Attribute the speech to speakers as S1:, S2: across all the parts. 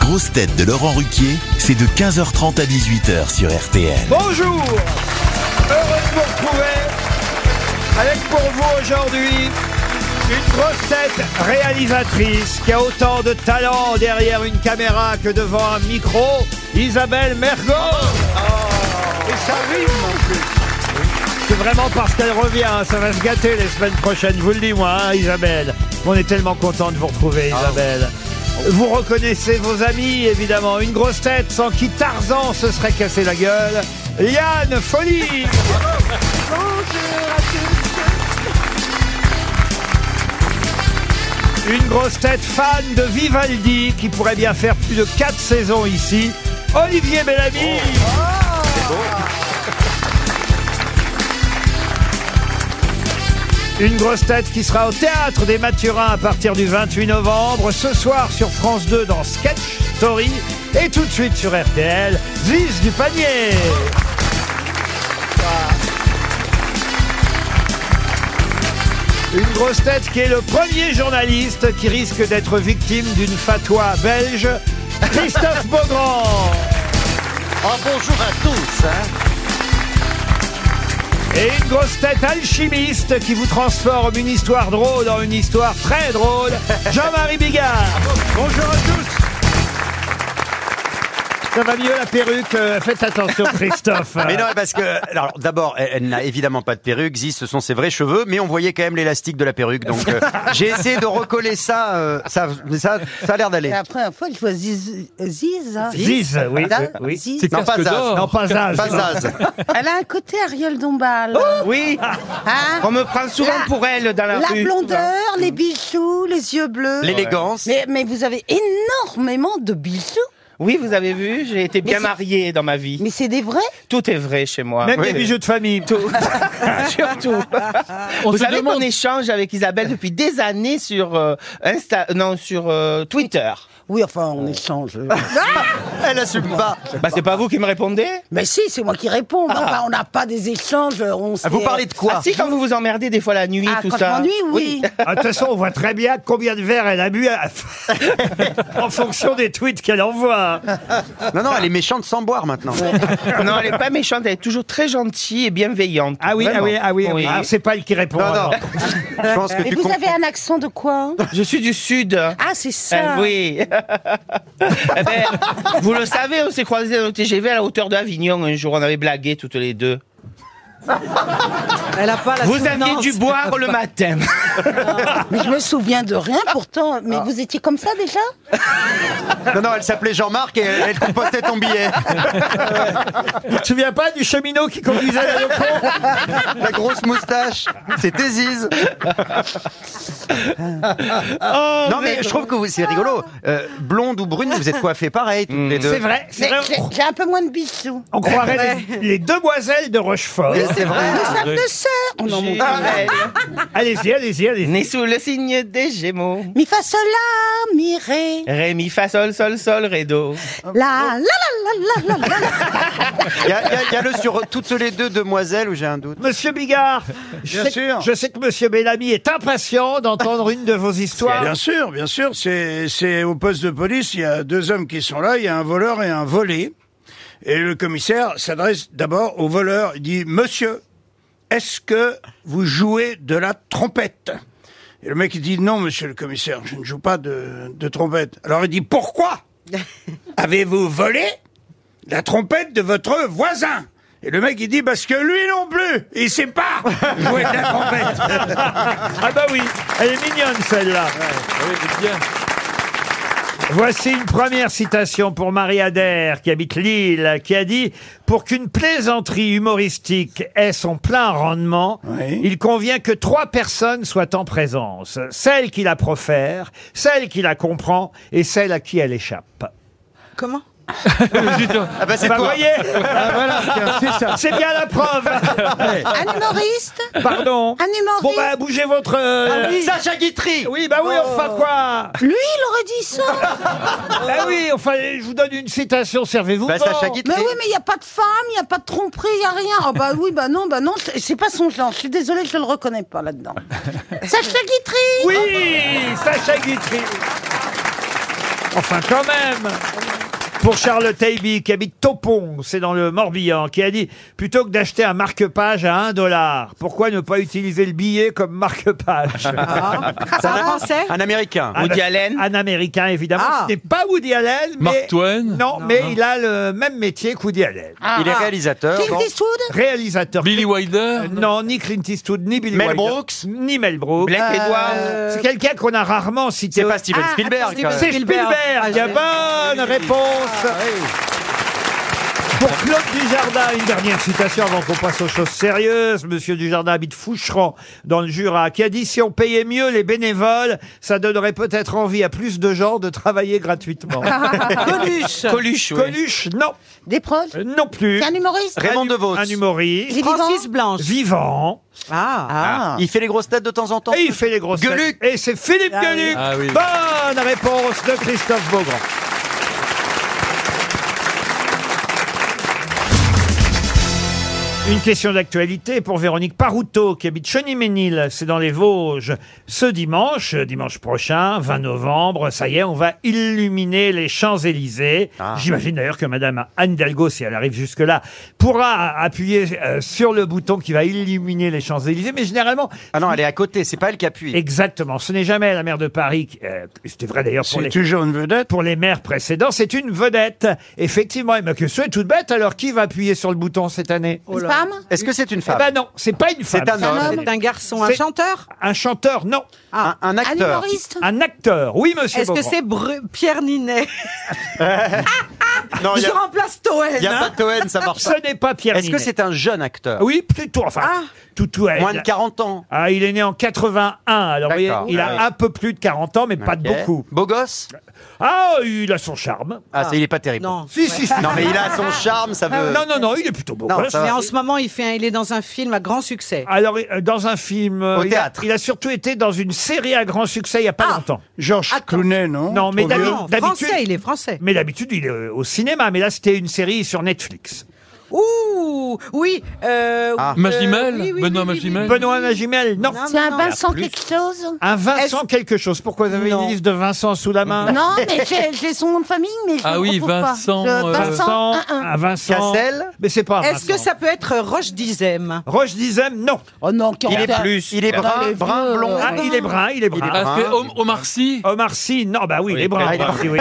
S1: grosses têtes de Laurent Ruquier, c'est de 15h30 à 18h sur RTL.
S2: Bonjour Heureux de vous retrouver avec pour vous aujourd'hui une grosse tête réalisatrice qui a autant de talent derrière une caméra que devant un micro, Isabelle Mergo. Et ça rime en plus. C'est vraiment parce qu'elle revient, hein, ça va se gâter les semaines prochaines, vous le dis moi, hein, Isabelle. On est tellement content de vous retrouver, Isabelle. Vous reconnaissez vos amis, évidemment. Une grosse tête sans qui Tarzan se serait cassé la gueule. Yann Folie Une grosse tête fan de Vivaldi qui pourrait bien faire plus de 4 saisons ici. Olivier Bellamy Une grosse tête qui sera au théâtre des Mathurins à partir du 28 novembre, ce soir sur France 2 dans Sketch Story et tout de suite sur RTL, Ziz du panier. Une grosse tête qui est le premier journaliste qui risque d'être victime d'une fatwa belge, Christophe Beaugrand.
S3: Ah, bonjour à tous. hein.
S2: Et une grosse tête alchimiste qui vous transforme une histoire drôle en une histoire très drôle, Jean-Marie Bigard. Bonjour à tous. Ça va mieux la perruque, euh, faites attention Christophe.
S3: Mais non, parce que alors d'abord, elle, elle n'a évidemment pas de perruque. Ziz, ce sont ses vrais cheveux, mais on voyait quand même l'élastique de la perruque. Donc euh, j'ai essayé de recoller ça. euh, ça, mais ça, ça a l'air d'aller.
S4: C'est la première fois que je vois Ziz. Ziz, hein
S2: Ziz, oui,
S4: Zaz,
S2: oui.
S4: Ziz.
S5: C'est
S3: Non, pas
S5: casque
S3: Zaz.
S5: d'or.
S2: Non, pas Zaz.
S3: Pas Zaz.
S4: Elle a un côté Ariel Dombal.
S6: Oui,
S4: Hein
S6: on me prend souvent
S4: La-
S6: pour elle dans la,
S4: la
S6: rue.
S4: blondeur, les bijoux, les yeux bleus.
S3: L'élégance.
S4: Mais, mais vous avez énormément de bijoux.
S6: Oui, vous avez vu, j'ai été bien
S4: c'est-
S6: mariée dans ma vie.
S4: Mais c'est des vrais
S6: Tout est vrai chez moi.
S2: Même
S3: Oui,
S2: les
S3: oui.
S2: bijoux de famille.
S6: Surtout.
S5: On
S6: vous
S5: se
S6: savez
S5: demande.
S6: qu'on échange avec Isabelle depuis des années sur euh, Insta, non sur euh, Twitter.
S4: Oui, enfin, on échange.
S3: Elle assume pas.
S6: Bah c'est pas vous qui me répondez
S4: mais si, c'est moi qui réponds. Enfin, on n'a pas des échanges. On
S3: Ah, Vous parlez de quoi
S6: Ah si quand vous vous emmerdez des fois la nuit
S4: ah,
S6: tout
S4: quand
S6: ça.
S4: je m'ennuie, oui.
S2: Ah, De toute façon, on voit très bien combien de verres elle a bu à- en fonction des tweets qu'elle envoie. hein.
S3: Non, non, elle est méchante sans boire maintenant.
S6: non, elle est pas méchante, elle est toujours très gentille et bienveillante.
S2: Ah oui, ah
S6: Vraiment.
S2: oui, ah oui. ah oui. Ah, c'est pas elle qui répond.
S3: Non, non.
S2: alors.
S3: Je pense que
S4: Mais
S3: tu
S4: Euh, vous
S3: comprends.
S4: avez un accent de quoi hein
S6: Je suis du sud.
S4: Ah, c'est ça.
S6: Ah oui. Eh ben, vous le savez, on s'est croisés dans le TGV à la hauteur d'Avignon un jour. On avait blagué toutes les deux.
S7: Elle a
S4: Ah,
S7: pas la
S6: Vous aviez dû boire le matin.
S4: Mais je me souviens de rien pourtant. Mais vous étiez comme ça déjà
S3: Non, non, elle s'appelait Jean-Marc et elle, elle compostait ton billet.
S2: Tu te souviens pas du cheminot qui conduisait la Yoko
S3: La grosse moustache, c'était Ziz.
S2: Oh,
S3: non, mais je trouve que vous- c'est rigolo. Euh, blonde ou brune, vous êtes coiffés pareil, toutes les deux.
S2: Mm. C'est vrai, c'est vrai.
S4: Mais j'ai- j'ai un peu moins de bijoux.
S2: On croirait les, les demoiselles de Rochefort. Euh,
S3: Mais C'est vrai.
S4: Nous sommes deux sœurs. Oh non, mon Dieu.
S2: Allez-y, allez-y, allez-y.
S6: Né sous le signe des Gémeaux.
S4: Mi fa sol la mi ré.
S6: Ré, mi, fa, sol, sol, sol, ré, do.
S4: La la la la la la la.
S3: Il y, a- il y a- il y a le sur toutes les deux demoiselles où j'ai un doute.
S2: Monsieur Bigard, je
S8: Bien
S2: sais,
S8: sûr.
S2: je sais que Monsieur Bellamy est impatient d'entendre une de vos histoires.
S8: Bien sûr, bien sûr. C'est c'est au poste de police, il y a deux hommes qui sont là, il y a un voleur et un volé. Et le commissaire s'adresse d'abord au voleur. Il dit Monsieur, est-ce que vous jouez de la trompette Et le mec il dit Non, monsieur le commissaire, je ne joue pas de, de trompette. Alors il dit Pourquoi Avez-vous volé la trompette de votre voisin et le mec, il dit, parce que lui non plus, il sait pas jouer de la trompette.
S2: Ah bah oui, elle est mignonne celle-là. Voici une première citation pour Marie Adair, qui habite Lille, qui a dit « Pour qu'une plaisanterie humoristique ait son plein rendement,
S8: Oui.
S2: il convient que trois personnes soient en présence. Celle qui la profère, celle qui la comprend et celle à qui elle échappe.
S7: Comment »
S3: Ah bah c'est
S2: Bah,
S3: toi. Ah,
S2: voyez Ah, C'est bien la preuve
S4: Un humoriste.
S2: Pardon
S4: Un humoriste. Ah
S2: Bon bah, bougez votre... euh,
S3: Ah Sacha Guitry. Oh.
S2: Oui, bah oui, enfin quoi
S4: Lui, il aurait dit ça.
S2: Bah oui, enfin, je vous donne une citation, servez-vous.
S3: Bah,
S2: bon.
S3: Sacha Guitry.
S4: Mais oui, mais il n'y a pas de femme, il n'y a pas de tromperie, il n'y a rien. Ah bah oui, bah non, bah non, c'est c'est pas son genre. Je suis désolée, je ne le reconnais pas là-dedans. Sacha Guitry
S2: Oui, Sacha Guitry. Enfin, quand même pour Charles Taibbi, qui habite Topon, c'est dans le Morbihan, qui a dit « Plutôt que d'acheter un marque-page à 1 dollar, pourquoi ne pas utiliser le billet comme marque-page ?»
S3: C'est un, Ah. un américain.
S6: Woody Allen
S2: Un Américain, évidemment.
S4: Ah.
S2: Ce n'est pas Woody Allen, mais...
S9: Mark Twain
S2: Non, mais il a le même métier que Woody Allen.
S3: Il est réalisateur.
S4: Clint
S3: bon.
S4: Eastwood
S2: Réalisateur.
S9: Billy Wilder
S2: Euh, Non, ni Clint Eastwood, ni Billy
S3: Mel
S2: Wilder.
S3: Brooks
S2: Ni Mel Brooks. Euh,
S6: Blake Edwards
S2: C'est quelqu'un qu'on a rarement cité.
S3: C'est pas Steven
S4: Ah,
S3: Spielberg.
S4: attends,
S3: quand
S2: C'est
S3: même.
S2: Spielberg.
S4: Ah,
S2: Il y a bonne réponse. Pour Claude Dujardin, une dernière citation avant qu'on passe aux choses sérieuses. Monsieur Dujardin habite Foucheron, dans le Jura, qui a dit si on payait mieux les bénévoles, ça donnerait peut-être envie à plus de gens de travailler gratuitement.
S4: Coluche
S6: Coluche, ouais.
S2: Coluche, non,
S4: Des proches
S2: Euh, non plus.
S4: C'est un humoriste
S3: Raymond DeVos.
S2: Un humoriste.
S4: Il est vivant
S7: Blanche.
S2: Vivant.
S7: Ah.
S3: Il fait les grosses têtes de temps en temps.
S2: Et il fait les grosses
S3: Gueluc.
S2: têtes. Et c'est Philippe
S4: Ah oui.
S2: Gueluc.
S9: Ah oui.
S2: Bonne réponse de Christophe Beaugrand. Une question d'actualité pour Véronique Paroutot, qui habite Cheniménil, c'est dans les Vosges. Ce dimanche, dimanche prochain, 20 novembre, ça y est, on va illuminer les Champs-Élysées.
S3: Ah.
S2: J'imagine d'ailleurs que Madame Anne Hidalgo, si elle arrive jusque-là, pourra appuyer euh, sur le bouton qui va illuminer les Champs-Élysées. Mais généralement,
S3: Ah non, elle est à côté, c'est pas elle qui appuie.
S2: Exactement. Ce n'est jamais la maire de Paris. qui- euh, C'était vrai d'ailleurs pour
S8: C'est
S2: les,
S8: toujours une vedette.
S2: pour les maires précédents. C'est une vedette, effectivement. Et ma question est toute bête. Alors, qui va appuyer sur le bouton cette année
S4: Une femme
S3: Est-ce que c'est une
S2: Eh
S3: femme
S2: ben non, c'est pas une femme.
S3: C'est un homme.
S7: C'est un garçon, un
S2: C'est-
S7: chanteur Ah.
S2: Un chanteur, non.
S3: Un, un
S4: Un
S3: acteur.
S4: humoriste
S2: Un acteur. Oui, monsieur.
S7: Est-ce que
S2: Beaugrand.
S7: c'est Bru- Pierre Ninet
S3: Non, il y
S7: Je
S3: a,
S7: remplace Toen.
S3: il y a
S7: hein.
S3: pas Toen, ça marche pas.
S2: Ce n'est pas Pierre
S3: Est-ce que
S2: Ninet.
S3: c'est un jeune acteur
S2: Oui, plutôt. Enfin,
S6: Ah.
S7: Ah.
S2: tout, tout.
S3: Moins de 40 ans.
S2: Ah, il est né en 81. Alors, vous voyez,
S3: D'accord.
S2: il a
S3: Ah oui.
S2: un peu plus de 40 ans, mais pas de
S3: Ok.
S2: beaucoup.
S3: Beau gosse
S2: Ah, il a son charme.
S3: Ah, c'est- il est pas terrible.
S7: Non.
S2: Si, si, si. Ah,
S3: Non, mais il a son charme, ça veut.
S2: Non, non, non, il est plutôt beau. hein.
S3: Non,
S2: gosse.
S3: ça va.
S7: Mais en ce moment, il, fait un- il est dans un film à grand succès.
S2: Alors, euh, dans un film. euh,
S3: Au
S2: il a-
S3: théâtre.
S2: Il a, surtout été dans une série à grand succès il n'y a pas longtemps.
S8: Georges Clooney, non
S2: Non, mais
S8: Trop vieux.
S2: d'habitude-
S7: Ah. Non,
S2: d'habitude-
S7: français, il est français.
S2: Mais d'habitude, il est euh, au cinéma, mais là, c'était une série sur Netflix.
S7: Ouh, oui. Euh,
S3: Ah.
S7: euh,
S9: Magimel
S7: oui, oui,
S9: Benoît
S7: oui, oui, oui,
S9: Magimel
S2: Benoît Magimel, non.
S7: Non,
S4: C'est un
S7: non.
S4: Vincent quelque chose
S2: Un Vincent
S7: Est-ce-
S2: quelque chose. Pourquoi vous avez
S7: Non.
S2: une liste de Vincent sous la main
S4: Non, mais j'ai j'ai son nom de famille, mais je
S9: Ah
S4: le
S9: oui,
S4: retrouve pas.
S9: Vincent,
S4: Je-
S9: euh,
S4: Vincent, un, un.
S2: Un Vincent.
S3: Cassel
S2: Mais c'est pas. un
S7: Est-ce que
S2: Vincent.
S7: ça peut être Roche Dizem
S2: Roche Dizem, non.
S4: Oh non, quand
S3: Il est
S4: t'as-
S3: plus. Il est brun, brun, blond.
S2: Ah, il est brun, il est brun.
S9: Ah, c'est Om- Omar Sy
S2: Omar Sy, non, bah oui, il est brun.
S3: ah, il est
S2: Omar
S3: brun.
S2: Sy, oui.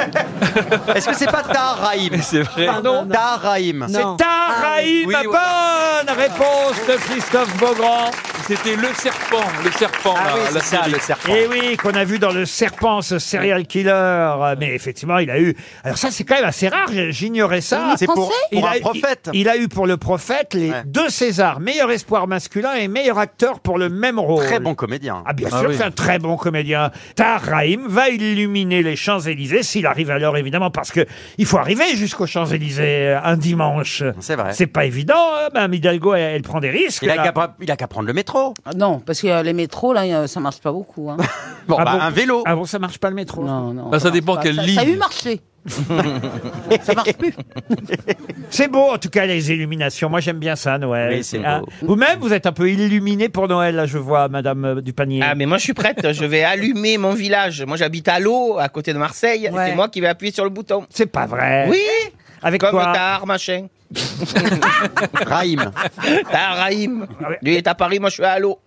S3: Est-ce que c'est pas Tahar C'est vrai.
S7: Non, non.
S3: Tahar Rahim.
S7: Non.
S2: C'est Taraïm,
S9: Ah oui. Oui, ouais.
S2: bonne réponse de Christophe Beaugrand.
S9: C'était le serpent, le serpent,
S3: Ah
S9: là,
S3: oui,
S9: la
S3: c'est ça,
S9: série.
S3: le serpent.
S2: Et Eh oui, qu'on a vu dans le serpent, ce serial killer. Euh, Mais effectivement, il a eu. Alors ça, c'est quand même assez rare. J'ignorais ça.
S3: C'est pour,
S4: Français
S3: pour
S2: a,
S3: un prophète.
S2: Il, il a eu pour le prophète les
S3: Ouais.
S2: deux Césars, meilleur espoir masculin et meilleur acteur pour le même rôle.
S3: Très bon comédien.
S2: Ah bien
S9: Ah
S2: sûr,
S9: oui.
S2: c'est un très bon comédien. Tahar Rahim va illuminer les Champs-Élysées s'il arrive à l'heure évidemment parce que il faut arriver jusqu'aux Champs-Élysées euh, un dimanche.
S3: C'est vrai.
S2: C'est pas évident. hein. Madame Hidalgo, elle, elle prend des risques.
S3: Il a
S2: là.
S3: qu'à pre- il a qu'à prendre le métro.
S4: Ah Non, parce que euh, les métros, là, euh, ça marche pas beaucoup. hein.
S3: Bon,
S2: Ah
S3: bah,
S2: bon
S3: un vélo.
S2: Ah bon, ça marche pas le métro.
S4: Non, non.
S9: Bah, ça dépend
S4: marche pas.
S9: quelle
S4: ça,
S9: ligne.
S4: Ça a eu marché. ça marche plus.
S2: C'est beau, en tout cas, les illuminations. Moi, j'aime bien ça, Noël.
S3: Oui, c'est
S2: Hein.
S3: beau.
S2: Vous-même, vous êtes un peu illuminé pour Noël, là, je vois, Madame euh, Dupanier.
S6: Ah mais moi je suis prête, je vais allumer mon village. Moi j'habite à l'eau, à côté de Marseille, et
S7: Ouais.
S6: c'est moi qui vais appuyer sur le bouton.
S2: C'est pas vrai.
S6: Oui,
S2: Avec
S6: comme
S2: quoi
S6: Tahar machin.
S3: Rahim.
S6: Tahar Rahim.
S2: Ah ouais.
S6: Lui il est à Paris, moi je suis à l'eau.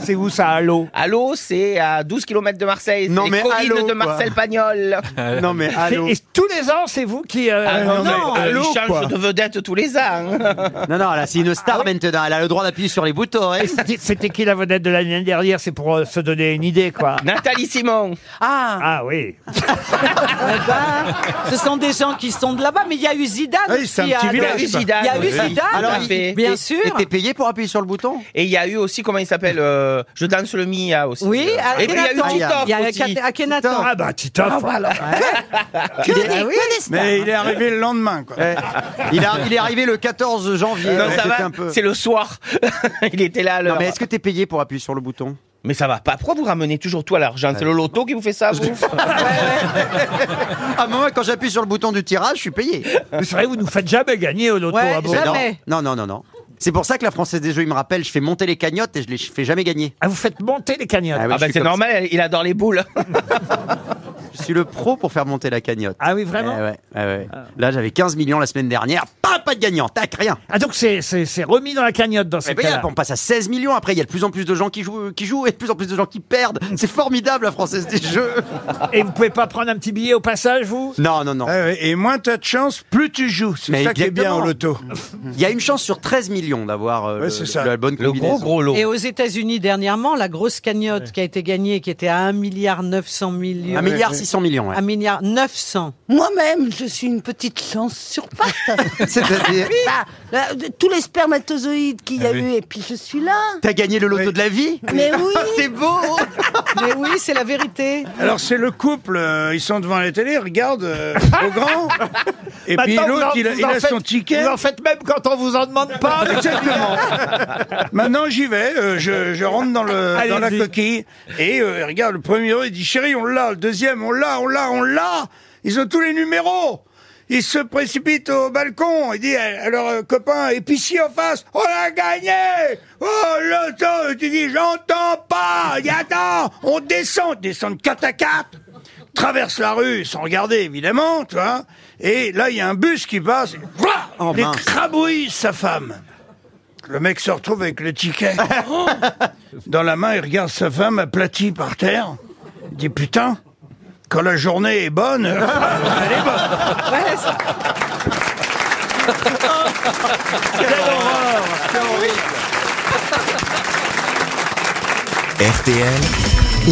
S2: C'est où ça, à l'eau
S6: À l'eau c'est à 12 km de Marseille,
S3: Non,
S6: non,
S3: mais
S6: les collines
S3: Allo,
S6: de
S3: quoi.
S6: Marcel Pagnol.
S3: Non, mais allô.
S2: Et tous les ans, c'est vous qui. euh,
S6: Ah
S2: euh,
S6: non,
S9: non,
S6: mais, euh,
S9: Allo,
S6: il change
S9: quoi.
S6: de vedette tous les ans. Ah
S3: Non, non, là, c'est une star maintenant. Elle a le droit d'appuyer sur les boutons. hein.
S2: c'était- C'était qui la vedette de l'année dernière C'est pour euh, se donner une idée, quoi.
S6: Nathalie Simon.
S7: Ah,
S2: Ah oui.
S7: eh ben, ce sont des gens qui sont de là-bas, mais il y a eu Zidane
S8: Ah oui, c'est un
S7: aussi,
S8: petit
S7: à-
S6: Il y a
S8: village.
S6: eu Zidane.
S7: Il y
S3: Ah
S7: a eu
S6: Ah Oui.
S7: Zidane.
S6: Alors,
S7: Tout à
S6: il-
S7: fait.
S6: et-
S7: Bien
S3: Et-
S7: sûr.
S3: Et t'es payé pour appuyer sur le bouton
S6: Et il y a eu aussi, comment il s'appelle euh, Je danse le Mia aussi.
S7: Oui,
S6: et puis il y a eu
S7: Akhenaton.
S3: Titoff
S7: Il y a
S6: aussi.
S7: Akhena- Akhenaton.
S2: Ah bah, Titoff.
S4: Que des,
S6: Ah
S4: que des stars. hein.
S8: Mais il est arrivé le lendemain, quoi.
S3: Eh, il, a- il est arrivé le 14 janvier.
S6: Non, ça
S3: C'était
S6: va,
S3: un peu-
S6: c'est le soir. il était là. à
S3: Non,
S6: l'heure.
S3: mais est-ce que t'es payé pour appuyer sur le bouton
S6: Mais ça va pas. Pourquoi vous ramenez toujours tout à l'argent C'est le loto qui vous fait ça, vous Ah,
S3: Ah, moi, quand j'appuie sur le bouton du tirage, je suis payé.
S2: Mais C'est vrai, vous nous faites jamais gagner au loto.
S7: Ouais,
S2: ah, bon
S7: jamais.
S3: Non, non, non, non. C'est pour ça que la Française des Jeux, il me rappelle, je fais monter les cagnottes et je les fais jamais gagner.
S2: Ah, vous faites monter les cagnottes.
S3: Ah oui.
S6: Ah
S3: je
S6: ben
S3: suis
S6: c'est
S3: comme
S6: normal, il adore les boules.
S3: Je suis le pro pour faire monter la cagnotte.
S2: Ah oui, vraiment Ah.
S3: Eh ouais, eh ouais. Là, j'avais 15 millions la semaine dernière. Pas, pas de gagnant. Tac, rien.
S2: Ah donc c'est c'est- c'est remis dans la cagnotte dans
S3: Eh
S2: ces
S3: ben,
S2: cas-là.
S3: on passe à 16 millions. Après, il y a de plus en plus de gens qui jouent, euh, qui jouent et de plus en plus de gens qui perdent. C'est formidable, la Française des Jeux.
S2: Et vous pouvez pas prendre un petit billet au passage, vous
S3: Non, non, non.
S8: Ah ouais, et moins t'as de chance, plus tu joues.
S3: Mais
S8: C'est ça qui est bien
S3: exactement.
S8: en loto.
S3: Il y a une chance sur 13 millions d'avoir euh,
S8: Ouais,
S3: le-
S8: c'est ça.
S3: la bonne
S6: Le
S3: combinaison.
S6: gros, gros lot.
S10: Et aux États-Unis dernièrement, la grosse cagnotte qui a été gagnée, qui était à 1 milliard 900 millions.
S3: 1 milliard 600 millions, ouais.
S10: 1 milliard 900.
S4: Moi-même, je suis une petite chance sur pattes.
S3: C'est-à-dire,
S4: Bah, là, de- tous les spermatozoïdes qu'il y a
S8: Ah oui.
S4: eu, et puis je suis là.
S3: t'as gagné le loto
S8: Oui.
S3: de la vie
S4: Mais oui.
S3: Ah, C'est beau
S10: Mais oui, c'est la vérité.
S8: Alors c'est le couple, euh, ils sont devant la télé, regarde euh, au grand. Et puis
S2: Maintenant, vous
S8: l'autre,
S2: en-
S8: il, a-
S2: vous
S8: il
S2: en
S8: a son
S2: faites-
S8: ticket.
S2: Vous en faites même quand on vous en demande pas.
S8: Exactement. Maintenant j'y vais, euh, je, je rentre dans, le, dans la
S2: Allez-y.
S8: coquille et euh, regarde le premier il dit chérie on l'a, le deuxième on l'a, on l'a, on l'a. Ils ont tous les numéros. Il se précipite au balcon et dit à leur euh, copain épicier en face on a gagné. Oh l'auto, tu dis j'entends pas. Il dit attends, on descend, descend de 4 à 4 traverse la rue sans regarder évidemment, tu vois. Et là il y a un bus qui passe, Ouah
S3: Oh,
S8: il
S3: mince.
S8: écrabouille sa femme. Le mec se retrouve avec le ticket. Dans la main, il regarde sa femme aplatie par terre. Il dit Putain, quand la journée est bonne, elle est bonne.
S1: RTL,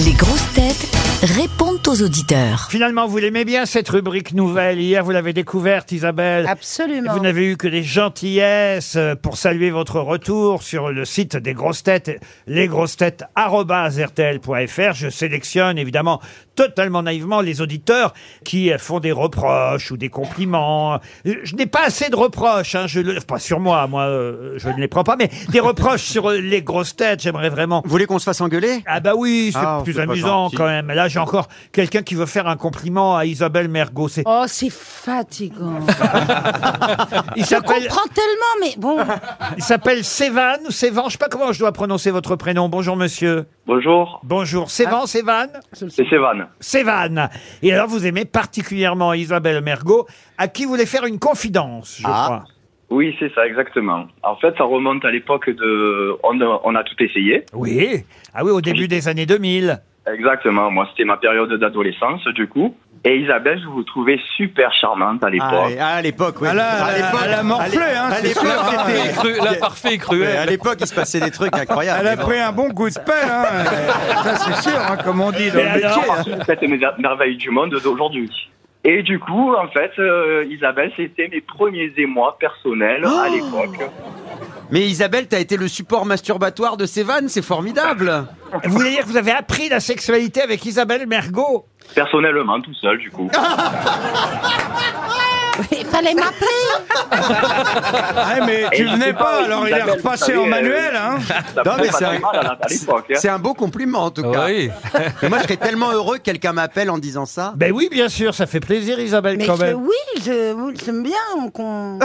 S11: Les grosses têtes répondent aux auditeurs.
S2: Finalement, vous l'aimez bien cette rubrique nouvelle. Hier, vous l'avez découverte, Isabelle.
S4: Absolument.
S2: Vous n'avez eu que des gentillesses euh, pour saluer votre retour sur le site des grosses têtes, lesgrossetêtes.rtl.fr. Je sélectionne évidemment totalement naïvement les auditeurs qui euh, font des reproches ou des compliments. Je je n'ai pas assez de reproches, hein, je le, pas sur moi, moi euh, je ne les prends pas, mais des reproches sur euh, les grosses têtes, j'aimerais vraiment
S3: Vous voulez qu'on se fasse engueuler
S2: ah bah oui, c'est
S3: Ah,
S2: plus
S3: c'est pas
S2: amusant
S3: gentil.
S2: quand même. Là, j'ai encore quelqu'un qui veut faire un compliment à Isabelle Mergot. C'est-
S4: Oh, c'est fatigant.
S2: Il
S4: Je
S2: s'appelle
S4: comprends tellement, mais bon.
S2: il s'appelle Sévan ou Sévan, je sais pas comment je dois prononcer votre prénom. Bonjour monsieur.
S12: Bonjour, Ah.
S2: Bonjour Sévan, Sévan,
S12: c'est Sévan.
S2: Sévan. Et alors vous aimez particulièrement Isabelle Mergot à qui vous voulez faire une confidence, je
S12: Ah.
S2: crois.
S12: Oui, c'est ça, exactement. En fait, ça remonte à l'époque de... On a, on a tout essayé.
S2: Oui. Ah oui, au début des années 2000.
S12: Exactement, moi, c'était ma période d'adolescence, du coup. Et Isabelle, je vous trouvais super charmante à
S3: Ah,
S12: l'époque.
S3: allez, à l'époque, oui.
S8: Ah là,
S3: À l'époque-
S8: elle a morflé,
S3: à l'é-
S8: hein,
S3: à
S8: c'est
S3: l'époque,
S8: sûr.
S3: c'était-
S9: Et cru- la parfait et
S3: Mais à
S9: cruelle.
S3: l'époque, il se passait Ah, des trucs
S8: Elle
S3: incroyables.
S8: a pris un bon coup de pelle, hein. Euh, ça c'est sûr, hein, comme on dit dans
S2: Mais
S8: le
S2: alors
S8: métier. hein.
S12: Cette mer- merveille du monde d'aujourd'hui. Et du coup, en fait, euh, Isabelle, c'était mes premiers émois personnels à l'époque.
S3: Mais Isabelle, t'as été le support masturbatoire de Sévan, c'est formidable.
S2: Vous voulez dire que vous avez appris la sexualité avec Isabelle Mergot
S12: Personnellement, tout seul, du coup.
S4: Il fallait m'appeler.
S8: Ouais, mais tu
S12: Et je sais
S8: venais pas,
S12: oui,
S8: alors il est
S12: Isabelle,
S8: repassé
S12: vous
S8: en
S12: savez,
S8: manuel,
S12: euh,
S8: hein.
S12: Ça
S3: Non, mais
S12: faisait pas
S3: c'est
S12: très mal à,
S3: un,
S12: la- à l'époque. hein.
S3: c'est un beau compliment en tout cas.
S9: Oui.
S3: Et moi, je serais tellement heureux que quelqu'un m'appelle en disant ça.
S2: Ben oui, bien sûr, ça fait plaisir Isabelle
S4: Mais
S2: quand
S4: je-
S2: même.
S4: oui, je, j'aime bien qu'on.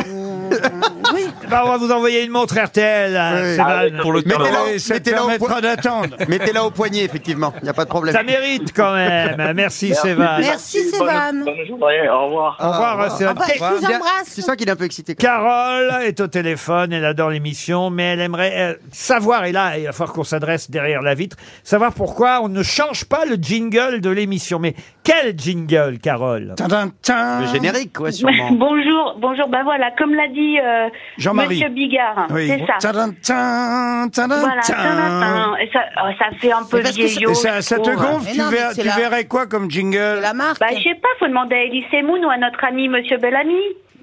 S4: oui.
S2: Bah, on va vous envoyer une montre RTL, hein,
S3: Oui.
S2: Sévan.
S9: Pour le temps.
S3: Mettez-la
S8: Et
S3: au-
S8: ça te
S3: mettez-la au,
S8: permettra d'attendre.
S3: po- mettez-la au poignet, effectivement. Il n'y a pas de problème.
S2: Ça mérite quand même. Merci Sévan.
S4: Merci,
S12: Bonne-
S4: Sévan.
S12: Bonne journée, au revoir.
S2: Au revoir
S13: Ah
S2: Sévan.
S4: bah, je vous
S3: Bien.
S4: embrasse.
S3: Tu sens qu'il est un peu excité. quand même.
S2: Carole est au téléphone, elle adore l'émission, mais elle aimerait euh, savoir, et là, il va falloir qu'on s'adresse derrière la vitre, savoir pourquoi on ne change pas le jingle de l'émission. Mais quel jingle, Carole
S8: Tintin,
S3: Le
S8: tintin.
S3: générique, ouais, sûrement.
S11: Bonjour, bonjour. Ben voilà, comme l'a dit euh,
S8: Jean-Marie.
S11: Monsieur Bigard,
S8: Oui.
S11: c'est ça.
S8: Tintin, tintin, tintin,
S11: Voilà, ça,
S8: tintin.
S11: ça, oh, ça fait un peu
S4: Mais parce que ça-
S11: vieillot.
S8: Et ça,
S11: je
S8: ça te
S11: trouve.
S8: gonfle,
S4: Mais
S8: tu,
S4: non, mais
S8: verrais-
S4: c'est
S8: tu
S4: la-
S8: verrais quoi comme
S4: De
S8: jingle
S4: la marque.
S11: Bah, je sais pas, faut demander à Elie Semoun ou à notre ami Monsieur Bellamy.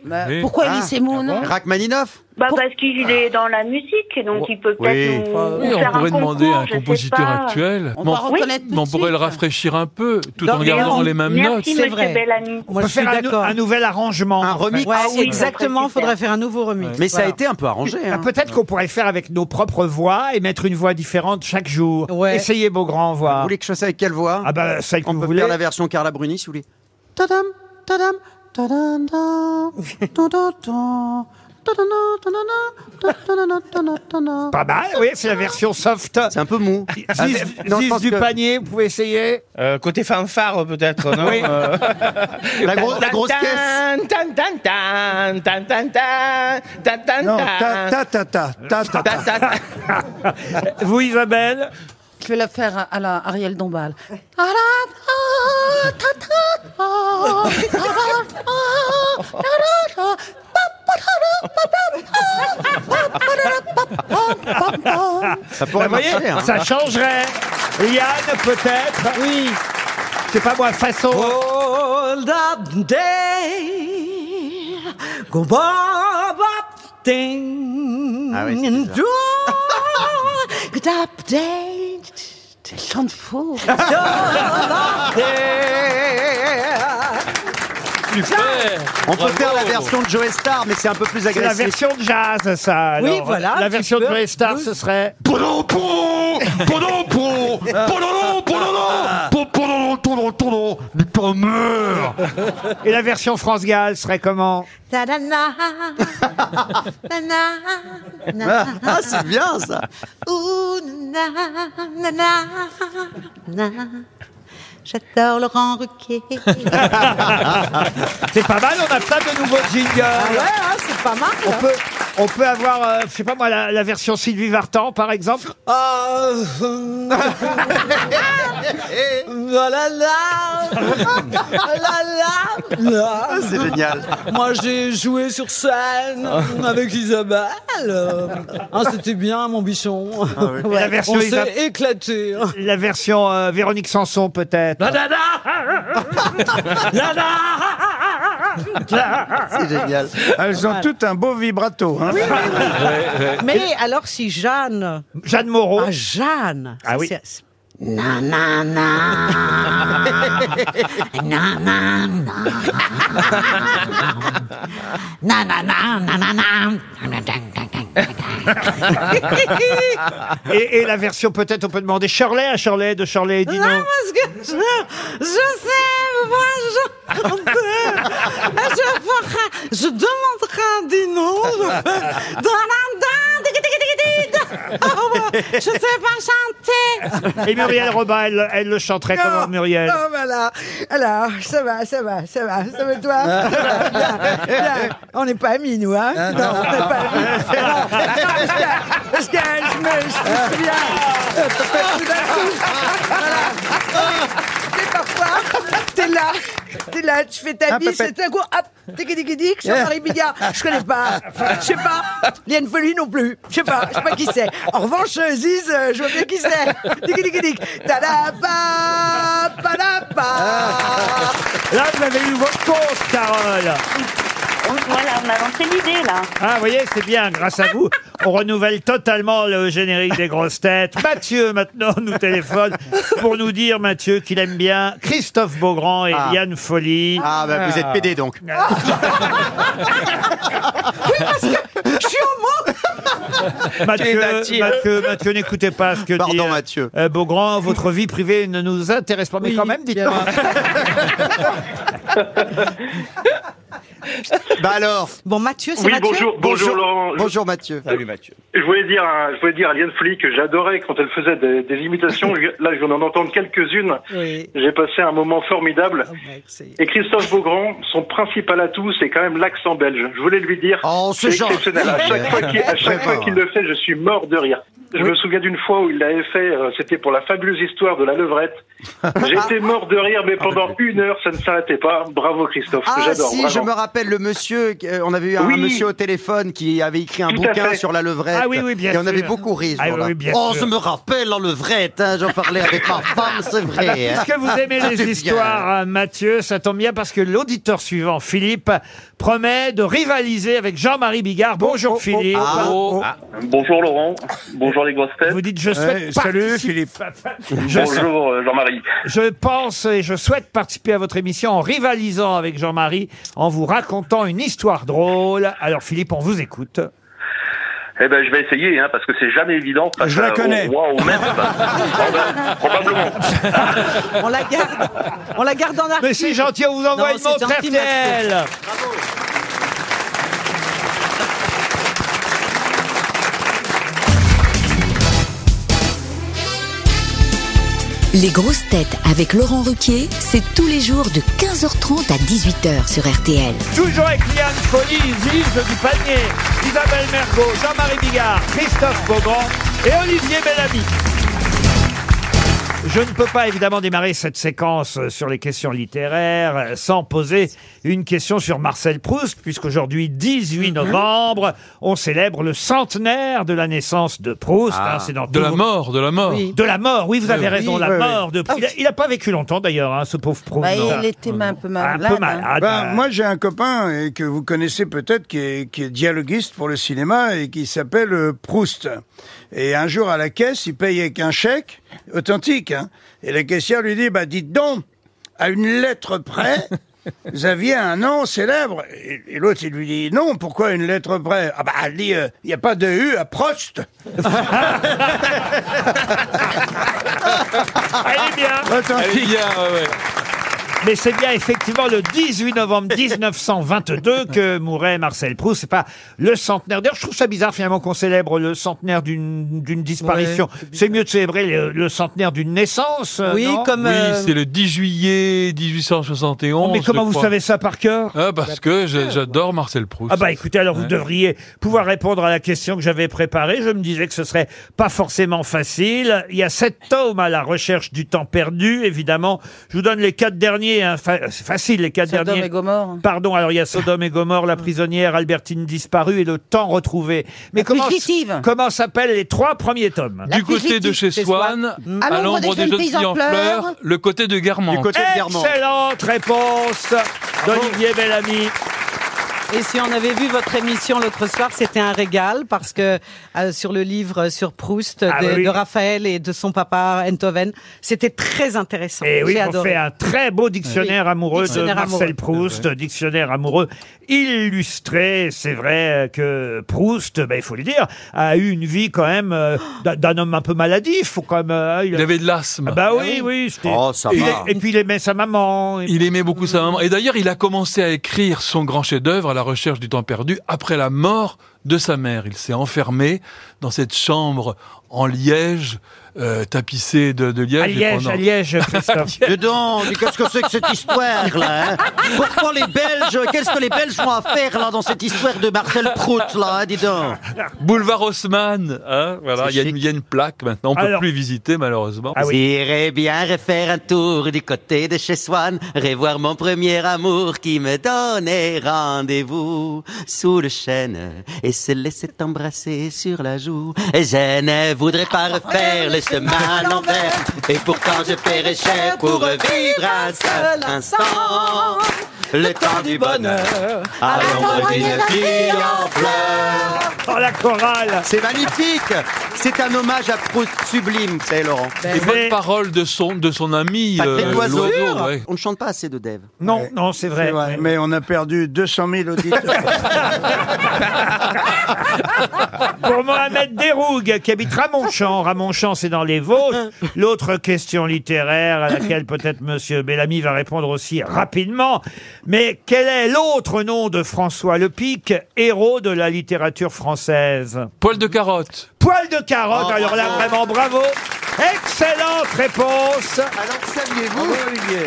S4: Bah,
S9: Oui.
S4: Pourquoi
S3: Ah,
S4: Elise et Moon
S3: Rachmaninoff
S11: Bah, parce qu'il est dans la musique, donc il peut peut-être
S3: Oui.
S11: nous,
S9: Oui,
S11: nous
S9: on
S11: faire
S9: pourrait
S11: un concours,
S9: demander à un
S11: je sais
S9: compositeur
S11: pas.
S9: actuel.
S4: On
S9: Mais on-
S4: va reconnaître tout
S9: mais on
S4: de
S9: pourrait
S4: suite.
S9: le rafraîchir un peu, tout
S10: Non,
S9: en
S10: mais
S9: gardant
S10: on-
S9: les mêmes notes.
S11: Merci
S10: C'est
S11: Monsieur
S10: vrai.
S11: Bellamy.
S2: On
S10: Moi,
S2: peut
S10: je suis
S2: faire un, nou-
S10: d'accord.
S2: un nouvel arrangement.
S3: Un remix
S10: Ouais,
S3: Ah oui.
S11: ça
S10: exactement,
S11: serait
S10: faudrait faire un nouveau remix.
S3: Mais ça a
S10: Voilà.
S3: été un peu arrangé.
S2: Ah,
S3: hein.
S2: Peut-être qu'on pourrait le faire avec nos propres voix et mettre une voix différente chaque jour.
S10: Ouais.
S2: Essayez, Beaugrand,
S3: Vous
S2: voir.
S3: voulez que je fasse avec quelle voix
S2: Ah bah, celle que
S3: On
S2: vous
S3: peut
S2: voulez.
S3: faire la version Carla Bruni, si vous voulez.
S2: Pas mal, oui, c'est la version soft. C'est
S3: un peu mou. Ah,
S2: Ziz,
S6: non, je
S2: Ziz
S6: pense
S2: du
S6: que-
S2: panier, vous pouvez essayer.
S6: Euh, côté fanfare, peut-être, non
S2: Oui.
S6: La,
S2: gro- la grosse
S6: caisse. Tan, tan, tan, tan, tan, tan, tan, tan,
S8: Non,
S6: tan.
S8: ta ta ta ta ta ta ta.
S2: Vous, Isabelle
S4: Je vais la faire à- à la Ariel Dombal.
S3: Ça
S2: Bah, vous
S3: pourrait marcher,
S2: voyez,
S3: hein.
S2: Ça changerait. Yann, peut-être. Oui. C'est pas moi, façon.
S10: Hold up day, go bob up thing,
S4: Ah oui, c'est
S10: and
S4: ça.
S10: do
S4: Good update. Elle chante faux.
S3: On peut faire la version de Joe Star, mais c'est un peu plus
S2: C'est la
S3: agressif.
S2: version de jazz, ça.
S3: Oui,
S2: alors.
S3: voilà,
S2: La
S3: tu
S2: version de
S3: peux.
S2: Joey Star, ce serait. Ah. Et la version France Gall serait comment
S4: Ta-da-na, na-na, na-na.
S3: Ah, c'est bien, ça.
S4: Ouh, na-na, na-na, na. J'adore Laurent Ruquier.
S2: C'est pas mal, on a plein de nouveaux jingles.
S4: Ah ouais, hein, c'est pas mal.
S2: On
S4: hein.
S2: peut, on peut avoir, euh, je sais pas moi, la, la version Sylvie Vartan, par exemple.
S10: Ah. la la la la la.
S3: Ah, C'est génial.
S10: Moi j'ai joué sur scène avec Isabelle. Ah, C'était bien mon bichon.
S3: Ah
S2: Et la version
S10: On
S2: Isab-
S10: s'est éclaté. hein. Ah,
S2: La version euh, Véronique Sanson, peut-être.
S10: La la La la
S3: C'est génial.
S8: Ah, Elles ont toutes un beau vibrato. Hein.
S10: Mais alors si Jeanne.
S2: Jeanne Moreau.
S10: Ah, Jeanne.
S2: Ah oui.
S10: C'est-
S4: Na, na, na. Na, na, na. Na, na, na, na, na, na. Na, na, dang, dang, dang, dang, dang.
S2: Et, et la version, peut-être, on peut demander Shirley à Shirley, de Shirley et Dino.
S10: Non, parce que je, je sais, moi, je chantais. Je, ferai, je demanderai à Dino. Je fais dans la dinde, tic, tic, tic, tic, tic. Oh, Je sais pas chanter. Oh,
S2: Et Muriel Robin, elle, elle le chanterait comment, Muriel
S5: Non, voilà. Alors, ça va, ça va, ça va, ça va, toi Ça va, bien, bien. On n'est pas amis, nous, hein Non, on n'est pas amis. Non, parce que- parce que je me je me souviens.
S10: Ah.
S5: euh, parce que tout d'un coup, voilà. C'est parfois, t'es là, t'es là, tu fais ta
S10: Ah,
S5: bise, et
S10: pépette. Eh.
S5: tout d'un coup, hop, tic-tic-tic, Jean-Marie Bigard, je connais pas, je sais pas, Liane Folie non plus, je sais pas, je sais pas qui c'est. En revanche, euh, Ziz, euh, je vois bien qui c'est. Tic-tic-tic, ta-da-pa,
S14: Ah.
S5: pa-da-pa.
S2: Là, vous avez eu votre compte, Carole.
S14: Voilà, on a lancé l'idée là.
S2: Ah, vous voyez, c'est bien, grâce à vous, on renouvelle totalement le générique des grosses têtes. Mathieu, maintenant, nous téléphone pour nous dire, Mathieu, qu'il aime bien Christophe Beaugrand et
S3: Ah.
S2: Yann Folly. Ah.
S3: Ah, bah, vous êtes pédé, donc.
S5: Oui, parce que je suis homo.
S2: Mathieu,
S3: Pédatier.
S2: Mathieu, Mathieu, n'écoutez pas ce que dit euh, euh, Beaugrand. Votre vie privée ne nous intéresse pas, mais quand même, dites-moi.
S3: Bah alors.
S10: Bon, Mathieu,
S12: c'est Oui, Mathieu bonjour, bonjour, Laurent.
S3: Bonjour, Mathieu. Salut, Mathieu.
S12: Je voulais dire, à- je voulais dire à Liane Folie que j'adorais quand elle faisait des, des imitations. Je- Là, je viens d'en entendre quelques-unes.
S10: Oui.
S12: J'ai passé un moment formidable.
S3: Ah
S10: merci.
S12: Et Christophe Beaugrand, son principal atout, c'est quand même l'accent belge. Je voulais lui dire, c'est
S3: gentil.
S12: exceptionnel. À chaque fois qu'il à chaque
S3: Vraiment.
S12: fois qu'il le fait, je suis mort de rire. Je me souviens d'une fois où il l'avait fait, euh, c'était pour la fabuleuse histoire de la levrette. J'étais mort de rire, mais pendant une heure, ça ne s'arrêtait pas. Bravo Christophe,
S3: Ah
S12: j'adore.
S3: si,
S12: vraiment.
S3: je me rappelle le monsieur, euh, on avait eu un
S12: Oui.
S3: monsieur au téléphone qui avait écrit un
S12: Tout à
S3: bouquin
S12: fait.
S3: sur la levrette.
S12: Ah oui, oui, bien
S3: Et on
S12: sûr.
S3: avait beaucoup ri. ce
S2: Ah oui,
S3: jour-là.
S2: oui, bien
S3: oh,
S2: sûr.
S3: je me rappelle la levrette, hein, j'en parlais avec ma femme, c'est
S2: Ah bah,
S3: vrai. hein.
S2: puisque vous aimez
S3: C'était
S2: les
S3: bien.
S2: histoires, euh, Mathieu, ça tombe bien parce que l'auditeur suivant, Philippe, promet de rivaliser avec Jean-Marie Bigard.
S13: oh,
S2: Bonjour Philippe.
S13: Ah,
S2: Ah. oh.
S13: Bonjour Laurent, bonjour les grosses têtes.
S2: Vous dites je souhaite
S13: Ouais,
S2: salut
S8: Philippe.
S2: Je sais-
S13: Bonjour euh, Jean-Marie.
S2: Je pense et je souhaite participer à votre émission en rivalisant avec Jean-Marie, en vous racontant une histoire drôle. Alors Philippe, on vous écoute.
S13: Eh ben je vais essayer hein, parce que c'est jamais évident. face
S2: Je la
S13: à- au
S2: connais.
S13: roi, au maître. Oh, ben, probablement.
S10: On la garde. On la garde en archive.
S2: Mais c'est gentil, on vous envoie
S10: Non,
S2: une
S10: c'est
S2: montre
S10: gentil,
S2: RTL.
S10: Mathieu.
S15: Les grosses têtes avec Laurent Ruquier, c'est tous les jours de 15h30 à 18h sur RTL.
S2: Toujours avec Liane Folie, Ziz du Panier, Isabelle Mergot, Jean-Marie Bigard, Christophe Beaugrand et Olivier Bellamy. Je ne peux pas évidemment démarrer cette séquence euh, sur les questions littéraires euh, sans poser une question sur Marcel Proust, puisqu'aujourd'hui, 18
S9: Mhm.
S2: novembre, on célèbre le centenaire de la naissance de Proust.
S9: Ah.
S2: hein, c'est dans
S9: De
S2: tout-
S9: la mort, de la mort. Oui.
S2: De la mort, oui, vous
S9: Oui,
S2: avez
S9: oui.
S2: raison, la
S9: Oui, oui.
S2: mort de Proust. Il n'a pas vécu longtemps d'ailleurs, hein, ce pauvre Proust.
S4: Bah, il était un peu
S2: Ah,
S9: Ah,
S4: malade. hein.
S8: Ben, moi, j'ai un copain euh, que vous connaissez peut-être qui est, qui est dialoguiste pour le cinéma et qui s'appelle euh, Proust. Et un jour, à la caisse, il paye avec un chèque authentique. hein. et la caissière lui dit, bah, dites donc, à une lettre près, vous aviez un nom célèbre. Et, et l'autre, il lui dit, non, pourquoi une lettre près Ah bah, elle dit, il n'y a pas de U à Prost.
S2: Elle est bien.
S9: Elle est bien, ouais, ouais.
S2: Mais c'est bien effectivement le 18 novembre 1922 que mourait Marcel Proust. C'est pas le centenaire. D'ailleurs, je trouve ça bizarre finalement qu'on célèbre le centenaire d'une d'une disparition. c'est mieux de célébrer le, le centenaire d'une naissance. euh, non
S9: Oui, c'est le 10 juillet 1871.
S2: Mais comment
S9: je
S2: vous
S9: crois.
S2: savez ça par cœur Bah,
S9: Ah, Parce que je- j'adore Marcel Proust. Hein
S2: Ah bah écoutez, alors vous
S9: Ouais.
S2: devriez pouvoir répondre à la question que j'avais préparée. Je me disais que ce serait pas forcément facile. Il y a sept tomes à la recherche du temps perdu, évidemment. Je vous donne les quatre derniers. hein. Fa- C'est facile, les quatre
S4: Sodome
S2: derniers.
S4: et Gomorrhe.
S2: Pardon, alors il y a Sodome et Gomorre, la prisonnière, Albertine disparue et le temps retrouvé. Mais comment,
S4: fugitive.
S2: comment s'appellent les trois premiers tomes
S9: Du côté de chez Swann,
S2: À
S9: à l'ombre Ah des jeunes filles en fleurs, le côté de Guermantes.
S2: Excellente réponse d'Olivier Bellamy.
S7: Et si on avait vu votre émission l'autre soir, c'était un régal parce que euh, sur le livre sur Proust de,
S2: Ah bah oui.
S7: de Raphaël et de son papa Enthoven, c'était très intéressant.
S2: Et Eh oui,
S7: J'ai
S2: on
S7: adoré.
S2: fait un très beau dictionnaire
S7: Oui.
S2: amoureux
S7: Dictionnaire
S2: de Marcel
S7: amoureux.
S2: Proust, dictionnaire amoureux illustré. C'est vrai que Proust, ben, il faut le dire, a eu une vie quand même euh, d'un- d'un homme un peu maladif. Faut quand même, euh, il...
S9: Il avait de l'asthme.
S2: Ah bah oui, oui. c'était-
S9: Oh, ça
S2: il-
S9: va.
S2: Et puis il aimait sa maman.
S9: Il aimait beaucoup sa maman. Et d'ailleurs, il a commencé à écrire son grand chef-d'œuvre, À la recherche du temps perdu, après la mort de sa mère. Il s'est enfermé dans cette chambre en liège, euh, tapissée de, de liège.
S2: À Liège, à Liège, Christophe.
S3: Dedans, mais qu'est-ce que c'est que cette histoire là hein Pourquoi les Belges Qu'est-ce que les Belges vont à faire là dans cette histoire de Marcel Proust là hein, Dis donc.
S9: Boulevard Haussmann, hein, voilà, il y, a une- il y a une plaque maintenant, on ne peut
S3: Alors-
S9: plus visiter malheureusement.
S2: Ah
S3: J'irais Ah bien refaire un tour du côté de chez Swann, revoir mon premier amour qui me donnait rendez-vous sous le chêne et se laisser embrasser sur la joue. Et je ne voudrais pas refaire le chemin à l'envers, et pourtant je paierais cher pour revivre un seul instant. ah, Le temps du bonheur, à l'ombre d'une fille en fleurs.
S2: Oh la chorale
S3: C'est magnifique C'est un hommage à Proust sublime, c'est Laurent.
S9: Les bonnes paroles de son, de son ami
S3: Patrick
S9: euh,
S3: Loiseau.
S9: Loiseau, ouais.
S3: On ne chante pas assez de Dev.
S2: Non, non, c'est vrai.
S8: Mais on a perdu 200 000 auditeurs.
S2: Pour Mohamed Derougue, qui habite Ramonchamp. Ramonchamp, c'est dans les Vosges. L'autre question littéraire à laquelle peut-être Monsieur Bellamy va répondre aussi rapidement. Mais quel est l'autre nom de François Lepic, héros de la littérature française
S9: Poil de carotte.
S2: Poil de carotte,
S9: Oh,
S2: alors là,
S9: bravo.
S2: vraiment bravo. Excellente réponse.
S3: Alors saviez-vous,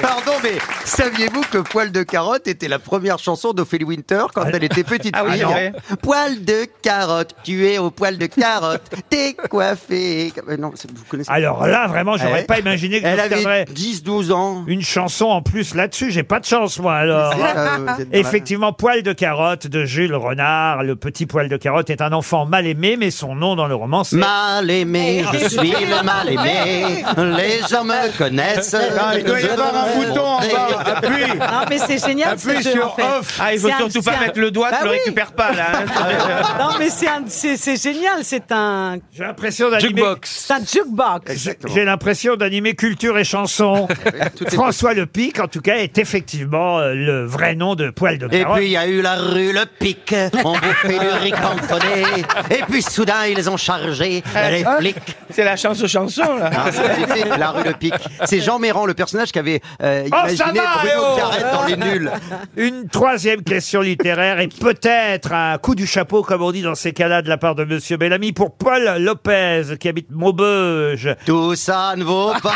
S3: pardon, mais saviez-vous que Poil de carotte était la première chanson d'Ophélie Winter quand elle était petite
S7: Ah oui,
S3: fille,
S7: c'est
S3: hein
S7: vrai.
S3: Poil de carotte, tu es au poil de carotte, t'es coiffé. Euh, Non, c'est- vous connaissez.
S2: Alors là, vraiment, j'aurais
S3: Eh.
S2: pas imaginé que
S3: Elle
S2: je
S3: avait
S2: perdrais
S3: 10-12 ans.
S2: Une chanson en plus là-dessus, j'ai pas de chance, moi, alors.
S3: C'est là, euh, vous êtes dans la-
S2: Effectivement, Poil de carotte de Jules Renard. Le petit Poil de carotte est un enfant mal aimé, mais son nom dans le roman, c'est...
S3: Mal aimé,
S7: Eh,
S3: je suis le mal aimé. Les gens me connaissent.
S7: Eh,
S8: Ah, il doit y avoir un bouton en bas. Appuie.
S7: Non, mais c'est génial. ce
S8: Appuie
S7: jeu,
S8: sur
S7: en fait.
S8: off. Ah, il faut
S7: C'est un-
S8: surtout pas
S7: c'est un-
S8: mettre le doigt, tu
S7: Bah
S8: le
S7: oui. Ah
S8: récupères pas, là, hein.
S7: non, mais c'est un- c'est c'est génial. C'est un.
S2: J'ai l'impression d'animer- Jukebox.
S7: eh, C'est un jukebox.
S2: J'ai l'impression d'animer culture et chanson. François Le Pic, en tout cas, est effectivement euh, le vrai nom de Poil de
S3: Et
S2: carotte.
S3: puis il y a eu la rue Le Pic, on bouffait du riz cantonné. Et puis soudain ils ont
S16: chargé,
S2: Euh,
S16: les flics.
S2: hein
S6: C'est la chance aux chansons, là.
S16: Ah, c'était la rue Le Pic. C'est Jean Méran, le personnage qui avait euh,
S2: Oh, ça
S16: imaginé
S2: va, eh
S16: Bruno
S2: oh
S16: Carrette dans Les Nuls.
S2: Une troisième question littéraire et peut-être un coup du chapeau, comme on dit dans ces cas-là, de la part de Monsieur Bellamy pour Paul Lopez qui habite Maubeuge.
S16: Tout ça ne vaut pas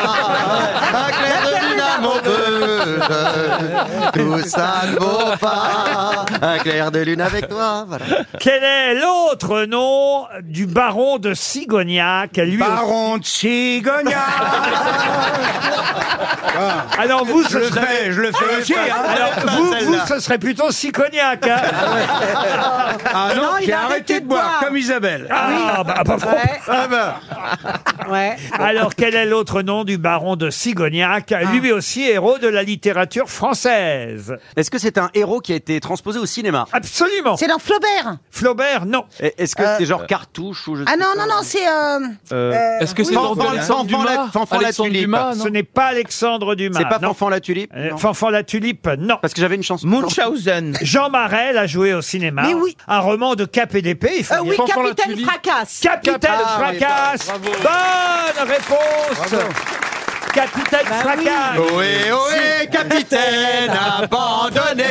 S16: un clair de lune à Maubeuge. Tout ça ne vaut pas un clair de lune avec toi.
S17: Eh
S16: Voilà.
S2: Quel est l'autre nom du baron de Sigognac lui
S8: Baron de Sigognac
S2: Alors Ah vous, ce
S8: Je le
S2: serait-
S8: fais, je le fais aussi, hein.
S2: Alors vous,
S8: Celle-là.
S2: vous, ce serait plutôt Sigognac. hein.
S8: Ah non, j'ai arrêté de boire, comme Isabelle.
S2: Ah, bah, bah, bah,
S8: Ouais.
S2: ah, bah. Alors, quel est l'autre nom du baron de Sigognac
S8: Ah.
S2: Lui aussi héros de la littérature française.
S3: Est-ce que c'est un héros qui a été transposé au cinéma
S2: Absolument.
S4: C'est dans Flaubert.
S2: Flaubert, non.
S3: Est-ce que
S4: Euh,
S3: c'est genre cartouche ou je
S4: Ah
S3: sais
S4: non,
S3: pas
S4: non, non, c'est... euh, euh,
S3: est-ce que c'est
S4: oui.
S3: dans Fanfan- Alexandre Fanfan Dumas la- Fanfan la Alexandre Tulipe. Dumas, non
S2: Ce n'est pas Alexandre Dumas.
S3: C'est pas
S2: non.
S3: Fanfan la tulipe
S2: Euh,
S3: non.
S2: Fanfan la tulipe, non.
S3: Parce que j'avais une chanson.
S6: Munchausen.
S2: Jean Marel a joué au cinéma.
S6: Mais oui.
S2: Un roman de cap et d'épée. il faut
S6: Euh,
S2: dire.
S6: oui, Fanfan la Capitaine Tulipe. Fracasse.
S2: Capitaine
S6: Ah, oui,
S2: Fracasse.
S6: bravo.
S2: Bonne réponse.
S6: Bravo.
S2: Capitaine
S6: Bah
S2: Fracasse.
S16: Ohé, ohé, capitaine abandonné.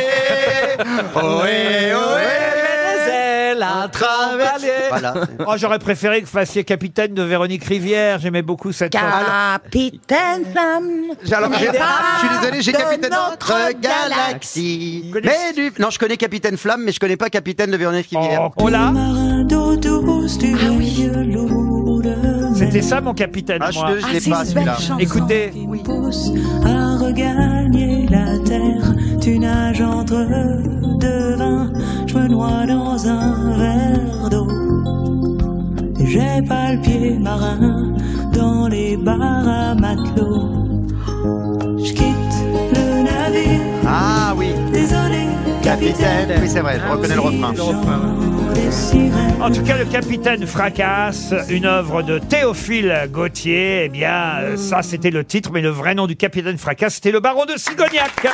S16: Ohé, ohé.
S7: La travaillé.
S16: Voilà.
S2: Oh, j'aurais préféré que vous fassiez capitaine de Véronique Rivière. J'aimais beaucoup cette
S4: Ah Capitaine Flamme.
S16: Alors, j'ai- je suis désolé, j'ai
S4: de
S16: Capitaine notre galaxie. Mais du... Non, je connais Capitaine Flamme, mais je connais pas Capitaine de Véronique Rivière.
S2: Oh là
S7: Ah oui.
S2: C'était ça mon capitaine.
S16: Ah, je
S2: moi.
S16: l'ai- je l'ai Ah, c'est pas, une celui-là. belle chanson.
S2: Écoutez,
S18: à regagner la terre. Tu nages entre deux vins, je me noie dans un verre d'eau. J'ai pas le pied marin dans les bars à matelots. Je quitte le navire.
S16: Ah oui.
S18: Désolé,
S16: Capitaine. Oui, c'est vrai, je reconnais le refrain.
S2: en tout cas, le capitaine fracasse, une œuvre de Théophile Gautier. Eh bien, euh, ça c'était le titre, mais le vrai nom du capitaine fracasse, c'était le baron de Sigognac.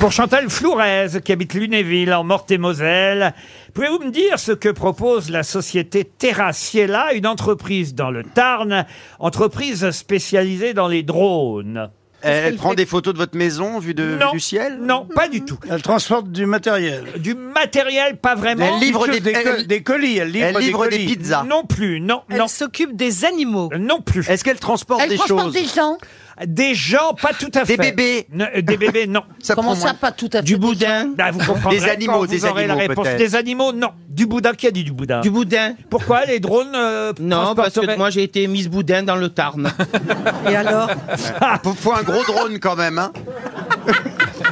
S2: Pour Chantal Flourez, qui habite Lunéville, en Meurthe-et-Moselle, pouvez-vous me dire ce que propose la société Terraciela, une entreprise dans le Tarn, entreprise spécialisée dans les drones
S3: Elle prend des photos de votre maison vue de
S2: Non.
S3: du ciel
S2: Non, pas du tout.
S8: Elle transporte du matériel.
S2: Du matériel, pas vraiment.
S3: Elle livre des-
S8: co-
S3: elle-
S8: des colis. Elle livre,
S3: elle livre
S8: des,
S3: des
S8: colis.
S3: pizzas.
S2: Non plus, non, non. Elle
S7: s'occupe des animaux.
S2: Non plus.
S3: Est-ce qu'elle transporte
S4: Elle
S3: des
S4: transporte
S3: choses
S4: des gens.
S2: Des gens, pas tout à fait.
S3: Des bébés.
S2: Ne- euh, des bébés, non.
S4: Comment ça, pas tout à fait
S6: Du boudin.
S2: Bah, vous comprendrez
S3: Des animaux,
S2: quand vous
S3: des
S2: aurez la
S3: animaux,
S2: réponse.
S3: peut-être.
S2: Des animaux, non. Du boudin, qui a dit du boudin
S6: Du boudin.
S2: Pourquoi les drones euh,
S6: Non, parce que
S2: transporteraient-
S6: moi j'ai été Miss Boudin dans le Tarn.
S7: Et alors
S3: Faut, faut un gros drone quand même. Hein.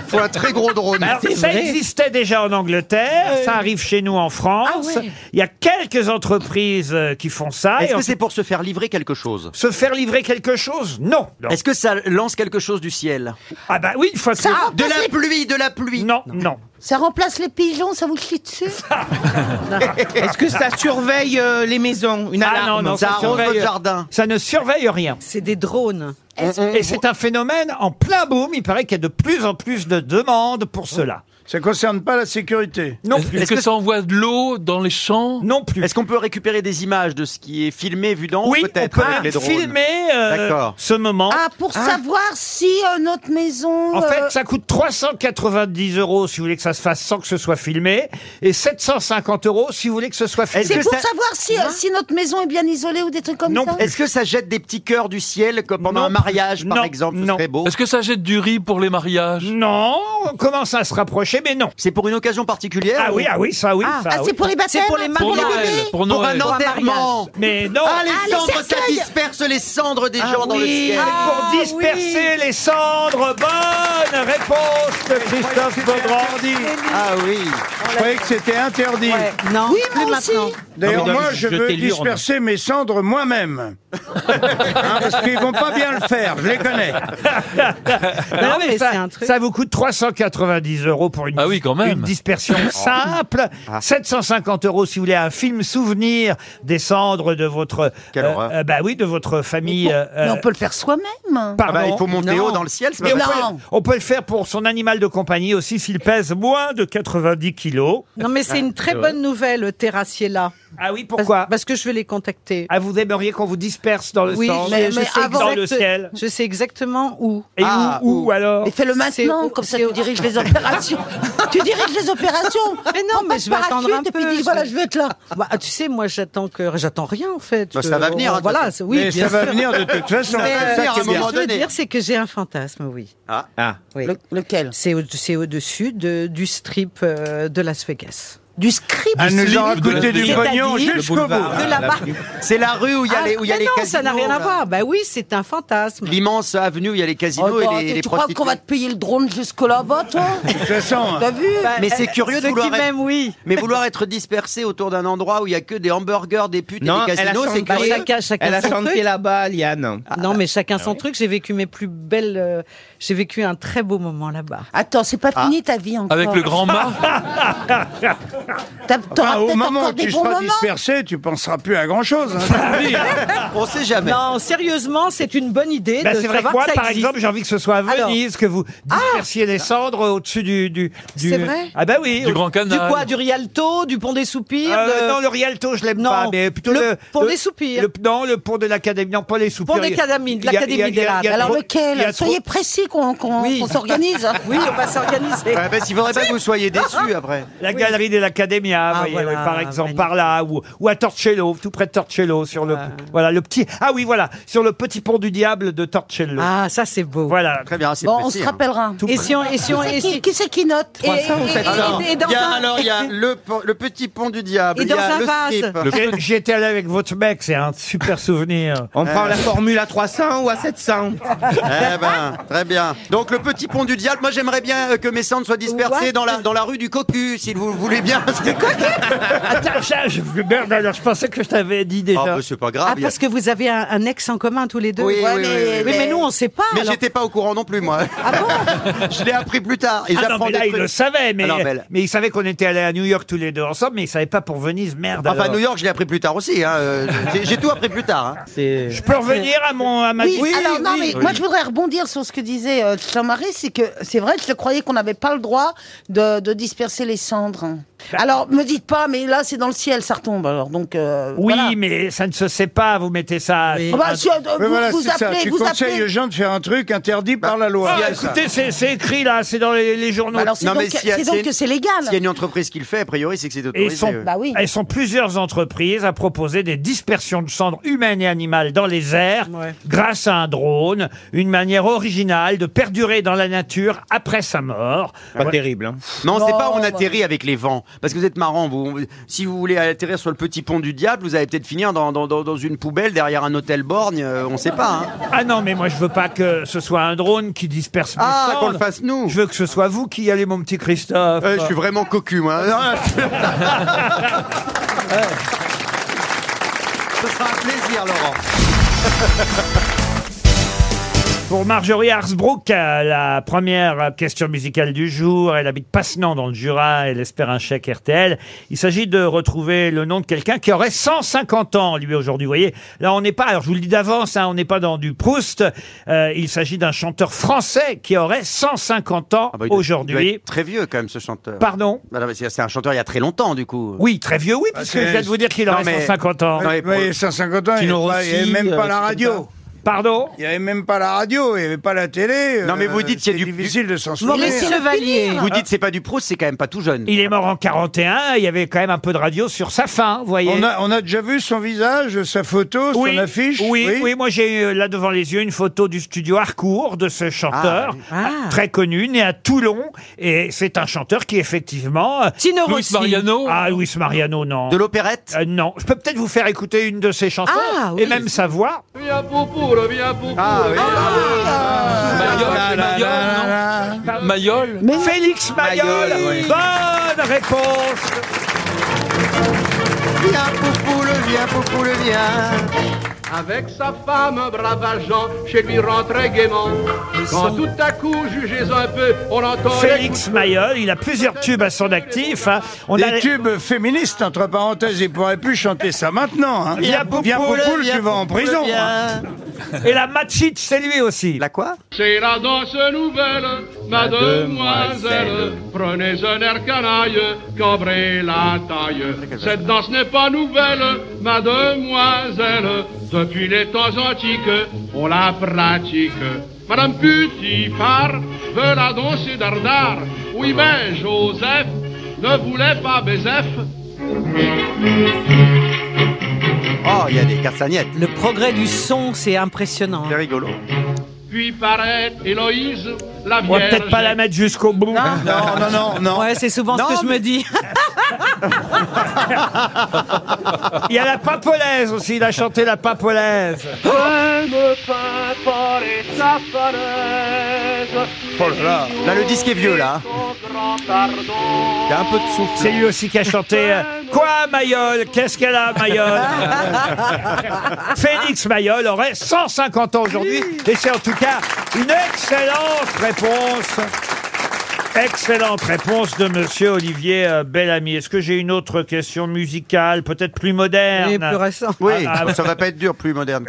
S3: faut un très gros drone.
S2: Alors, ça existait déjà en Angleterre, ça arrive chez nous en France.
S7: Ah ouais.
S2: Il y a quelques entreprises euh, qui font ça.
S3: Est-ce
S2: Et en-
S3: que c'est pour se faire livrer quelque chose
S2: se faire livrer quelque chose Non.
S3: Est-ce que ça lance quelque chose du ciel
S2: Ah bah oui, une fois que
S4: Ça remplace,
S3: De la
S4: les...
S3: pluie, de la pluie
S2: non, non.
S4: ça remplace les pigeons, ça vous chie dessus
S6: Ah. Est-ce que ça surveille euh, les maisons Une
S2: Ah non,
S6: alarme
S2: non,
S3: Ça arrose
S2: surveille-
S3: votre jardin.
S2: Ça ne surveille rien.
S7: C'est des drones.
S2: Et c'est un phénomène en plein boom. Il paraît qu'il y a de plus en plus de demandes pour cela.
S8: Ça concerne pas la sécurité.
S2: Non
S9: Est-ce
S2: plus.
S9: que, ça envoie de l'eau dans les champs
S2: Non plus.
S3: Est-ce qu'on peut récupérer des images de ce qui est filmé, vu d'en haut,
S2: Oui, on
S3: peut-être
S2: peut
S3: avec les
S2: même
S3: drones
S2: filmer euh,
S3: D'accord.
S2: ce moment. Hein
S4: Ah, pour savoir si euh, notre maison...
S2: En
S4: euh,
S2: fait, ça coûte 390 euros si vous voulez que ça se fasse sans que ce soit filmé, et 750 euros si vous voulez que ce soit filmé.
S4: C'est
S3: que
S4: pour
S3: ça-
S4: savoir si, euh, si notre maison est bien isolée ou des trucs comme
S2: Non
S4: ça
S2: plus.
S3: Est-ce que ça jette des petits cœurs du ciel comme pendant
S2: Non.
S3: un mariage, par
S2: Non.
S3: exemple Ce
S2: Non.
S3: serait beau.
S9: Est-ce que ça jette du riz pour les mariages
S2: Non, on commence à se rapprocher, mais non.
S3: C'est pour une occasion particulière
S2: Ah
S3: ou-
S2: oui, ah oui, ça oui, ça
S4: Ah, c'est
S2: oui.
S4: pour les baptêmes
S7: pour les
S9: Pour
S7: mariages.
S9: Noël. Pour
S3: Pour
S9: Noël.
S3: un enterrement
S2: Mais non, Ah
S3: Ah, les
S4: Ah, les
S3: cendres, ça
S4: cercueils
S3: disperse les cendres des gens dans le
S2: oui,
S3: ciel.
S2: c'est pour
S7: Ah,
S2: disperser les cendres. Bonne réponse de Christophe Beaugrand.
S3: Ah oui.
S8: Je croyais que c'était interdit.
S7: Non,
S8: Oui,
S7: plus maintenant.
S8: D'ailleurs, moi, je veux disperser mes cendres moi-même. Hein, parce qu'ils vont pas bien le faire, je les connais.
S2: Non, mais ça, ça vous coûte 390 euros pour une, une
S3: Ah
S2: dispersion simple. 750 euros si vous voulez un film souvenir des cendres de votre, euh, euh, bah oui, de votre famille. euh,
S4: Mais on peut le faire
S2: Ah
S4: soi-même.
S2: bah,
S4: Non. Mais
S2: on,
S4: non.
S2: peut, on peut le faire pour son animal de compagnie aussi s'il pèse moins de 90 kilos.
S7: Non, mais Ah, c'est une très bonne nouvelle, le terrassier là.
S2: Ah oui, pourquoi
S7: parce, que je vais les contacter.
S2: Ah, vous aimeriez qu'on vous disperse dans le
S7: oui,
S2: sens,
S7: mais, mais avant-
S2: dans le ciel.
S7: Je sais exactement où.
S2: Et
S4: Ah,
S2: où, où, alors
S7: Et fais-le
S4: maintenant, comme ça tu diriges les opérations. tu diriges les opérations.
S7: Mais non, mais je vais attendre un peu.
S4: Et puis dis, voilà, je vais être là.
S7: Bah, tu sais, moi, j'attends que j'attends rien en fait. Euh,
S3: Bah, ça va venir, hein, de
S7: voilà,
S3: toute
S7: c'est-
S3: façon.
S7: oui,
S3: Mais
S7: bien
S3: ça va
S7: sûr.
S3: venir de toute façon,
S7: Mais,
S3: c'est ça
S7: euh,
S3: qui est
S7: ce que
S3: bien.
S7: je veux
S3: donné.
S7: dire, c'est que j'ai un fantasme, oui.
S3: Ah.
S7: Oui. lequel C'est au- c'est au-dessus de- du strip euh, de Las Vegas.
S4: Du strip
S3: Ah, nous aura coûté du pognon jusqu'au bout. Ah,
S7: De la
S3: La
S7: barre. Ah,
S3: rue. C'est la rue où il y a les- où il y a
S7: mais
S3: les
S7: non, ça n'a
S3: casinos,
S7: rien à
S3: là.
S7: voir. Ben oui, c'est un fantasme.
S3: L'immense avenue où il y a les casinos
S4: Oh, bah,
S3: et les,
S4: tu
S3: les
S4: crois qu'on
S3: prostituées.
S4: va te payer le drone jusqu'au là-bas, toi
S7: hein.
S4: T'as vu
S7: Bah,
S3: Mais c'est curieux de vouloir. être-
S7: oui.
S3: Mais vouloir être dispersé autour d'un endroit où il y a que des hamburgers, des putes
S6: Non,
S3: et des
S6: elle a
S3: casinos, c'est
S6: chanté,
S3: curieux.
S7: Chacun- chacun
S6: elle a
S7: son
S6: chanté
S7: truc.
S6: là-bas, Liane.
S7: Ah, non, mais chacun son truc. J'ai vécu mes plus belles. euh, J'ai vécu un très beau moment là-bas.
S4: Attends, c'est pas
S7: Ah.
S4: fini ta vie encore.
S9: Avec le grand mât
S4: T'as-
S8: Enfin,
S4: t'auras
S8: Ah, au
S4: peut-être
S8: moment
S4: encore
S8: où
S4: des
S8: tu
S4: bons
S8: seras
S4: moments.
S8: dispersé, tu penseras plus à grand-chose. hein.
S3: On sait jamais.
S7: Non, sérieusement, c'est une bonne idée
S2: Bah,
S7: de
S2: c'est vrai que
S7: savoir
S2: moi,
S7: que ça
S2: par
S7: existe.
S2: exemple, j'ai envie que ce soit à
S7: Alors. Ah,
S2: Venise, que vous dispersiez les cendres au-dessus du, du, du-
S7: C'est vrai
S2: Ah bah oui.
S7: Du Grand
S2: Canal.
S7: Du quoi Du Rialto Du Pont des Soupirs
S2: Euh,
S7: de-
S2: Non, le Rialto, je l'aime
S7: Non,
S2: pas, mais plutôt
S7: le
S2: le,
S7: pont
S2: le-
S7: des Soupirs.
S2: le- non, le pont de l'Académie, non pas les Soupirs.
S7: Pont des
S2: Il y a-
S7: Académies, de
S2: il y a-
S7: l'Académie
S2: il y a- il y a-
S7: des
S2: il y a
S7: Lattes.
S2: trop-
S4: Alors
S2: il y a
S4: lequel
S2: trop-
S4: Soyez précis qu'on qu'on- qu'on s'organise.
S7: Oui, on va s'organiser.
S3: Ouais, bah, s'il faudrait pas que vous soyez
S7: hein,
S3: déçus après.
S2: La galerie de l'Academia,
S7: Ah,
S2: vous voyez,
S3: voilà,
S2: oui, par exemple, par là, ou, ou à Torcello, tout près de Torcello, sur le, voilà, le petit, ah oui, voilà, sur le petit pont du diable de Torcello.
S7: Ah, ça, c'est beau.
S2: Voilà.
S3: Très bien, hein.
S4: Bon, on se
S2: hein.
S4: rappellera.
S7: Et si on- et si on-
S4: Qui c'est
S7: et
S4: qui-
S7: si-
S4: qui c'est qui note
S7: Et- et- et-
S3: Alors,
S7: et dans
S3: il y a-
S7: un-
S3: alors, il y a le, po- le petit pont du diable.
S7: Et
S3: il y
S7: dans
S3: a
S7: un
S3: le
S7: vase.
S3: strip.
S2: J'ai- J'étais allé avec votre mec, c'est un super souvenir. Euh.
S6: On prend la formule à 300 ou à 700
S3: Eh ben, très bien. Donc le petit pont du diable, moi j'aimerais bien euh, que mes cendres soient dispersées dans la, dans la rue du cocu, si vous le voulez bien.
S2: Attends, ça, je, merde, alors, je pensais que je t'avais dit déjà.
S3: Ah, bah, c'est pas grave.
S7: Ah, parce que vous avez un, un ex en commun tous les deux.
S3: Oui,
S7: Ouais, mais,
S3: oui, oui, oui,
S7: mais-
S3: oui.
S7: mais nous, on sait pas.
S3: Mais
S7: alors. Ah
S3: j'étais pas au courant non plus, moi. Je l'ai appris plus tard. Et
S2: ah non,
S3: j'apprends
S2: mais là,
S3: des
S2: il
S3: trucs.
S2: le savait, mais,
S3: Ah non, mais elle-
S2: mais il savait qu'on était allés à New York tous les deux ensemble, mais il savait pas pour Venise, merde.
S3: Ah, bah, Enfin,
S2: alors.
S3: New York, je l'ai appris plus tard aussi. hein, euh, J'ai j'ai tout appris plus tard. hein.
S2: Je peux revenir à mon,
S7: Ah,
S2: à ma
S4: Oui, alors non, mais
S2: oui.
S4: moi je voudrais rebondir sur ce que disait euh, Jean-Marie, c'est que c'est vrai, je croyais qu'on n'avait pas le droit de, de disperser les cendres.
S7: Bah.
S4: Alors, me dites pas, mais là c'est dans le ciel, ça retombe. Alors donc, euh,
S2: Oui,
S4: voilà.
S2: mais ça ne se sait pas, vous mettez ça.
S4: Ah bah, si, euh,
S8: Mais
S4: vous-
S8: voilà,
S4: vous
S8: c'est ça.
S4: appelez,
S8: Tu
S4: vous
S8: conseilles
S4: appelez.
S8: aux gens de faire un truc interdit par la loi.
S2: Ah, écoutez, c'est c'est écrit là, c'est dans les, les journaux.
S4: Bah, alors, c'est
S3: Non, mais
S4: donc,
S3: s'il y a-
S4: c'est
S3: s'il y a
S4: donc
S3: une-
S4: que c'est légal. Bah
S3: S'il y a une entreprise qui le fait, a priori, c'est que c'est
S2: Et
S3: autorisé.
S2: ils sont,
S3: euh.
S2: elles sont plusieurs entreprises à proposer des dispersions de cendres humaines et animales dans les airs grâce à un drone, une manière originale de perdurer dans la nature après sa mort.
S6: Pas terrible. hein.
S3: Non, c'est pas
S2: Non,
S3: on
S2: bah.
S3: atterrit avec les vents. Parce que vous êtes marrant, vous. Si vous voulez atterrir sur le petit pont du diable, vous allez peut-être finir dans, dans, dans- dans une poubelle derrière un hôtel borgne, euh, on sait pas. hein.
S2: Ah non, mais moi je veux pas que ce soit un drone qui disperse mes
S3: Ah,
S2: cendres.
S3: qu'on le fasse nous.
S2: Je veux que ce soit vous qui y allez, mon petit Christophe. Euh,
S3: Euh, je suis vraiment cocu, moi. Ce sera un plaisir, Laurent.
S2: Pour Marjorie Harsbrook, euh, la première question musicale du jour. Elle habite Passenant dans le Jura. Elle espère un chèque RTL. Il s'agit de retrouver le nom de quelqu'un qui aurait 150 ans, lui, aujourd'hui. Vous voyez, là, on n'est pas, alors je vous le dis d'avance, hein, on n'est pas dans du Proust. Euh, il s'agit d'un chanteur français qui aurait 150 ans
S3: Bah, il doit- il doit
S2: aujourd'hui.
S3: être Très vieux, quand même, ce chanteur.
S2: Pardon
S3: Bah non, mais c'est c'est un chanteur il y a très longtemps, du coup.
S2: Oui, très vieux, oui,
S3: Ah,
S2: parce que je viens de vous dire qu'il
S3: Non,
S2: aurait
S3: mais-
S2: 150 ans.
S3: Non, mais pour-
S8: Oui, 150 ans, il n'y
S2: Tino
S8: avait,
S2: Rossi,
S8: même
S2: euh,
S8: pas la
S2: tout
S8: radio.
S2: Pardon
S8: Il n'y avait même pas la radio, il n'y avait pas la télé. euh,
S3: Non, mais vous dites qu'il y a du-
S8: difficile de s'en souvenir. Ah,
S7: Maurice Chevalier.
S3: Vous dites c'est pas du Proust, c'est quand même pas tout jeune.
S2: Il est mort en 41. Il y avait quand même un peu de radio sur sa fin, vous voyez.
S8: On a, on a déjà vu son visage, sa photo,
S2: Oui,
S8: son affiche.
S2: Oui, oui, moi j'ai euh, là devant les yeux une photo du studio Harcourt de ce chanteur
S7: Ah, oui.
S2: euh, très connu, né à Toulon, et c'est un chanteur qui effectivement. euh,
S7: Tino Luis Rossi. Mariano
S2: Ah, Luis Mariano, non.
S3: De l'opérette
S2: Euh, Non, je peux peut-être vous faire écouter une de ses chansons
S7: Ah,
S2: et
S7: oui.
S2: même sa voix.
S19: Mia poupou
S9: reviens beaucoup.
S19: Ah,
S9: Mayol, Mayol, non Mayol
S2: Félix Mayol,
S9: Mayol, oui.
S2: bonne réponse.
S19: ah.
S16: Viens, Poupoule, viens, Poupoule, viens.
S19: Avec sa femme, un brave agent, chez lui rentrait gaiement. Quand tout à coup, jugez un peu, on entend
S2: Félix Mayol, il a plusieurs tubes à son actif. hein. On
S8: Des
S2: a-
S8: tubes féministes, entre parenthèses, il pourrait plus chanter ça maintenant. Hein.
S2: Viens, Poupoule,
S8: tu
S2: viens,
S8: vas en
S2: Poupoule,
S8: prison.
S2: viens.
S8: hein.
S2: Et la Machich, c'est lui aussi. La quoi
S19: C'est la danse nouvelle, mademoiselle. Prenez un air canaille, cambrez la taille. Cette danse n'est pas nouvelle, mademoiselle. Depuis les temps antiques, on la pratique. Madame Petit Phare veut la danser dardard. Oui, mais Joseph ne voulait pas Bézef.
S16: Oh, il y a des castagnettes.
S7: Le progrès du son, c'est impressionnant. hein. C'est
S16: rigolo.
S19: Puis paraît Héloïse, la
S2: On va
S19: Vierge.
S2: peut-être pas la mettre jusqu'au bout.
S19: Non, non, non, non.
S7: Ouais, c'est souvent
S2: Non,
S7: ce que je me dis.
S2: Il y a la papolaise aussi, il a chanté la papolaise.
S3: Oh là là. Là, le disque est vieux, là.
S2: Il a un peu de souffle. C'est lui aussi qui a chanté euh, Quoi, Mayol Qu'est-ce qu'elle a, Mayol Félix Mayol aurait 150 ans aujourd'hui. Et c'est en tout cas une excellente réponse. Excellente réponse de Monsieur Olivier euh, Bellamy. Est-ce que j'ai une autre question musicale, peut-être plus moderne Ah,
S3: Oui, plus
S7: récente.
S3: Oui, ça va pas être dur, plus moderne.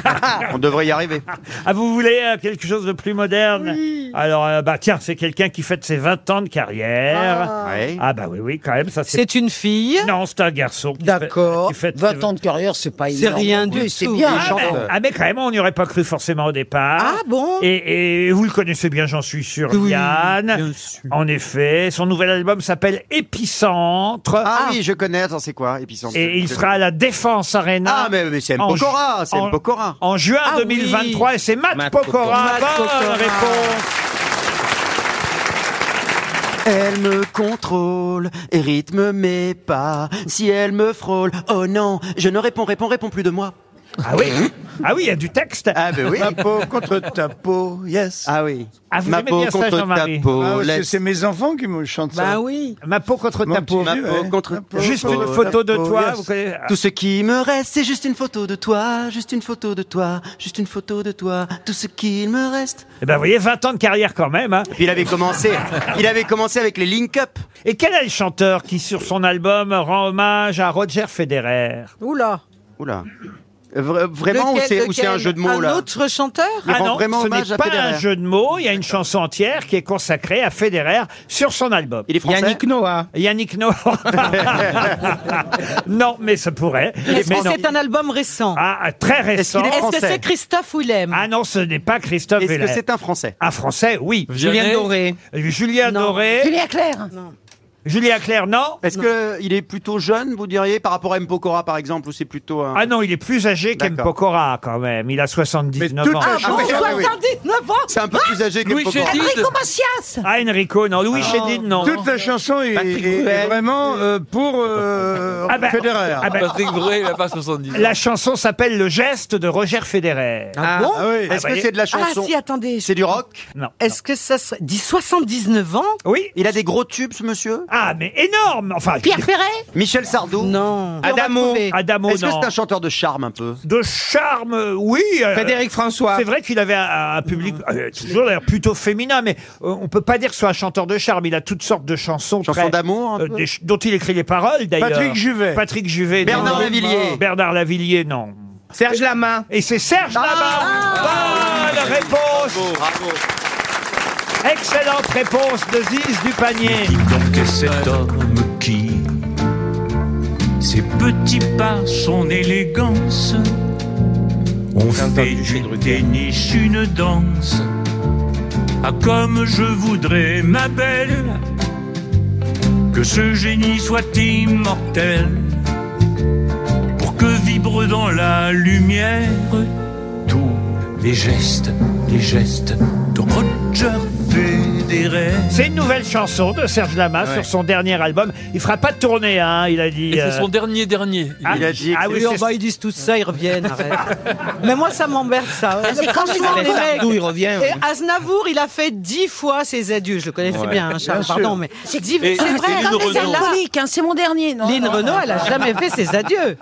S3: On devrait y arriver.
S2: Ah, vous voulez euh, quelque chose de plus moderne Alors, euh, bah tiens, c'est quelqu'un qui fête ses 20 ans de carrière.
S7: Ah.
S2: Ah bah oui, oui, quand même, ça
S7: C'est une fille.
S2: Non, c'est un garçon. D'accord. 20 ans de
S4: carrière, c'est pas énorme.
S7: rien du
S4: Oui, C'est
S7: tout.
S4: bien.
S2: Ah, mais, ah, mais quand même, on n'y aurait pas cru forcément au départ. Ah
S7: bon
S2: et, et vous le connaissez bien, j'en suis sûr,
S7: Oui,
S2: Yann. En effet, son nouvel album s'appelle Épicentre.
S3: Ah oui, je connais. Attends, c'est quoi Épicentre
S2: Et il sera à la Défense Arena.
S3: Ah, mais, mais c'est M.
S2: en ju-
S3: Pokora, c'est
S2: en-
S3: M. Pokora.
S2: En juin 2023, et c'est Matt, Pokora. Bonne réponse.
S16: Elle me contrôle et rythme mes pas. Si elle me frôle, oh non, je ne réponds, réponds, réponds plus de moi.
S2: Ah oui Ah oui, il y a du texte
S16: Ah ben oui
S8: Ma peau contre ta peau, yes.
S16: Ah oui.
S2: Ah, vous
S16: Ma
S2: aimez
S16: peau
S2: bien ça,
S16: contre
S2: Jean-Marie
S16: ta peau,
S8: Ah, parce que
S16: laisse-
S8: c'est mes enfants qui me chantent ça.
S16: Bah
S7: oui.
S2: Ma peau contre
S8: Mon
S2: ta
S8: petit
S2: peau.
S8: Dieu,
S16: Ma peau
S3: hein.
S8: ouais.
S16: contre
S8: Ma peau
S2: Juste
S8: contre
S2: une
S8: ta
S2: photo de
S8: peau,
S2: toi,
S8: yes.
S2: vous connaissez- Ah.
S16: Tout ce qui me reste, c'est juste une photo de toi, juste une photo de toi, juste une photo de toi, tout ce qu'il me reste.
S2: Eh ben, vous voyez, 20 ans de carrière quand même. Hein.
S3: Puis il avait commencé.
S16: Il avait commencé avec les Link Up.
S2: Et quel est le chanteur qui, sur son album, rend hommage à Roger Federer
S7: Oula.
S3: Oula. Vra- vraiment, ou c'est ou c'est un jeu de mots,
S7: un
S3: là
S7: autre chanteur
S3: Il
S2: Ah
S3: rend
S2: non,
S3: vraiment
S2: ce
S3: hommage
S2: n'est
S3: à
S2: pas
S3: Federer.
S2: un jeu de mots. Il y a une chanson entière qui est consacrée à Federer sur son album.
S3: Il est français Yannick
S2: Noah. Yannick Noah. non, mais ça pourrait.
S7: Est-ce
S2: Mais
S7: que
S2: non.
S7: c'est un album récent
S2: Ah, ah, très récent.
S7: Est-ce que c'est Christophe Willem
S2: Ah non, ce n'est pas Christophe
S3: Est-ce que
S2: Willem.
S3: c'est un Français
S2: Un Français, oui.
S3: Julien Doré.
S2: Julien Doré.
S4: Julien Clerc.
S2: Julien Clerc, non
S3: Est-ce qu'il est plutôt jeune, vous diriez, par rapport à M. Pokora, par exemple, ou c'est plutôt un...
S2: Ah non, il est plus âgé qu'M.
S3: D'accord.
S2: Pokora, quand même. Il a 79 ans.
S3: Ah bon,
S2: Ah,
S7: 79 ans
S3: C'est un peu plus âgé que
S2: Louis
S3: Pokora.
S2: Chédid.
S4: Enrico Macias.
S2: Enrico, non. Louis
S8: Ah.
S2: Chédid, non.
S8: Toute la chanson est, est- est vraiment euh, pour euh,
S2: Ah bah-
S8: Federer.
S2: ah bah-
S9: Patrick Bruel, il a pas 70 ans.
S2: La chanson s'appelle Le geste de Roger Federer.
S7: Ah bon
S8: Ah oui.
S2: Ah,
S3: Est-ce
S2: bah,
S3: que c'est de la
S7: Ah
S3: chanson
S7: si, attendez.
S3: C'est du rock
S2: Non.
S7: Est-ce que ça serait... Dit 79 ans
S2: Oui.
S3: Il a des gros tubes, ce monsieur
S2: Ah, mais énorme Enfin,
S4: Pierre Perret.
S3: Michel Sardou
S7: Non.
S6: Adamo.
S2: Adamo,
S3: Est-ce que
S2: non.
S3: c'est un chanteur de charme, un peu
S2: De charme, euh, oui. euh,
S6: Frédéric François.
S2: C'est vrai qu'il avait un, un public, euh, toujours d'ailleurs, plutôt féminin, mais euh, on peut pas dire que ce soit un chanteur de charme. Il a toutes sortes de chansons.
S3: Chansons
S2: très-
S3: d'amour, un
S2: euh,
S3: peu
S2: des ch- Dont il écrit les paroles, d'ailleurs.
S8: Patrick Juvet.
S2: Patrick Juvet.
S3: Bernard
S2: non.
S3: Lavillier.
S2: Bernard Lavillier, non.
S6: Serge Lama.
S2: Et c'est Serge
S3: Ah.
S2: Lamarre. Bonne réponse. Excellente réponse de Ziz du panier.
S20: donc est cet homme qui, ses petits pas, son élégance, ont fait du tennis une danse. Ah, comme je voudrais, ma belle, que ce génie soit immortel, pour que vibre dans la lumière tous les gestes, les gestes de Roger Federer. considérait.
S2: C'est une nouvelle chanson de Serge Lama
S20: Ouais.
S2: sur son dernier album. Il fera pas de tournée, hein, il a dit.
S9: Et
S2: euh,
S9: c'est son dernier dernier.
S2: Ah, il a dit que-
S7: oui,
S2: c'est- Ah.
S7: oh, bah, ils disent tout ça, ils reviennent. arrête. Mais moi, ça m'emmerde, ça.
S6: Ah, c'est quand
S7: Franchement,
S6: il
S7: les
S6: avait
S7: mecs.
S6: Sardou, il revient,
S7: Et
S6: oui.
S7: Aznavour, il a fait dix fois ses adieux. Je le connais
S6: Ouais.
S7: très bien, hein, Charles,
S6: Bien sûr.
S7: pardon, mais
S4: C'est
S7: dix- c'est vrai.
S4: attendez, c'est alcoolique, hein, c'est mon dernier. non
S7: Lynn
S4: non.
S7: Renault, elle a jamais fait ses adieux.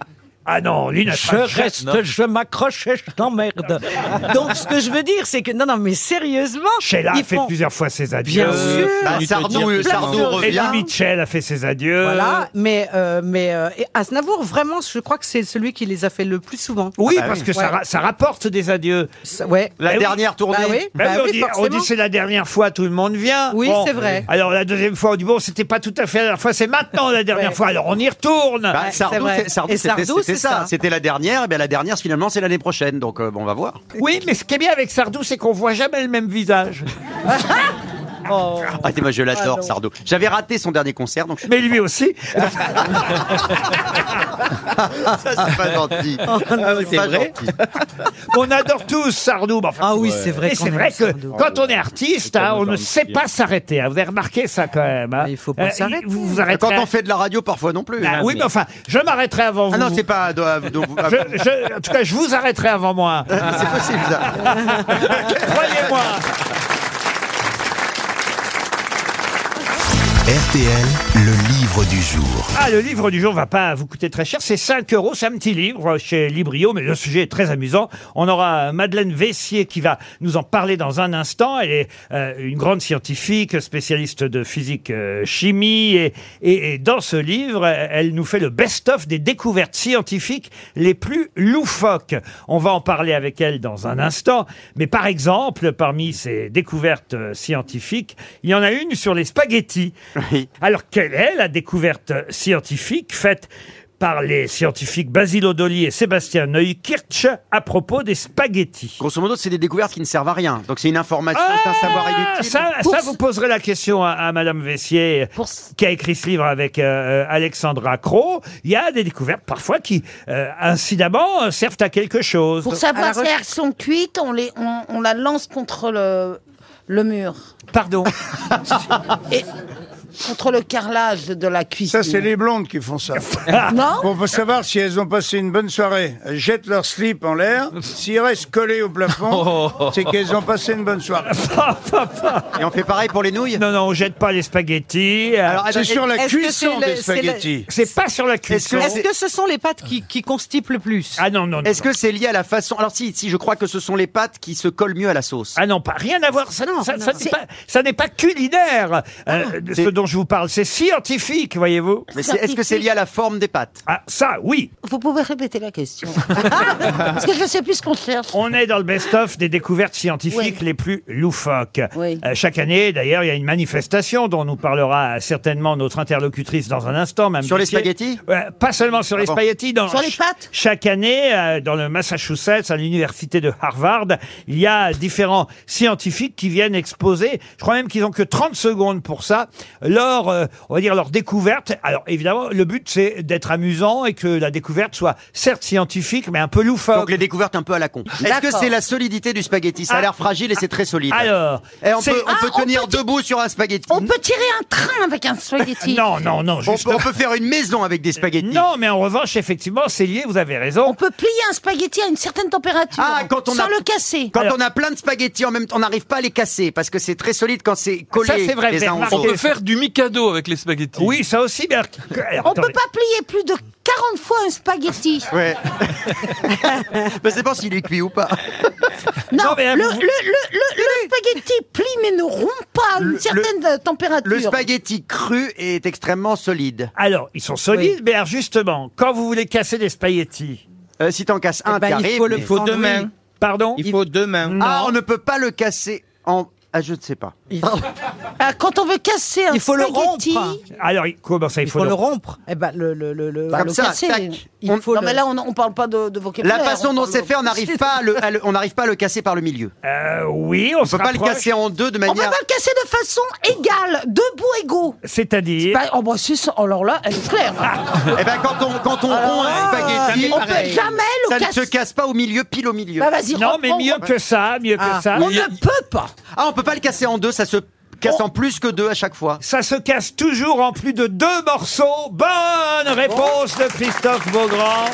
S2: Ah non, Lynn a
S7: Je
S2: pas de chef,
S7: reste,
S2: non.
S7: je m'accroche et je t'emmerde. Donc, ce que je veux dire, c'est que, non, non, mais sérieusement.
S2: Sheila a
S7: ils
S2: fait
S7: font-
S2: plusieurs fois ses adieux. Euh,
S7: Bien sûr. Bah, Sardou- Sardou
S2: Eddie
S7: revient.
S2: Mitchell a fait ses adieux.
S7: Voilà, mais, euh, mais euh, et Aznavour, vraiment, je crois que c'est celui qui les a fait le plus souvent.
S3: Ah
S2: Oui,
S3: bah
S2: parce que ça, ra- ça rapporte des adieux.
S7: ouais.
S2: Bah oui.
S7: Bah oui,
S2: Bah oui,
S7: bah
S2: on
S7: oui,
S2: dit- on dit,
S7: forcément.
S2: c'est la dernière fois, tout le monde vient.
S7: Oui,
S2: Bon,
S7: c'est vrai.
S2: Alors la deuxième fois, on dit bon, c'était pas tout à fait la dernière fois, c'est maintenant la dernière
S3: Ouais.
S2: fois. Alors on y retourne.
S3: Bah, Sardou, c'est- Sardou, c'était c'était ça. C'était la dernière. Et bien la dernière, finalement, c'est l'année prochaine. Donc, euh, bon, on va voir.
S2: Oui, mais ce qui est bien avec Sardou, c'est qu'on voit jamais le même visage.
S3: Arrêtez, moi, je l'adore,
S2: Ah non.
S3: Sardou. J'avais raté son dernier concert, donc.
S2: Mais lui aussi.
S3: ça, c'est pas gentil.
S2: Ah oui, c'est
S3: Pas
S2: vrai.
S3: gentil.
S2: on adore tous Sardou. mais enfin-
S7: ah oui, c'est vrai
S2: Et
S7: qu'on
S2: c'est
S7: aime
S2: vrai que
S7: Sardou.
S2: quand on est artiste, hein, on ne sait pas s'arrêter. hein. Vous avez remarqué ça quand même. hein. Euh, Il faut
S3: pas s'arrêter.
S2: Vous vous arrêtez.
S3: Quand on fait de la radio, parfois non plus.
S2: Ah oui, mais enfin, je m'arrêterai avant vous.
S3: Ah non, c'est pas. do- do-
S2: Je- je- en tout cas, je vous arrêterai avant moi.
S3: C'est possible, ça.
S2: Croyez-moi.
S1: RTL, le livre du jour.
S2: Ah, le livre du jour va pas vous coûter très cher. C'est 5 euros. C'est un petit livre chez Librio, mais le sujet est très amusant. On aura euh, Madeleine Vessier qui va nous en parler dans un instant. Elle est euh, une grande scientifique, spécialiste de physique euh, chimie. Et, et- et dans ce livre, euh, elle nous fait le best-of des découvertes scientifiques les plus loufoques. On va en parler avec elle dans un instant. Mais par exemple, parmi ces découvertes euh, scientifiques, il y en a une sur les spaghettis. Alors, quelle est la découverte scientifique faite par les scientifiques Basile Odoli et Sébastien Neukirch à propos des spaghettis
S3: Grosso modo, c'est des découvertes qui ne servent à rien. Donc, c'est une information, c'est un savoir
S2: Ah,
S3: inutile.
S2: ça, ça, vous poserez la question à, à Madame Vessier, qui a écrit ce livre avec euh, euh, Alexandra Cro. Il y a des découvertes parfois qui, euh, incidemment, euh, servent à quelque chose.
S4: Pour savoir si elles sont cuites, on, les, on, on la lance contre le, le mur.
S2: Pardon
S4: Et contre le carrelage de la cuisine.
S8: Ça, c'est les blondes qui font ça.
S4: Non
S8: Bon, faut savoir si elles ont passé une bonne soirée. Elles jettent leur slip en l'air. S'ils restent collés au plafond,
S2: Oh.
S8: c'est qu'elles ont passé une bonne soirée.
S3: Et on fait pareil pour les nouilles
S2: Non, non, on jette pas les spaghettis. euh.
S8: Alors, C'est sur la
S7: Est-ce que
S8: cuisson
S7: c'est le-
S8: des
S7: c'est le-
S8: spaghettis.
S2: C'est pas sur la cuisson.
S7: Est-ce que ce sont les pâtes qui, qui constipent le plus
S2: Ah non, non.
S3: Est-ce que c'est lié à la façon Alors si, si je crois que ce sont les pâtes qui se collent mieux à la sauce.
S2: Ah non, pas rien à voir. Ça, ça- ça n'est pas, ça n'est pas culinaire. euh, ce dont je vous parle, c'est scientifique, voyez-vous.
S3: Mais c'est- est-ce que c'est lié à la forme des pâtes
S2: Ah, ça, oui.
S4: Vous pouvez répéter la question. Parce que je sais plus ce qu'on cherche.
S2: On est dans le best-of des découvertes scientifiques les plus loufoques. Euh, chaque année, d'ailleurs, il y a une manifestation dont nous parlera certainement notre interlocutrice dans un instant. Mme
S3: Sur les
S2: Bissier.
S3: spaghettis
S8: euh,
S2: Ouais, Pas seulement sur
S3: Ah
S2: les
S3: bon.
S2: spaghettis. Dans
S3: Sur les
S2: ch- Chaque année, euh, dans le Massachusetts, à l'université de Harvard, il y a différents scientifiques qui viennent exposer. Je crois même qu'ils n'ont que 30 secondes pour ça. Leur, euh, on va dire, leur découverte. Alors, évidemment, le but, c'est d'être amusant et que la découverte soit certes scientifique, mais un peu loufoque.
S3: Donc les découvertes un peu à la con. Est-ce que
S2: D'accord.
S3: c'est la solidité du spaghetti Ça a l'air fragile et c'est très solide.
S2: Alors,
S3: Et on
S2: c'est-
S3: peut, on
S2: Ah,
S3: peut
S2: on
S3: tenir debout sur un spaghetti.
S4: On peut tirer un train avec un spaghetti.
S2: Non, non, non.
S3: On peut, on peut faire une maison avec des spaghettis.
S2: Non, mais en revanche, effectivement, c'est lié, vous avez raison.
S4: On peut plier un spaghetti à une certaine température.
S3: Ah, quand on
S4: sans
S3: a-
S4: le casser.
S3: Quand on a plein de spaghettis en même temps, on n'arrive pas à les casser parce que c'est très solide quand c'est collé. les uns aux
S9: On
S3: autres.
S9: peut faire du mikado avec les spaghettis.
S2: Oui, ça aussi, mais...
S4: On peut pas plier plus de 40 fois un spaghetti.
S3: Ouais. Mais c'est pas s'il est cuit ou pas.
S4: Non,
S3: Non, mais, hein,
S4: le,
S3: vous-
S4: le- le- le- le spaghetti plie mais ne rompt pas à une certaine euh, température.
S3: Le spaghetti cru est extrêmement solide.
S2: Alors, ils sont solides, mais alors justement, quand vous voulez casser des spaghettis...
S3: Euh, si t'en casses un,
S2: ben,
S3: t'y
S2: il
S3: arrives,
S2: faut le prendre,
S3: mais-
S2: Il faut deux oui. mains. Pardon
S3: Il faut
S6: deux mains.
S3: Ah, on ne peut pas le casser en... Ah, je ne sais pas.
S4: Ah, quand on veut casser un
S7: Il faut le
S4: spaghetti,
S7: rompre.
S2: Alors, il- comment ça, il
S7: Il
S2: faut,
S7: faut le rompre. Eh ben, le, le, le, le-
S4: bah,
S7: le
S4: le casser.
S7: casser. Il faut
S4: non,
S7: le-
S4: mais là, on on parle pas de, de vocabulaire.
S3: La façon
S4: on
S3: dont
S4: parle
S3: c'est
S4: de-
S3: fait, on n'arrive pas, à le, à le- on n'arrive pas à le casser par le milieu.
S2: Euh, oui, on,
S3: On peut pas le casser en deux de
S4: On peut
S3: manière.
S4: pas le casser de façon égale, debout égaux.
S2: C'est-à-dire
S4: Bah, oh, bah, c'est ça. Alors là, elle est claire.
S3: Eh ben quand on quand on rompt
S16: Ah.
S3: un spaghetti,
S4: on peut jamais le
S3: ça ne
S4: casser.
S3: se casse pas au milieu, pile au milieu.
S4: Bah, vas-y,
S2: Non, mais mieux que ça, mieux que ça.
S3: Ah, peut pas. Ah, on peut pas le casser en deux, ça se casse en plus que deux à chaque fois.
S2: Ça se casse toujours en plus de deux morceaux. Bonne réponse de Christophe Beaugrand.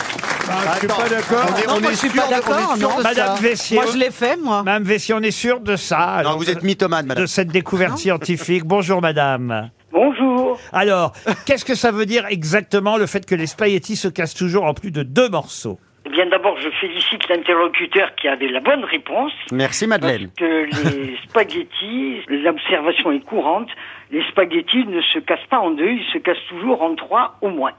S8: Ah, je suis pas d'accord.
S2: On est-
S7: Non,
S2: on
S7: moi,
S2: est
S7: je suis
S2: sûr
S7: pas
S2: de- on est
S7: d'accord.
S2: sûr
S7: non,
S2: de
S7: de
S2: Madame
S7: ça.
S2: Vessier.
S7: Moi, je l'ai fait, moi.
S2: Madame Vessier, on est sûr de ça. Non, vous êtes mythomane, madame. De cette découverte scientifique. Bonjour, madame. Bonjour. Alors, qu'est-ce que ça veut dire exactement le fait que les spaghettis se cassent toujours en plus de deux morceaux
S17: Eh bien, d'abord, je félicite l'interlocuteur qui avait la bonne réponse.
S3: Merci, Madeleine.
S17: Que les spaghettis, l'observation est courante, les spaghettis ne se cassent pas en deux, ils se cassent toujours en trois au moins.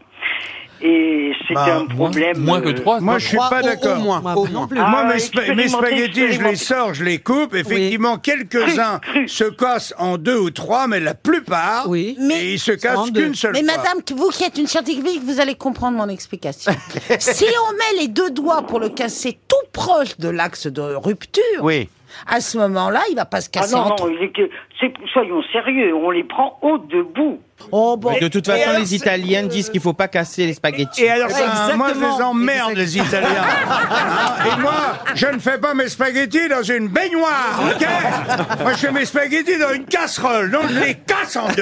S17: Et c'est
S8: Bah,
S17: un problème. euh, Ah,
S8: Moi, je suis pas d'accord. Oh, Moi, mes, spa- mes spaghettis, je les sors, je les coupe. Effectivement, quelques-uns se cassent en deux ou trois, mais la plupart, et ils se cassent qu'une seule
S4: Mais
S8: fois.
S4: madame, vous qui êtes une scientifique, vous allez comprendre mon explication. si on met les deux doigts pour le casser tout proche de l'axe de rupture, à ce moment-là, il va pas se
S17: Ah
S4: casser
S17: non,
S4: en
S17: non,
S4: trois.
S17: il est que- c'est- soyons sérieux, on les prend au debout.
S4: Oh,
S17: bon.
S6: De toute
S17: Et
S6: façon,
S17: alors,
S6: les
S17: c'est-
S6: Italiens disent qu'il faut pas casser les spaghettis.
S8: Et alors, ça, moi, je les emmerde, les
S6: Exactement.
S8: Italiens. Hein, et moi, je ne fais pas mes spaghettis dans une baignoire, ok Moi, je fais mes spaghettis dans une casserole, donc je les casse en deux.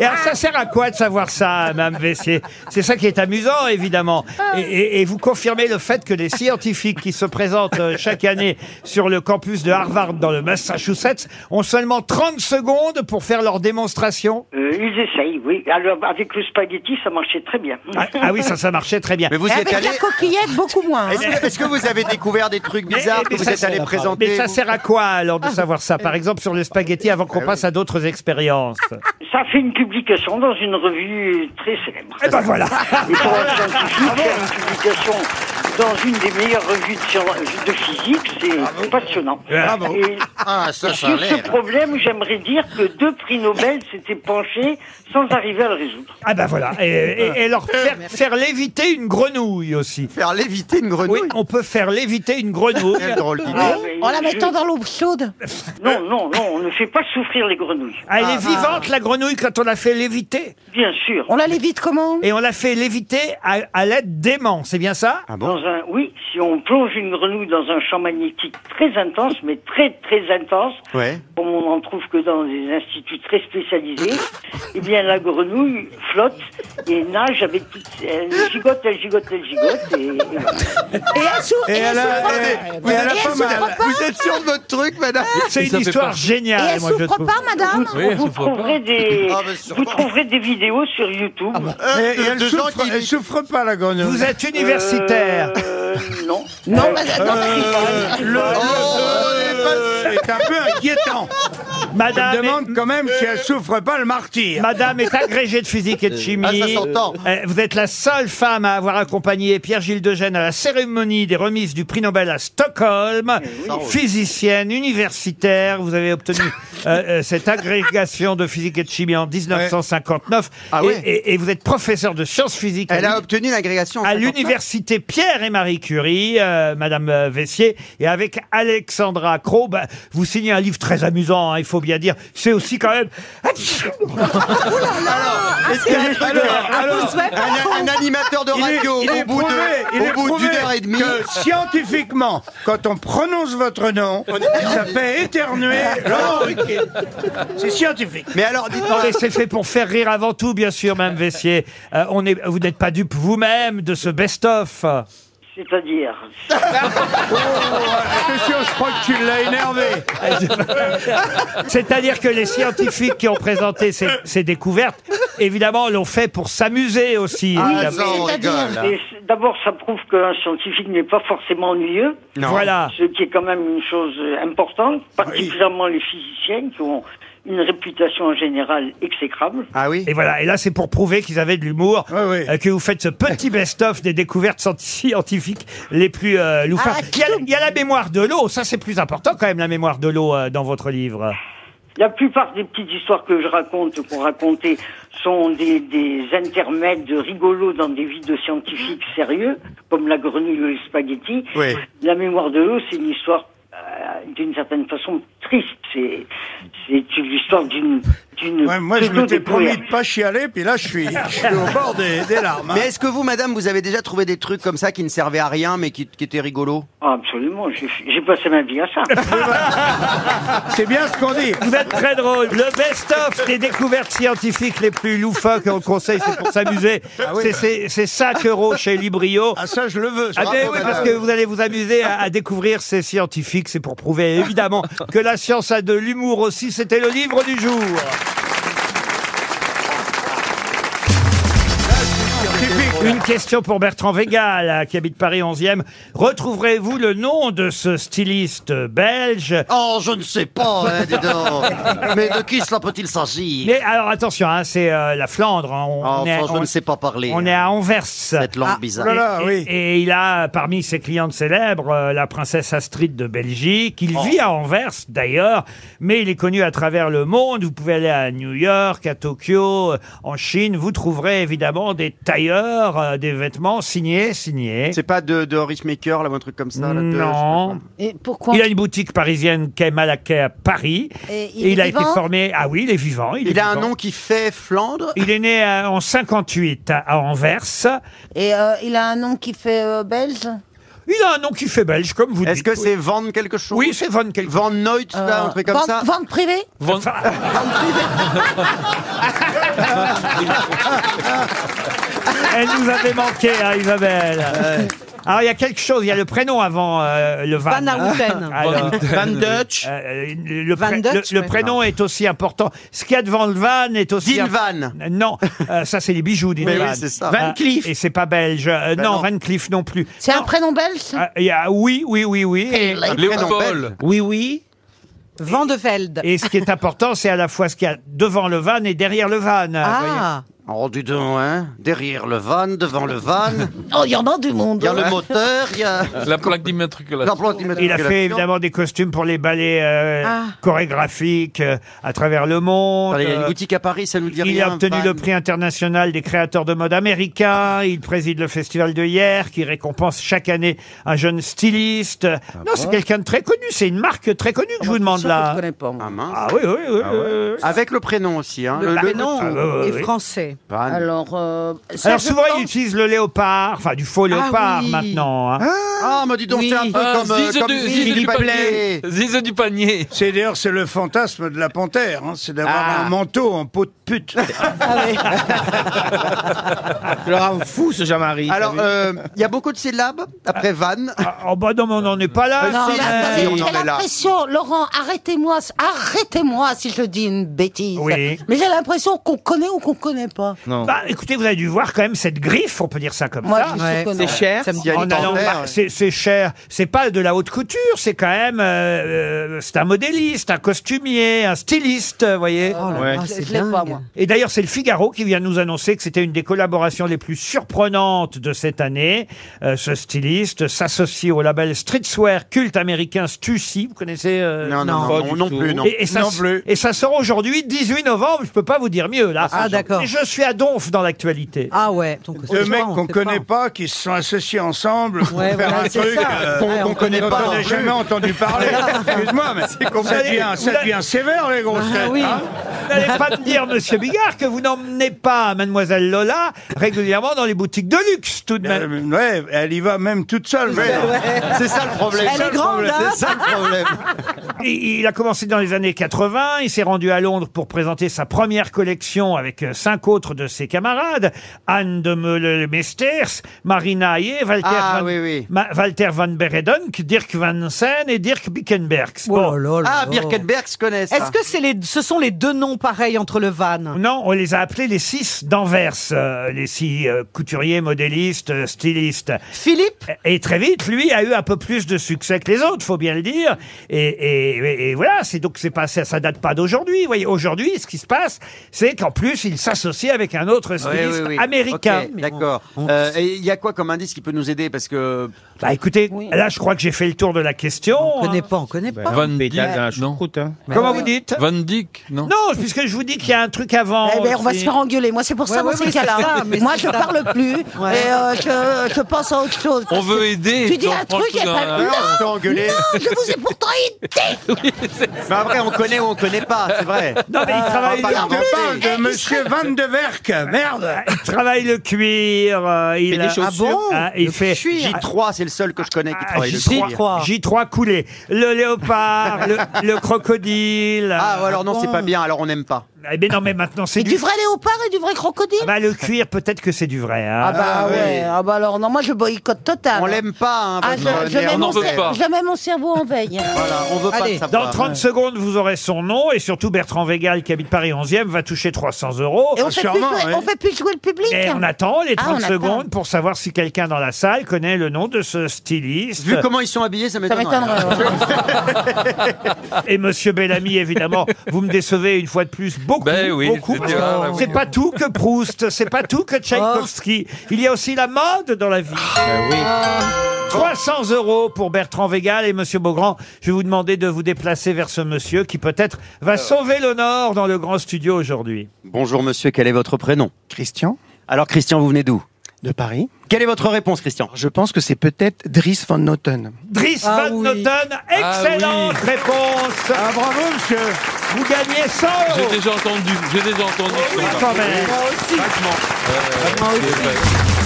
S2: Et alors, ça sert à quoi de savoir ça, Mme Vessier C'est ça qui est amusant, évidemment. Et, et- et vous confirmez le fait que les scientifiques qui se présentent euh, chaque année sur le campus de Harvard dans le Massachusetts ont seulement 30 secondes pour faire leur démonstration
S17: Euh, ils essayent, oui. Alors, avec le spaghetti, ça marchait très bien.
S2: ah, ah oui, ça, ça marchait très bien.
S3: Mais vous y Et êtes avec allé- la
S4: coquillette, beaucoup
S17: hein.
S4: moins.
S3: Est-ce que- est-ce que vous avez découvert des trucs bizarres que vous êtes allé présenter
S2: Mais Eh ça
S3: vous Ah
S2: sert à quoi, alors, de savoir ça Par exemple, sur le spaghetti, avant qu'on passe à d'autres expériences.
S17: Ça fait une publication dans une revue très célèbre. Et ben
S2: Eh voilà. Ah
S17: Et pour un scientifique, faire une publication dans une des meilleures revues de, science- de physique, c'est passionnant.
S3: Ah Bravo.
S17: Et
S3: Ah, ça, ça a
S17: sur
S3: l'air.
S17: ce problème, j'aimerais dire que deux prix Nobel s'étaient penchés sans arriver à le résoudre.
S2: Ah ben voilà, et, et- et leur faire, faire léviter une grenouille aussi.
S3: Faire léviter une grenouille
S2: Oui, on peut faire léviter une grenouille.
S17: Quelle drôle d'idée. Ah, mais
S4: En la
S17: je-
S4: mettant dans l'eau chaude.
S17: Non, non, non, on ne fait pas souffrir les grenouilles.
S2: Ah, elle est vivante, la grenouille, quand on la fait léviter
S17: Bien sûr.
S4: On la lévite comment
S2: Et on la fait léviter à, à l'aide d'aimants, c'est bien ça
S17: Dans un, oui, si on plonge une grenouille dans un champ magnétique très intense, mais très très intense,
S3: Ouais.
S17: comme on n'en trouve que dans des instituts très spécialisés, eh bien la grenouille flotte et nage avec toute... Elle gigote, elle gigote, elle gigote. Et, et voilà.
S4: Et elle souffre.
S8: Et elle a-
S17: souffre.
S2: Eh
S8: et-
S2: ben,
S8: et elle a pas mal.
S3: Vous êtes sûr de votre truc, madame
S2: Ah. C'est
S8: Ça
S2: une
S8: fait
S2: histoire
S8: peur.
S2: géniale,
S4: Et elle
S2: moi, je
S4: souffre
S2: trouve.
S4: pas, madame
S2: Oui, elle
S17: vous,
S2: souffre pas.
S17: trouverez des,
S2: Ah, bah, sûrement.
S17: vous trouverez des vidéos sur YouTube.
S8: Et, et elle, souffre, elle souffre pas, la grenouille.
S2: Vous êtes universitaire.
S17: Euh, non.
S8: Non,
S17: Euh,
S8: mais attends,
S17: euh,
S8: le- le-
S7: Oh,
S8: le- c'est un peu inquiétant.
S2: Madame
S8: Je me demande quand même si elle souffre pas le martyr.
S2: Madame est agrégée de physique et de
S8: Euh,
S2: chimie.
S8: ah, ça s'entend.
S2: Euh, Vous êtes la seule femme à avoir accompagné Pierre-Gilles Degène à la cérémonie des remises du prix Nobel à
S3: Eh
S2: Stockholm. Physicienne, universitaire, vous avez obtenu euh, euh, cette agrégation de physique et de chimie en 1959.
S3: Ah
S2: et,
S3: ouais.
S2: et- et vous êtes professeur de sciences physiques.
S3: Elle
S2: à
S3: a
S2: l'Uni-
S3: obtenu l'agrégation.
S2: à l'université Pierre et Marie Curie, euh, Madame euh, Vessier, et avec Alexandra Cro, bah, vous signez un livre très amusant, hein, il faut bien dire. C'est aussi quand même.
S3: Est-ce qu'il y a un truc-
S8: alors,
S3: un, un animateur de
S8: Il est-
S3: radio
S8: il est
S3: au bout
S8: prouvé- il
S3: de-
S8: est
S3: au bout
S8: prouvé
S3: d'une heure et demie
S8: que scientifiquement, quand on prononce votre nom, ça fait éternuer Laurent Ruquier. C'est scientifique.
S3: Mais alors,
S2: Non, mais c'est fait pour faire rire avant tout, bien sûr, Mme Vessier. Euh, on est, vous n'êtes pas dupe vous-même de ce best-of.
S17: C'est-à-dire.
S8: attention, je crois que tu l'as énervé.
S2: C'est-à-dire que les scientifiques qui ont présenté ces, ces découvertes, évidemment, l'ont fait pour s'amuser aussi.
S3: Ah,
S17: Ah,
S2: évidemment.
S3: hein.
S17: Et c'est- D'abord, ça prouve qu'un scientifique n'est pas forcément ennuyeux.
S2: Non. Voilà.
S17: Ce qui est quand même une chose euh, importante, particulièrement les physiciens qui ont une réputation en général exécrable.
S3: Ah oui
S2: Et voilà, Bah, et là c'est pour prouver qu'ils avaient de l'humour,
S8: Ah
S2: euh, que vous faites ce petit best-of des découvertes scien- scientifiques les plus euh,
S8: Ah,
S2: loufoques. Il y a- il y, a la mémoire de l'eau, ça c'est plus important quand même, la mémoire de l'eau euh, dans votre livre.
S17: La plupart des petites histoires que je raconte, qu'on racontait, sont des, des intermèdes rigolos dans des vies de scientifiques sérieux, comme la grenouille ou les spaghettis.
S3: Oui.
S17: La mémoire de l'eau, c'est une histoire euh, d'une certaine façon triste. C'est c'est une histoire d'une une
S8: Ouais, moi, je
S17: pseudo
S8: m'étais promis
S17: découverte.
S8: de pas chialer, puis là, je suis, je suis au bord des, des larmes. hein.
S3: Mais est-ce que vous, madame, vous avez déjà trouvé des trucs comme ça qui ne servaient à rien mais qui, qui étaient rigolos
S17: Ah, absolument, j'ai j'ai passé ma vie à ça.
S8: C'est bien ce qu'on dit.
S2: Vous êtes très drôle. Le best-of des découvertes scientifiques les plus loufoques, on le conseille, c'est pour s'amuser.
S8: Ah oui.
S2: C'est- C'est c'est 5 euros chez Librio.
S8: Ah, ça, je euh, le veux. ça.
S2: Ah ben oui, parce que vous allez vous amuser à, à découvrir ces scientifiques. C'est pour prouver évidemment que la science a de l'humour aussi. C'était le livre du jour. Une question pour Bertrand Végal, euh, qui habite Paris 11e. Retrouverez-vous le nom de ce styliste belge
S16: Oh, je ne sais pas, hein, dis donc. Mais de qui cela peut-il s'agir
S2: Mais alors attention, hein, c'est euh, la Flandre. hein, on
S16: Oh,
S2: est-
S16: enfin, je
S2: on-
S16: ne sais pas parler.
S2: On est à Anvers. Cette
S16: langue bizarre.
S2: Et,
S16: Oh
S4: Ah,
S16: là là, oui.
S2: et- et il a euh, parmi ses clientes célèbres euh, la princesse Astrid de Belgique. Il vit à Anvers d'ailleurs, mais il est connu à travers le monde. Vous pouvez aller à New York, à Tokyo, euh, en Chine. Vous trouverez évidemment des tailleurs, euh, des vêtements signés, signés.
S3: C'est pas de, de Richmaker, là, ou un truc comme ça là, de-
S2: Non.
S4: Et pourquoi
S2: Il a une boutique parisienne qu'est Malaquais à Paris.
S4: Et il est
S2: a
S4: vivant
S2: été formé. Ah oui, il est vivant. Il,
S3: Il a un nom
S2: qui fait Flandre. Il est né euh, en 58 à- à Anvers.
S4: Et euh, il a un nom qui fait euh, belge
S2: Il a un nom qui fait belge, comme vous dites.
S3: Est-ce que c'est Van quelque chose
S2: Oui, c'est Van quelque
S3: Van Noit, là,
S4: Euh,
S3: Ah, un truc comme
S4: vente-
S3: ça
S4: Vente privée
S2: Elle nous avait manqué, hein, Isabelle. Alors, il y a quelque chose, il y a le prénom avant euh, le Van. Ah,
S7: Van Houten.
S2: Alors,
S6: Van Dutch.
S2: euh, euh, le,
S7: Van
S2: pré-
S7: Dutch,
S2: le- le
S7: ouais.
S2: prénom est aussi important. Ce qu'il y a devant le Van est aussi.
S3: Dean
S2: imp- Non, euh, ça, c'est les bijoux, Dean
S3: Mais oui,
S2: Van.
S3: c'est ça.
S2: Van Cleef. Et c'est pas belge. Euh,
S3: Ben
S2: non,
S3: non.
S2: Van Cleef non plus.
S4: C'est un prénom belge
S2: Ah, il y a- oui, oui, oui, oui. Et-
S9: Léopold.
S2: Oui, oui.
S7: Van de Velde.
S2: Et ce qui est important, c'est à la fois ce qu'il y a devant le van et derrière le van.
S7: Ah.
S16: Oh, dis donc, hein. Derrière le van, devant le van.
S4: Oh, il y en a du monde.
S16: Il y a le moteur, il y a.
S9: La plaque d'immatriculation.
S2: Il a fait évidemment des costumes pour les ballets euh,
S16: Ah.
S2: chorégraphiques euh, à travers le monde.
S3: Attendez, il y a une
S2: Euh,
S3: boutique à Paris, ça nous dit
S2: il
S3: rien.
S2: a obtenu
S3: Van.
S2: le prix international des créateurs de mode américains. Il préside le festival de hier qui récompense chaque année un jeune styliste.
S3: Ah
S2: non, c'est quelqu'un de très connu. C'est une marque très connue que je vous demande là.
S3: Ah, mince.
S2: Ah oui, oui, oui.
S3: Ah ouais. Avec le prénom aussi. Hein.
S7: Le prénom
S2: Ah, ouais, ouais,
S7: est
S2: ouais.
S7: français.
S3: Van.
S4: Alors, euh, ça,
S2: Alors
S4: je Ah,
S2: souvent,
S4: pense-
S2: il utilise le léopard, enfin du faux léopard
S7: oui.
S2: maintenant. hein.
S3: Ah, mais dis donc,
S7: Oui.
S3: c'est un peu
S9: Ah,
S3: comme, euh,
S9: Zize
S3: comme
S9: de- Zize du
S3: Philippe
S9: panier.
S3: Play.
S9: Zize du panier.
S8: C'est d'ailleurs c'est le fantasme de la panthère, hein, c'est d'avoir
S9: Ah.
S8: un manteau en peau de pute. Ah
S6: Je le rends fou, ce Jean-Marie.
S3: Alors, euh, il y a beaucoup de syllabes après Van.
S2: Ah, Oh bah non, mais on n'en est pas là.
S4: Euh, Non,
S3: Ah,
S4: mais
S3: si,
S4: attendez,
S3: si, on en
S4: j'ai
S3: est là.
S4: l'impression, Laurent, arrêtez-moi, arrêtez-moi si je dis une bêtise.
S2: Oui.
S4: Mais j'ai l'impression qu'on connaît ou qu'on connaît pas.
S2: Bah, écoutez, vous avez dû voir quand même cette griffe, on peut dire ça comme
S4: Moi,
S2: ça.
S4: je suis connaît.
S6: cher.
S7: Ça me dit-
S3: Il y a
S2: En
S3: une
S2: allant-
S3: panthère.
S2: bah, c'est c'est cher. C'est pas de la haute couture, c'est quand même. euh, euh, c'est un modéliste, un costumier, un styliste, vous voyez.
S6: Ouais.
S7: Ah, c'est
S4: Je l'ai pas,
S7: dingue.
S4: moi.
S2: Et d'ailleurs, c'est le Figaro qui vient nous annoncer que c'était une des collaborations les plus surprenantes de cette année. Euh, ce styliste s'associe au label streetwear culte américain Stussy. Vous connaissez euh,
S3: Non, non,
S6: Pas
S3: non, non,
S6: du
S3: non
S6: tout.
S3: plus, non.
S2: et, et ça,
S8: Non plus.
S2: et ça sort aujourd'hui, 18 novembre. Je peux pas vous dire mieux là.
S7: Ah, d'accord.
S2: Et je suis à Donf dans l'actualité.
S7: Ah ouais. Donc,
S8: Deux
S3: Euh,
S7: tu
S8: mecs
S7: vois, on
S8: qu'on
S7: sait
S8: connaît pas. qui se sont associés ensemble pour
S7: Ouais,
S8: faire
S7: voilà,
S8: un
S7: c'est
S8: truc
S7: ça.
S8: euh,
S7: Ouais, on
S8: qu'on
S7: connaît
S8: connaît
S7: pas
S8: pas,
S7: non
S8: on n'a
S7: plus.
S8: jamais entendu parler. Excuse-moi, mais ça
S2: compliqué.
S8: devient, ça devient sévère les grosses
S7: Ah
S8: têtes.
S7: oui.
S8: hein.
S2: Vous n'allez pas me dire, monsieur Bigard, que vous n'emmenez pas Mademoiselle Lola régulièrement dans les boutiques de luxe, tout de même.
S8: Euh, ouais, elle y va même toute seule. mais-
S3: C'est ça le problème.
S7: Elle est grande, hein
S3: C'est ça le problème.
S2: Il il a commencé dans les années 80, il s'est rendu à Londres pour présenter sa première collection avec euh, cinq autres de ses camarades, Anne de Meulemeesters, Marina Haye, Walter,
S3: Ah,
S2: van,
S3: oui, oui.
S2: Ma- Walter van Bereden, Dirk Van Sen et Dirk Bickenbergs.
S7: Oh
S2: Bon.
S7: là là là.
S3: Ah, Birkenberg se connaît ça.
S7: Est-ce que c'est les, ce sont les deux noms pareils entre le van
S2: Non, on les a appelés les six d'Anvers, euh, les six euh, couturiers, modélistes, euh, stylistes.
S7: Philippe
S2: Et très vite, lui a eu un peu plus de succès que les autres, faut bien le dire. Et, et- et- et voilà, c'est donc c'est passé, ça date pas d'aujourd'hui. vous Voyez, aujourd'hui, ce qui se passe, c'est qu'en plus, il s'associe avec un autre
S3: Ah, Oui, oui,
S2: styliste
S3: oui.
S2: américain.
S3: Ok, D'accord. Euh, et Il y a quoi comme indice qui peut nous aider Parce que.
S2: Bah écoutez, là, je crois que j'ai fait le tour de la question.
S7: On connaît
S2: hein.
S3: Ben,
S7: pas, on connaît pas.
S9: Van Dyck.
S6: Pétale dans la
S9: Non.
S6: choucroute, hein.
S2: Comment vous dites
S9: Van Dyck, non.
S2: Non, puisque puisque je vous dis qu'il y a un truc avant.
S4: Eh ben, on va
S2: aussi.
S4: se faire engueuler. Moi, c'est pour
S2: Ouais,
S4: ça, dans
S2: ouais,
S4: ces
S2: mais
S4: cas-là.
S2: c'est ça, mais
S4: Moi,
S2: c'est
S4: je
S2: ça.
S4: parle plus
S2: Ouais.
S4: et euh, je, je pense à autre chose.
S9: On veut aider.
S4: Ah, Tu dis
S9: donc
S4: un
S9: prends le
S4: truc et
S9: dans
S4: pas-
S9: la-
S4: Non, non, je vous ai pourtant aidé.
S3: Mais après, on connaît ou on connaît pas, c'est vrai.
S2: Non, mais il travaille.
S3: On va pas
S2: il
S3: l'inventer.
S2: parle de Monsieur Van de Verck. Merde. Ah, Il travaille le cuir. euh, il
S3: Il fait des
S2: a-
S3: chaussures.
S2: Ah, il
S3: Le
S2: fait Ah,
S3: cuir. J3, c'est le seul que je connais qui travaille le cuir.
S2: J3, J3 coulé. Le léopard, le, le crocodile.
S3: Ah, ouais, alors non, c'est pas bien, alors on n'aime pas.
S2: Eh ben non, mais maintenant c'est
S4: Et
S2: du...
S4: du vrai léopard et du vrai crocodile
S2: Ah bah, le cuir, peut-être que c'est du vrai. hein.
S4: Ah bah ouais. Ah bah alors non, moi je boycotte total. On
S3: l'aime pas. Hein,
S4: ah,
S2: votre
S4: je,
S2: René,
S4: je mets
S2: on
S4: mon
S2: n'en veut
S4: cer-
S2: pas.
S4: je mets mon cerveau en veille.
S3: Voilà, on veut
S4: Allez.
S2: Dans 30 secondes, vous aurez son nom et surtout Bertrand Végal, qui habite Paris 11e, va toucher 300 euros.
S4: Et on fait, plus jouer, on fait plus jouer le public.
S2: Et Eh, on attend les
S4: Ah,
S2: 30
S4: on attend.
S2: secondes pour savoir si quelqu'un dans la salle connaît le nom de ce styliste.
S3: Vu comment ils sont habillés, ça m'étonnerait.
S2: Et Monsieur Bellamy, évidemment, vous me décevez une fois de plus beaucoup,
S9: Ben oui,
S2: beaucoup.
S9: c'était-
S2: parce que
S9: ah, oui. Ah.
S2: C'est pas tout que Proust, c'est pas tout que Tchaïkovski. Il y a aussi la mode dans la vie.
S9: ben
S2: 300 euros pour Bertrand Végal et Monsieur Beaugrand. Je vais vous demander de vous déplacer vers ce monsieur qui peut-être
S9: Euh.
S2: va sauver l'honneur dans le grand studio aujourd'hui.
S3: Bonjour monsieur, quel est votre prénom Christian. Alors Christian, vous venez d'où De Paris. Quelle est votre réponse, Christian
S21: Je pense que c'est peut-être Driss Van Noten.
S2: Driss
S21: Ah
S2: Van
S21: oui.
S2: Noten,
S21: Ah
S2: excellente
S21: oui.
S2: réponse. bravo, monsieur. Vous gagnez 100
S9: Ah, J'ai
S2: euros.
S9: déjà entendu, j'ai déjà entendu.
S2: oui,
S9: ça.
S2: quand même. Moi
S9: Vachement. Ouais, ouais, c'est vrai.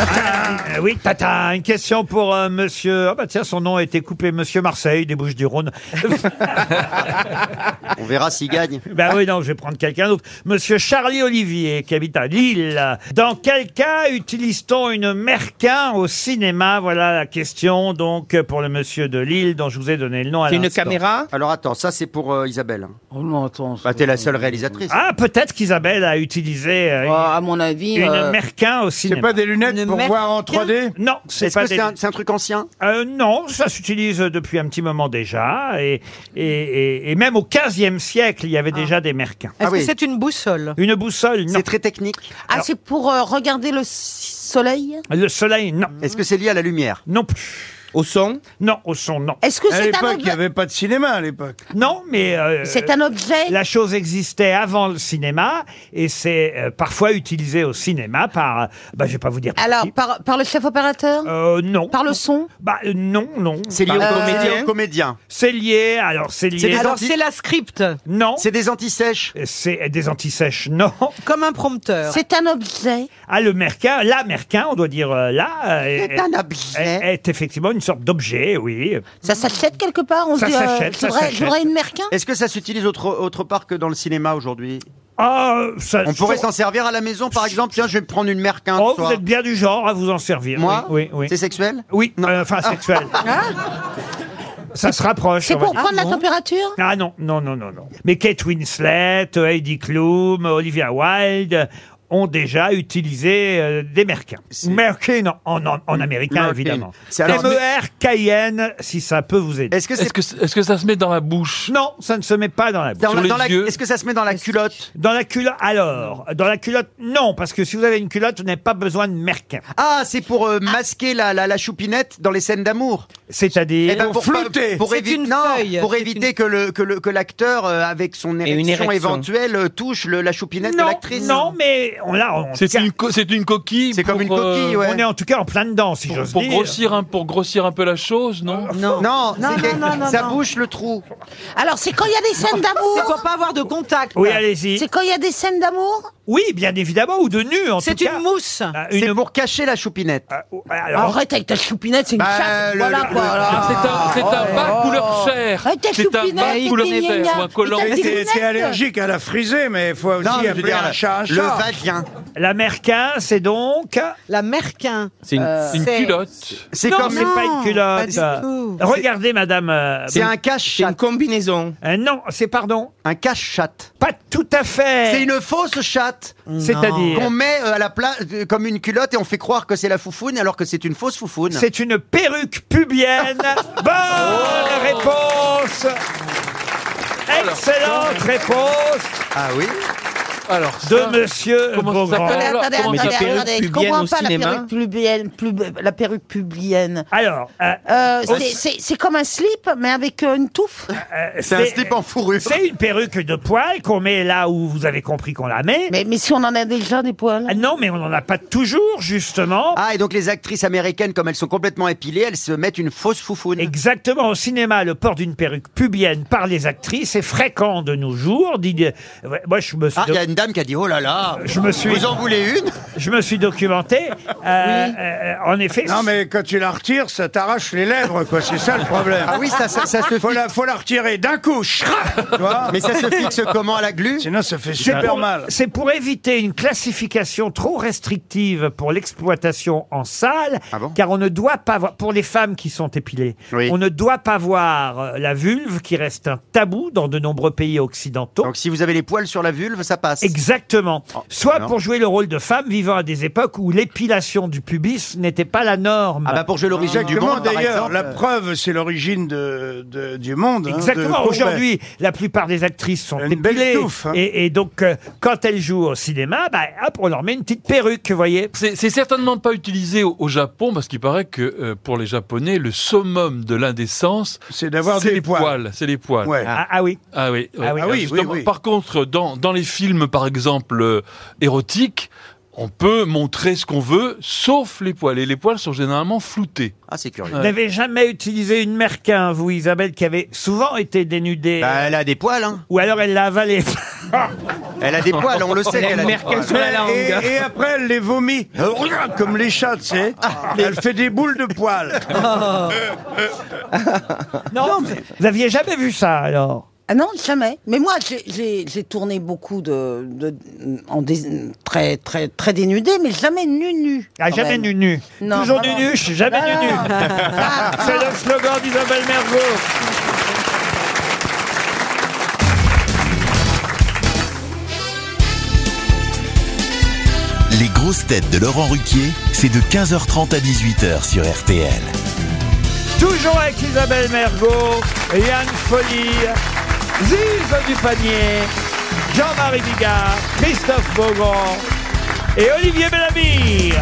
S2: Euh, oui, tata, une question pour euh, monsieur. Ah bah tiens, son nom a été coupé, monsieur Marseille, des Bouches-du-Rhône.
S3: On verra s'il gagne.
S2: Ben oui, non, je vais prendre quelqu'un d'autre. Monsieur Charlie Olivier, qui habite à Lille. Dans quel cas utilise-t-on une merquin au cinéma Voilà la question, donc, pour le monsieur de Lille, dont je vous ai donné le nom à l'instant.
S3: Alors attends, ça c'est pour euh, Isabelle.
S4: Oh non, attends.
S3: Bah t'es la seule réalisatrice.
S2: Ah, peut-être qu'Isabelle a utilisé, euh,
S4: Oh, à mon avis.
S2: une
S4: euh,
S2: merquin au cinéma.
S4: pas des lunettes Une pour merquin voir en 3D
S2: Non, c'est
S4: Est-ce
S2: pas Euh,
S4: que c'est un-
S3: truc ancien
S2: Non, ça s'utilise depuis un petit moment déjà. Et, et, et- et même au 15e siècle, il y avait déjà des merquins.
S7: Est-ce que c'est une boussole
S2: Une boussole, non.
S3: C'est très technique.
S4: Ah, c'est pour euh, regarder le s- soleil
S2: Le soleil, non.
S3: Est-ce que c'est lié à la lumière
S2: Non plus.
S3: Au son
S2: Non, au son, non.
S4: Est-ce que c'est un objet
S2: avait pas de cinéma à l'époque. Non, mais. euh,
S4: C'est un objet
S2: La chose existait avant le cinéma et c'est euh, parfois utilisé au cinéma par. euh, Bah, je vais pas vous dire. par
S4: Alors,
S2: qui.
S4: par, par le chef opérateur
S2: Euh, non.
S4: Par le son
S2: Bah, euh, non, non.
S3: C'est lié
S2: Par-
S3: au
S2: Euh,
S3: comédien. comédien.
S2: C'est lié, alors c'est
S3: C'est
S2: lié.
S3: des Alors, anti- c'est
S2: la script Non. C'est des antisèches C'est des antisèches, non. Comme un prompteur.
S4: C'est un objet
S2: Ah, le merquin, la merquin, on doit dire euh, là.
S4: C'est un objet.
S2: Est, est effectivement une sorte d'objet, oui.
S4: Ça s'achète quelque part On se
S2: Ça
S4: dit, euh,
S2: s'achète, ça
S4: j'aurais-
S2: s'achète.
S4: J'aurais une merquin
S3: Est-ce que ça s'utilise autre, autre part que dans le cinéma aujourd'hui
S2: Ah, ça-
S3: On pourrait
S2: sur-
S3: s'en servir à la maison par exemple. Tiens, je vais me prendre une merquin.
S2: Oh,
S3: ce
S2: vous
S3: soir.
S2: êtes bien du genre à vous en servir.
S3: Moi
S2: Oui, oui.
S3: C'est sexuel
S2: Oui, euh, enfin sexuel.
S4: Hein
S2: Ça se rapproche.
S4: C'est
S2: on va
S4: pour
S2: dire.
S4: prendre la température
S2: Ah non, non, non, non, non. Mais Kate Winslet, euh, Heidi Klum, Olivia Wilde euh, ont déjà utilisé euh, des merquins. Merkin en, en, en américain,
S9: Merkin.
S2: évidemment.
S9: C'est alors-
S2: M-E-R Cayenne, si ça peut vous aider.
S3: Est-ce que,
S9: Est-ce que, est-ce que ça se met dans la bouche
S2: Non, ça ne se met pas dans la bouche.
S3: Dans la- dans la- Est-ce que ça se met dans la culotte
S2: Dans la culotte, alors, dans la culotte, non, parce que si vous avez une culotte, vous n'avez pas besoin de merquin.
S3: Ah, c'est pour euh, masquer la, la, la choupinette dans les scènes d'amour.
S2: C'est-à-dire
S3: Eh ben, pour pas- Pour,
S2: C'est
S3: évi-
S2: une
S3: non,
S2: feuille.
S3: pour
S2: C'est
S3: éviter que le que le- que l'acteur euh, avec son érection,
S9: une érection.
S3: éventuelle euh, touche le- la choupinette
S2: Non,
S3: de l'actrice.
S2: non, mais on l'a. on-
S9: C'est une, co- c'est une coquille.
S3: C'est comme
S9: pour,
S3: une coquille,
S9: euh,
S3: ouais.
S2: On est en tout cas en plein dedans, si
S9: Pour,
S2: j'ose
S9: pour
S2: dire.
S9: grossir un, pour grossir un peu la chose, non
S3: Non, c'est des- ça bouche le trou.
S4: Alors, c'est quand il y a des scènes d'amour
S7: C'est pour pas avoir de contact.
S2: Oui, allez-y.
S4: C'est quand il y a des scènes d'amour
S2: Oui, bien évidemment, ou de nu, en tout
S7: C'est
S2: cas.
S7: une mousse.
S2: Ah,
S3: C'est pour cacher la choupinette.
S4: Arrête avec ta choupinette, c'est une
S3: Bah,
S4: chatte
S3: le-
S4: Voilà
S3: le-
S4: quoi alors.
S9: C'est un, c'est un
S4: Oh,
S9: bas
S4: oh.
S9: couleur chair.
S4: Ouais, t'as
S9: C'est un
S4: choupinette,
S9: bas
S4: t'es
S9: couleur
S4: mignonne.
S9: chair ou un collant.
S4: T'as des
S8: T'es
S4: lunettes.
S8: t'es allergique à la frisée, mais il faut aussi
S3: Non, je veux
S8: appeler
S3: dire,
S8: un chat un
S3: le
S8: chat.
S3: vagin.
S2: La merquin, c'est donc.
S7: La merquin.
S9: C'est une,
S7: Euh,
S9: une
S7: c'est-
S9: culotte.
S3: C'est
S2: Non,
S3: comme
S2: c'est pas une
S7: pas du
S2: culotte.
S7: tout.
S2: Regardez, madame. euh,
S3: c'est un cache chatte.
S6: combinaison.
S2: euh, non, c'est pardon.
S3: Un cache chatte.
S2: Pas tout à fait.
S3: C'est une fausse chatte.
S2: C'est-à-dire
S3: qu'on met euh, à la place euh, comme une culotte et on fait croire que c'est la foufoune alors que c'est une fausse foufoune.
S2: C'est une perruque pubienne. Bonne Oh. réponse. Excellente réponse
S3: Ah oui.
S9: Alors,
S2: de monsieur Beaugrand.
S4: Attendez, attendez, attendez, attendez, je comprends pas la perruque publienne, pub- la perruque publienne.
S2: Alors, euh,
S4: Euh,
S2: on-
S4: c'est- c'est c'est comme un slip, mais avec euh, une touffe.
S2: en fourrure. C'est une perruque de poil qu'on met là où vous avez compris qu'on la met. Ah,
S4: Mais, si on en a déjà des poils. hein.
S2: non, mais on n'en a pas toujours, justement.
S3: Ah, et donc les actrices américaines, comme elles sont complètement épilées, elles se mettent une fausse foufoune.
S2: Exactement, au cinéma, le port d'une perruque pubienne par les actrices est fréquent de nos jours. Dit- euh, ouais, Moi, je me suis
S3: Ah, il y a une dame qui a dit, oh là là,
S2: Je me suis.
S3: vous en voulez une
S2: Je me suis documenté. euh, euh, en effet.
S8: Non, mais quand tu la retires, ça t'arrache les lèvres, quoi. C'est ça le problème.
S3: Ah oui, ça- ça- ça se
S8: faut la, faut la retirer d'un coup. chrac, tu vois.
S3: Mais ça se fixe comment, à la glu
S8: Sinon, ça fait
S2: C'est
S8: super
S2: pour-
S8: mal.
S2: C'est pour éviter une classification trop restrictive pour l'exploitation en salle,
S3: Ah
S2: car on ne doit pas voir, pour les femmes qui sont épilées, on ne doit pas voir euh, la vulve qui reste un tabou dans de nombreux pays occidentaux. Donc
S3: si vous avez les poils sur la vulve, ça passe. Oh,
S2: Exactement. Soit
S3: non.
S2: pour jouer le rôle de femme vivant à des époques où l'épilation du pubis n'était pas la norme.
S3: Ah bah pour jouer l'origine du
S8: Comment
S3: monde, par
S8: d'ailleurs
S3: exemple.
S8: La preuve, c'est l'origine de, de- du monde. hein, de
S2: Exactement.
S8: Courbet.
S2: Aujourd'hui, la plupart des actrices sont épilées.
S8: touffe, hein.
S2: et, et donc, euh, quand elles jouent au cinéma, bah, hop, on leur met une petite perruque, vous voyez.
S9: C'est c'est certainement pas utilisé au, au Japon parce qu'il paraît que euh, pour les Japonais, le summum de l'indécence,
S8: c'est d'avoir des
S9: les
S8: poils.
S9: C'est les poils.
S8: Ouais.
S2: Ah, ah oui.
S9: Ah oui. ouais.
S2: Ah oui.
S9: Alors,
S2: Ah oui,
S9: justement,
S2: oui, oui.
S9: Par contre, dans, dans les films, par exemple, euh, érotiques, on peut montrer ce qu'on veut, sauf les poils. Et les poils sont généralement floutés. Euh,
S3: Ah, c'est curieux.
S2: Vous n'avez jamais utilisé une merquin, vous, Isabelle, qui avait souvent été dénudée.
S3: elle a des poils, hein.
S2: Ou alors elle l'a avalée.
S3: Elle a des poils, on le sait qu'elle a des poils.
S8: Et, et après, elle les vomit. Comme les chats, tu sais.
S3: Ah,
S8: Elle fait des boules de poils.
S2: non, vous aviez jamais vu ça, alors
S4: Ah non, jamais. Mais moi, j'ai- j'ai j'ai tourné beaucoup de, de- en dés- très très très dénudé, mais jamais nu nu.
S2: Ah, jamais nu nu.
S4: Non,
S2: Toujours nu
S4: vraiment.
S2: nu, je suis jamais
S4: Non,
S2: nu nu.
S4: non. Ah,
S2: C'est le slogan d'Isabelle Mergo.
S1: Les grosses têtes de Laurent Ruquier, c'est de 15h30 à 18h sur RTL.
S2: Toujours avec Isabelle Mergot, Yann Folie, Ziz du Panier, Jean-Marie Bigard, Christophe Beaugrand et Olivier Bellamy.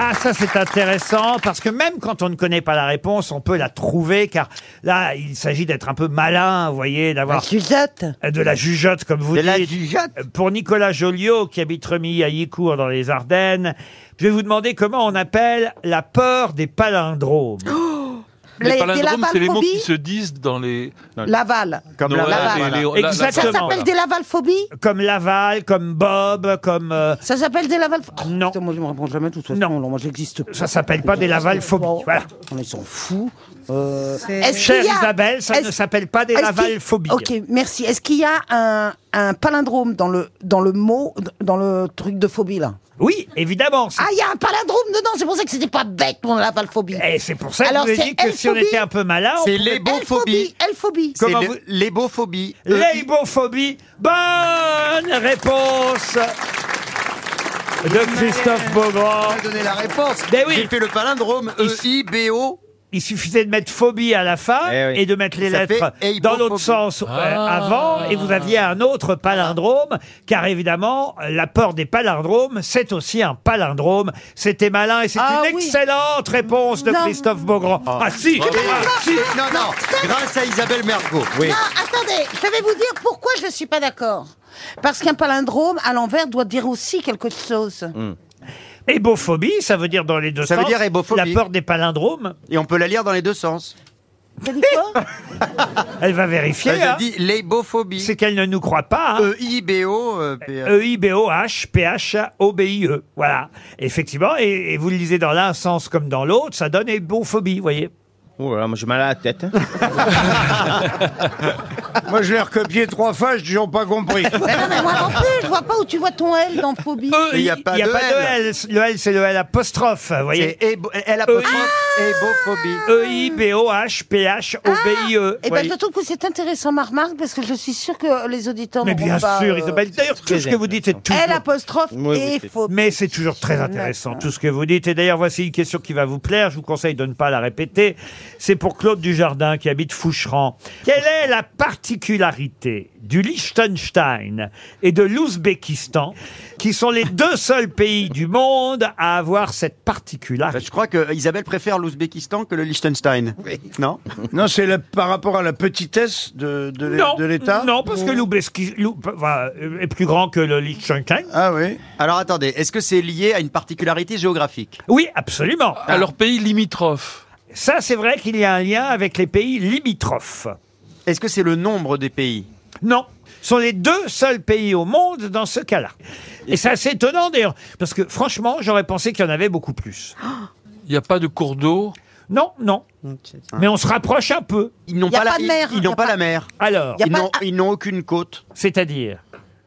S2: Ah, ça c'est intéressant parce que même quand on ne connaît pas la réponse, on peut la trouver car là, il s'agit d'être un peu malin, vous voyez, d'avoir. Euh, De la jugeote, comme vous dites. Euh, Pour Nicolas Joliot, qui habite Remilly à Yicourt dans les Ardennes, je vais vous demander comment on appelle la peur des palindromes.
S4: Oh,
S9: Les,
S4: Les-
S9: palindromes,
S4: des
S9: c'est les mots qui
S4: lavalphobies
S9: se disent dans les.
S4: Laval.
S9: Comme
S2: la-
S4: Laval.
S9: les- les- la- la-
S4: Ça
S2: Exactement.
S4: s'appelle des lavalphobies
S2: Comme Laval, comme Bob, comme. euh,
S4: Ça s'appelle des lavalphobies Non. Oh, moi, je me réponds jamais tout façon. Non, moi, j'existe pas.
S2: ça s'appelle pas des lavalphobies. Voilà.
S4: On s'en fout. Euh, est-ce
S2: Chère
S4: qu'il y a-
S2: Isabelle, ça ne
S4: est-ce-
S2: s'appelle pas des
S4: est-ce qu'il-
S2: lavalphobies.
S4: Ok, merci. Est-ce qu'il y a un, un palindrome dans le, dans le mot, dans le truc de phobie, là
S2: Oui, évidemment. c'est-
S4: Ah, il y a un palindrome dedans, c'est pour ça que c'était pas bête, mon lavalphobie.
S2: Et Eh, c'est pour ça que je vous ai dit que si on était un peu malin, on
S4: C'est
S2: pouvait-
S4: l'ébophobie. Elphobie.
S2: Comment vous-
S3: L'ébophobie.
S9: Euh,
S2: L'ébophobie. Bonne réponse de Christophe Beaugrand.
S3: donné la réponse.
S2: Ben oui.
S3: J'ai fait le palindrome E, E-I-B-O.
S2: Il suffisait de mettre phobie à la fin
S3: Eh oui.
S2: et de mettre les
S3: Ça
S2: lettres
S3: fait
S2: dans l'autre sens euh,
S3: Ah.
S2: avant et vous aviez un autre palindrome car évidemment euh, la peur des palindromes c'est aussi un palindrome. C'était malin et c'est une excellente réponse de
S4: Non.
S2: Christophe Beaugrand. Ah si,
S3: Bravo.
S2: ah, si.
S3: Non, non, grâce à Isabelle Mergo. Oui.
S4: Non, attendez, je vais vous dire pourquoi je ne suis pas d'accord. Parce qu'un palindrome, à l'envers, doit dire aussi quelque chose.
S2: Ébophobie, ça veut dire dans les deux
S3: Ça veut
S2: sens.
S3: dire ébophobie.
S2: La peur des palindromes.
S3: Et on peut la lire dans les deux sens.
S2: Elle va vérifier.
S3: Elle a
S2: hein.
S3: dit l'ébophobie.
S2: C'est qu'elle ne nous croit pas. hein.
S3: E-I-B-O. euh, P-
S2: E-I-B-O-H-P-H-O-B-I-E. Voilà. Effectivement, et, et vous le lisez dans l'un sens comme dans l'autre, ça donne ébophobie, vous voyez.
S6: Oh là là, moi j'ai mal à la tête. hein.
S8: Moi, je l'ai recopié trois fois, je n'ai pas compris.
S4: Mais non, mais moi non plus, je vois pas où tu vois ton L dans phobie.
S2: Euh, Il n'y a pas, de, L. Le L, c'est le L apostrophe, vous voyez.
S3: C'est ébo- L apostrophe,
S4: Ah,
S3: ébophobie.
S2: E-I-B-O-H-P-H-O-B-I-E.
S4: Eh ben,
S2: voyez.
S4: je trouve que c'est intéressant ma remarque parce que je suis sûre que les auditeurs
S2: Mais
S4: n'auront
S2: bien
S4: pas,
S2: sûr,
S4: euh,
S2: Isabelle. D'ailleurs, tout ce que vous dites est toujours...
S4: L apostrophe et phobie.
S2: Mais c'est toujours très intéressant tout ce que vous dites. Et d'ailleurs, voici une question qui va vous plaire. Je vous conseille de ne pas la répéter. C'est pour Claude Dujardin qui habite Foucheran. Quelle est la particularité du Liechtenstein et de l'Ouzbékistan qui sont les deux seuls pays du monde à avoir cette particularité
S3: Ben, Je crois que Isabelle préfère l'Ouzbékistan que le Liechtenstein. Non
S8: Non, c'est la- par rapport à la petitesse de, de l'É-
S2: Non,
S8: de l'État
S2: non, parce que l'Ouzbékistan euh, est plus grand que le Liechtenstein.
S8: Ah oui.
S3: Alors attendez, est-ce que c'est lié à une particularité géographique
S2: Oui, absolument.
S9: Alors pays limitrophes.
S2: Ça, c'est vrai qu'il y a un lien avec les pays limitrophes.
S3: Est-ce que c'est le nombre des pays
S2: Non. Ce sont les deux seuls pays au monde dans ce cas-là. Et c'est assez étonnant d'ailleurs, parce que franchement, j'aurais pensé qu'il y en avait beaucoup plus.
S9: Il n'y a pas de cours d'eau
S2: Non, non. Mais on se rapproche un peu.
S3: Ils n'ont
S2: Y a
S3: pas, la
S2: pas de mer,
S3: Ils, ils n'ont
S2: y a
S3: pas,
S2: pas-
S3: la mer.
S2: Alors Y a
S3: ils
S2: pas-
S3: n'ont- ils n'ont aucune côte.
S2: C'est-à-dire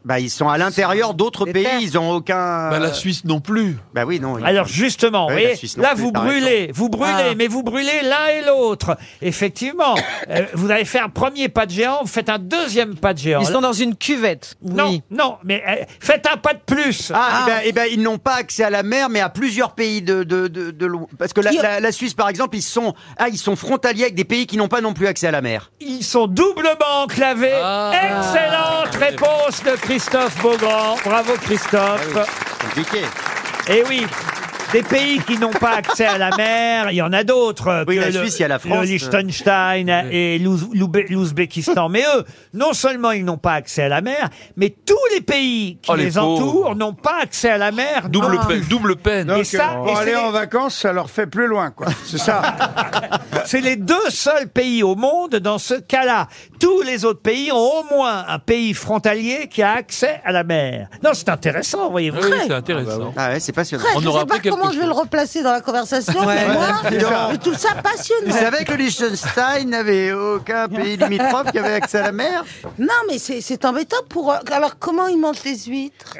S3: bah, ils sont à l'intérieur d'autres pays, ils n'ont aucun. euh,
S9: Bah, la Suisse non plus.
S3: Bah oui, non. ils-
S2: Alors justement,
S3: Ah Oui,
S2: vous
S3: la
S2: voyez,
S3: Suisse non
S2: là
S3: plus,
S2: vous
S3: t'as raison.
S2: brûlez, vous brûlez,
S3: Ah.
S2: mais vous brûlez l'un et l'autre. Effectivement, euh, vous avez fait un premier pas de géant, vous faites un deuxième pas de géant.
S7: Ils sont
S2: Là-
S7: dans une cuvette.
S2: Non, non, mais euh, faites un pas de plus.
S3: Ah, eh ben- eh ben, ils n'ont pas accès à la mer, mais à plusieurs pays de, de, de- de loin. Parce que la, la- la Suisse, par exemple, ils sont, ah, ils sont frontaliers avec des pays qui n'ont pas non plus accès à la mer.
S2: Ils sont doublement enclavés.
S9: Ah.
S2: Excellente réponse de Christophe Beaugrand. Bravo Christophe.
S3: Ah Compliqué.
S2: Eh oui. Des pays qui n'ont pas accès à la mer, il y en a d'autres.
S3: Oui,
S2: que
S3: la
S2: le-
S3: Suisse, il y a la France.
S2: Le Liechtenstein et l'Ouz- l'Ouzbé- l'Ouzbékistan. Mais eux, non seulement ils n'ont pas accès à la mer, mais tous les pays qui
S9: Oh, les
S2: les, entourent n'ont pas accès à la mer.
S9: Double
S2: non
S9: peine.
S2: plus.
S9: Double peine.
S2: Et
S8: Donc,
S2: ça,
S8: euh,
S2: et
S8: pour
S2: c'est
S8: aller
S2: les-
S8: en vacances, ça leur fait plus loin, quoi. C'est ça.
S2: C'est les deux seuls pays au monde dans ce cas-là. Tous les autres pays ont au moins un pays frontalier qui a accès à la mer. Non, c'est intéressant, voyez-vous.
S9: Oui, c'est intéressant.
S3: Ah ouais, c'est passionnant.
S4: Après, je ne sais pas comment je vais le replacer dans la conversation, mais moi, je trouve ça passionnant.
S3: Vous savez que le Liechtenstein n'avait aucun pays limitrophe qui avait accès à la mer
S4: Non, mais c'est c'est embêtant pour... euh, Alors, comment ils mangent les huîtres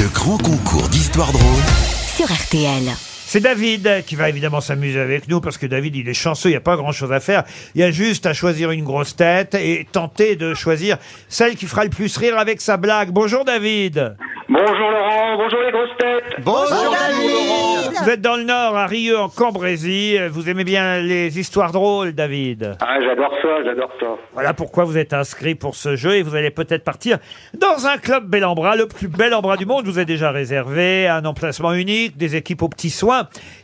S1: Le grand concours d'histoire drôle.
S11: Sur RTL.
S2: C'est David qui va évidemment s'amuser avec nous parce que David, il est chanceux, il n'y a pas grand-chose à faire. Il y a juste à choisir une grosse tête et tenter de choisir celle qui fera le plus rire avec sa blague. Bonjour David.
S12: Bonjour Laurent, bonjour les grosses têtes.
S3: Bonjour David.
S2: Vous êtes dans le Nord, à Rieux, en Cambrésie. Vous aimez bien les histoires drôles, David.
S12: Ah, j'adore ça, j'adore ça.
S2: Voilà pourquoi vous êtes inscrit pour ce jeu et vous allez peut-être partir dans un club bel Embras, le plus bel Embras du monde. Je Vous est déjà réservé un emplacement unique, des équipes aux petits soins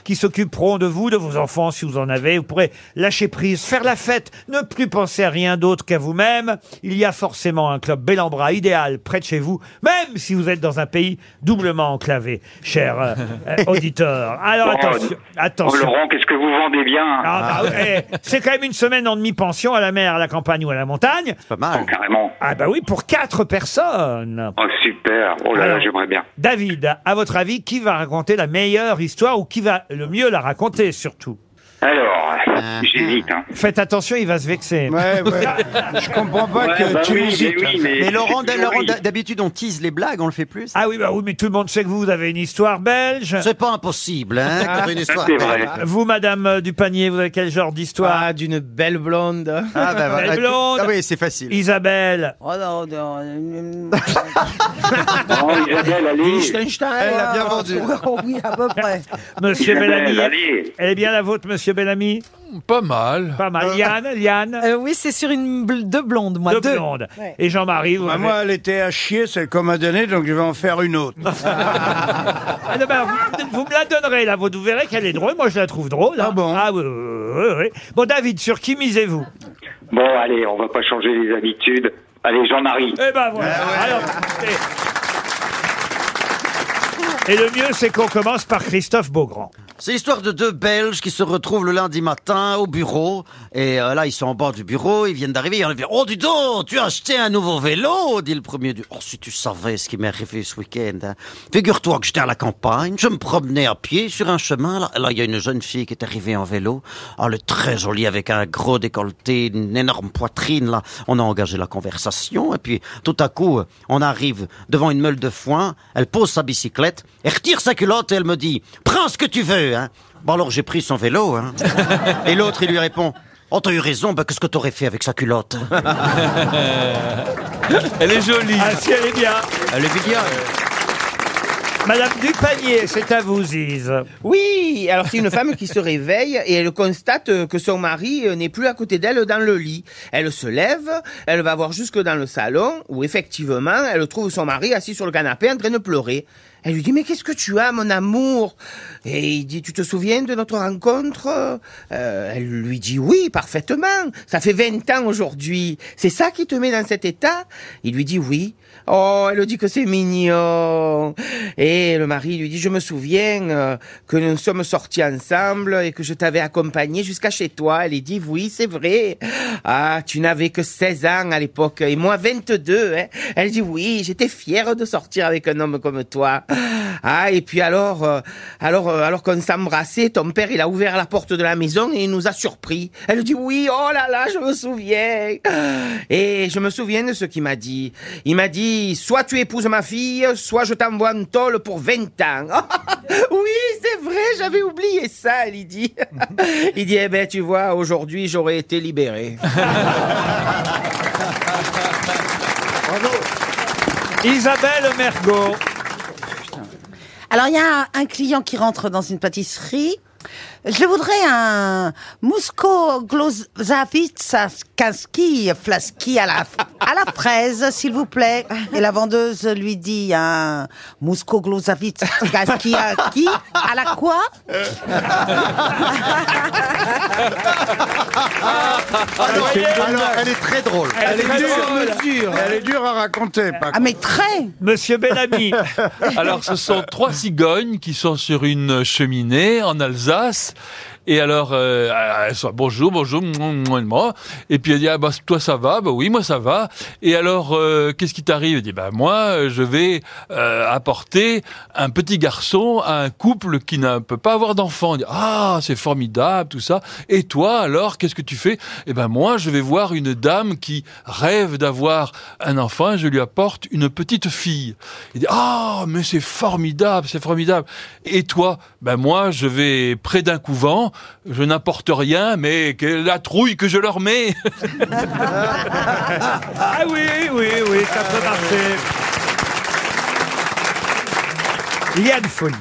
S2: qui s'occuperont de vous, de vos enfants si vous en avez. Vous pourrez lâcher prise, faire la fête, ne plus penser à rien d'autre qu'à vous-même. Il y a forcément un club bel Embras idéal près de chez vous, même si vous êtes dans un pays doublement enclavé, cher euh, euh, auditeur. Alors
S12: Oh,
S2: attention, attention.
S12: Oh, Laurent, qu'est-ce que vous vendez bien hein
S2: Ah, bah, ouais, c'est quand même une semaine en demi-pension à la mer, à la campagne ou à la montagne.
S3: Pas mal.
S12: Oh, Carrément.
S2: Ah bah oui, pour quatre personnes.
S12: Oh, super. Oh là là,
S2: Alors.
S12: j'aimerais bien.
S2: David, à votre avis, qui va raconter la meilleure histoire ou qui va le mieux la raconter surtout
S12: Alors,
S3: Ah.
S12: j'hésite. Hein.
S2: Faites attention, il va se vexer.
S8: Ouais, ouais. Je comprends pas
S12: Ouais,
S8: que
S12: bah
S8: tu
S12: oui, mais
S8: hésites.
S12: oui, mais-
S3: Mais Laurent,
S12: c'est
S3: Laurent,
S12: oui.
S3: d'ha- d'habitude, on tease les blagues, on le fait plus.
S2: Ah oui, bah oui, mais tout le monde sait que vous, vous avez une histoire belge. Ah.
S3: C'est pas impossible, hein, qu'on ait une histoire.
S12: C'est vrai.
S2: Vous, Madame euh, Dupanier, vous avez quel genre d'histoire
S6: Ah, d'une belle blonde.
S3: Ah, bah, voilà.
S2: Elle est blonde.
S3: Ah oui, c'est facile.
S2: Isabelle,
S4: Oh euh, non, non...
S12: Oh, Isabelle, allez.
S6: Liechtenstein.
S3: l'a bien vendu.
S2: Oh
S4: oui, à peu près.
S2: Monsieur
S12: Isabelle,
S2: Bellamy.
S12: allez.
S2: Elle est bien la vôtre, Monsieur Bellamy
S9: Pas mal.
S2: Pas mal. Liane, Liane,
S7: Euh, oui, c'est sur une bl- deux blondes, moi.
S2: deux,
S7: Deux.
S2: blondes.
S4: Ouais.
S2: Et Jean-Marie, vous
S8: Bah,
S2: avez-
S8: moi, elle était à chier, celle qu'on m'a donnée, donc je vais en faire une autre.
S2: Ah non, bah, vous, vous me la donnerez, là, vous vous verrez qu'elle est drôle. Moi, je la trouve drôle. hein.
S8: Ah bon
S2: oui, oui, oui, oui. Bon, David, sur qui misez-vous
S12: Bon, allez, on va pas changer les habitudes. Allez, Jean-Marie.
S2: Eh ben voilà.
S8: Ah
S2: Alors, et... et le mieux, c'est qu'on commence par Christophe Beaugrand.
S3: C'est l'histoire de deux Belges qui se retrouvent le lundi matin au bureau. Et euh, là, ils sont en bord du bureau, ils viennent d'arriver. Ils disent Oh, dis donc, tu as acheté un nouveau vélo dit le premier. Oh, si tu savais ce qui m'est arrivé ce week-end. hein. Figure-toi que j'étais à la campagne, je me promenais à pied sur un chemin. Là, là, il y a une jeune fille qui est arrivée en vélo. Ah, elle est très jolie avec un gros décolleté, une énorme poitrine. Là, on a engagé la conversation. Et puis, tout à coup, on arrive devant une meule de foin. Elle pose sa bicyclette, elle retire sa culotte et elle me dit Prends ce que tu veux, hein. Bon, alors j'ai pris son vélo, hein. Et l'autre, il lui répond Oh, t'as eu raison, ben, qu'est-ce que t'aurais fait avec sa culotte
S9: Elle est jolie.
S2: Ah, si, elle est bien.
S3: Elle est
S2: Madame Dupanier, c'est à vous, Ziz.
S6: Oui, alors c'est une femme qui se réveille et elle constate euh, que son mari euh, n'est plus à côté d'elle dans le lit. Elle se lève, elle va voir jusque dans le salon où effectivement elle trouve son mari assis sur le canapé en train de pleurer. Elle lui dit mais qu'est-ce que tu as mon amour Et il dit tu te souviens de notre rencontre Euh, Elle lui dit oui parfaitement. Ça fait 20 ans aujourd'hui. C'est ça qui te met dans cet état Il lui dit oui. Oh, elle dit que c'est mignon. Et le mari lui dit, je me souviens euh, que nous sommes sortis ensemble et que je t'avais accompagné jusqu'à chez toi. Elle lui dit, oui, c'est vrai. Ah, tu n'avais que 16 ans à l'époque et moi 22. hein. Elle dit, oui, j'étais fière de sortir avec un homme comme toi. Ah, et puis alors, euh, alors, euh, alors qu'on s'embrassait, ton père, il a ouvert la porte de la maison et il nous a surpris. Elle dit, oui, oh là là, je me souviens. Et je me souviens de ce qu'il m'a dit. Il m'a dit, soit tu épouses ma fille, soit je t'envoie un tôle pour 20 ans. oui, c'est vrai, j'avais oublié ça, elle il dit. il dit, eh ben, tu vois, aujourd'hui, j'aurais été libéré.
S2: Isabelle Mergot.
S4: Alors, il y a un, un client qui rentre dans une pâtisserie. Je voudrais un Musco Glosavitsaski Flaski à la, à la fraise, s'il vous plaît. Et la vendeuse lui dit un Musco Glosavitsaski à la quoi
S8: Alors,
S4: c'est une bonne blague.
S8: elle est très drôle. Elle, est, dure, Elle est dure à raconter. Par
S4: Ah, mais très
S2: Monsieur Bellamy.
S9: Alors, ce sont trois cigognes qui sont sur une cheminée en Alsace. Et alors, euh, elles sont bonjour, bonjour, mouah, mouah, mouah. Et puis elle dit, ah bah, toi ça va, bah oui, moi ça va. Et alors, euh, qu'est-ce qui t'arrive Elle dit, bah moi, euh, je vais euh, apporter un petit garçon à un couple qui ne peut pas avoir d'enfant. Elle dit, ah, c'est formidable, tout ça. Et toi, alors, qu'est-ce que tu fais Eh ben moi, je vais voir une dame qui rêve d'avoir un enfant et je lui apporte une petite fille. Il dit, ah, mais c'est formidable, c'est formidable. Et toi Ben moi, je vais près d'un couvent, je n'apporte rien, mais que la trouille que je leur mets
S2: Ah oui, oui, oui, ça peut marcher. Il y a de folie.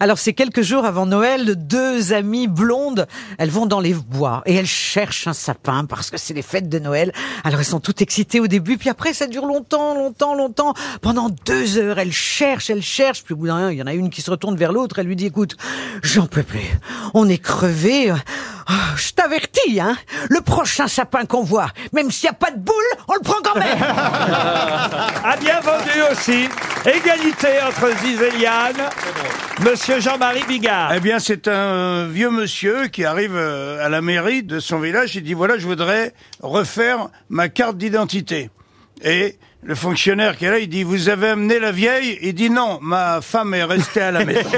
S7: Alors, c'est quelques jours avant Noël, deux amies blondes, elles vont dans les bois et elles cherchent un sapin parce que c'est les fêtes de Noël. Alors, elles sont toutes excitées au début, puis après, ça dure longtemps, longtemps, longtemps. Pendant deux heures, elles cherchent, elles cherchent, puis au bout d'un, il y en a une qui se retourne vers l'autre, elle lui dit, écoute, j'en peux plus, on est crevés. Oh, je t'avertis, hein, le prochain sapin qu'on voit, même s'il n'y a pas de boule, on le prend quand même.
S2: A bien vendu aussi. Égalité entre Ziz et Liane. Monsieur Jean-Marie Bigard.
S8: Eh bien, c'est un vieux monsieur qui arrive euh, à la mairie de son village. Il dit voilà, je voudrais refaire ma carte d'identité. Et le fonctionnaire qui est là, il dit vous avez amené la vieille Il dit non, ma femme est restée à la maison.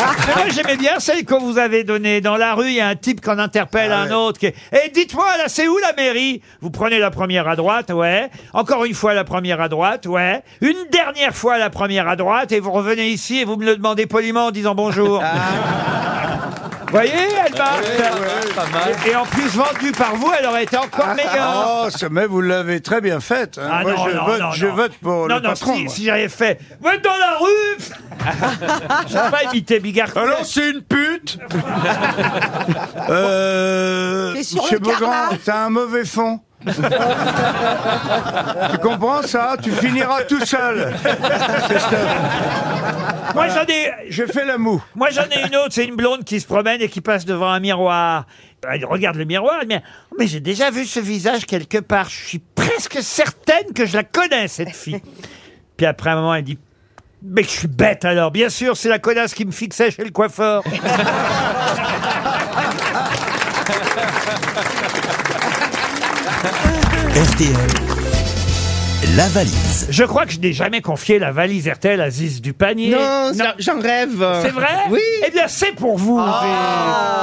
S2: Ah, Moi, j'aimais bien celle qu'on vous avait donnée. Dans la rue, il y a un type qu'on interpelle un autre. Qui... est, Eh, dites-moi, là, c'est où la mairie Vous prenez la première à droite, ouais. Encore une fois la première à droite, ouais. Une dernière fois la première à droite, et vous revenez ici et vous me le demandez poliment en disant bonjour.
S8: Ah.
S2: Vous voyez, elle marche. Et en plus, vendue par vous, elle aurait été encore meilleure.
S8: Oh, ce mec, vous l'avez très bien faite. hein.
S2: Ah
S8: Moi,
S2: non,
S8: je,
S2: non,
S8: vote,
S2: non,
S8: je
S2: non.
S8: vote pour
S2: non,
S8: le
S2: non,
S8: patron.
S2: si,
S8: moi.
S2: si j'avais fait « Va dans la rue !» J'aurais pas imité Bigard. Alors
S8: c'est une pute Euh,
S2: C'est sur
S8: Monsieur
S2: le carnat.
S8: Beaugrand, t'as un mauvais fond. tu comprends ça Tu finiras tout seul.
S2: Moi j'en ai...
S8: Je fais la moue.
S2: Moi j'en ai une autre, c'est une blonde qui se promène et qui passe devant un miroir. Elle regarde le miroir, elle dit « Mais j'ai déjà vu ce visage quelque part, je suis presque certaine que je la connais cette fille. » Puis après un moment, elle dit « Mais je suis bête alors, bien sûr, c'est la connasse qui me fixait chez le coiffeur. »
S1: RTL, La valise.
S2: Je crois que je n'ai jamais confié la valise RTL à Ziz du panier.
S6: Non, ça- j'en rêve.
S2: C'est vrai
S6: Oui. Ah.
S2: Eh bien, c'est pour vous.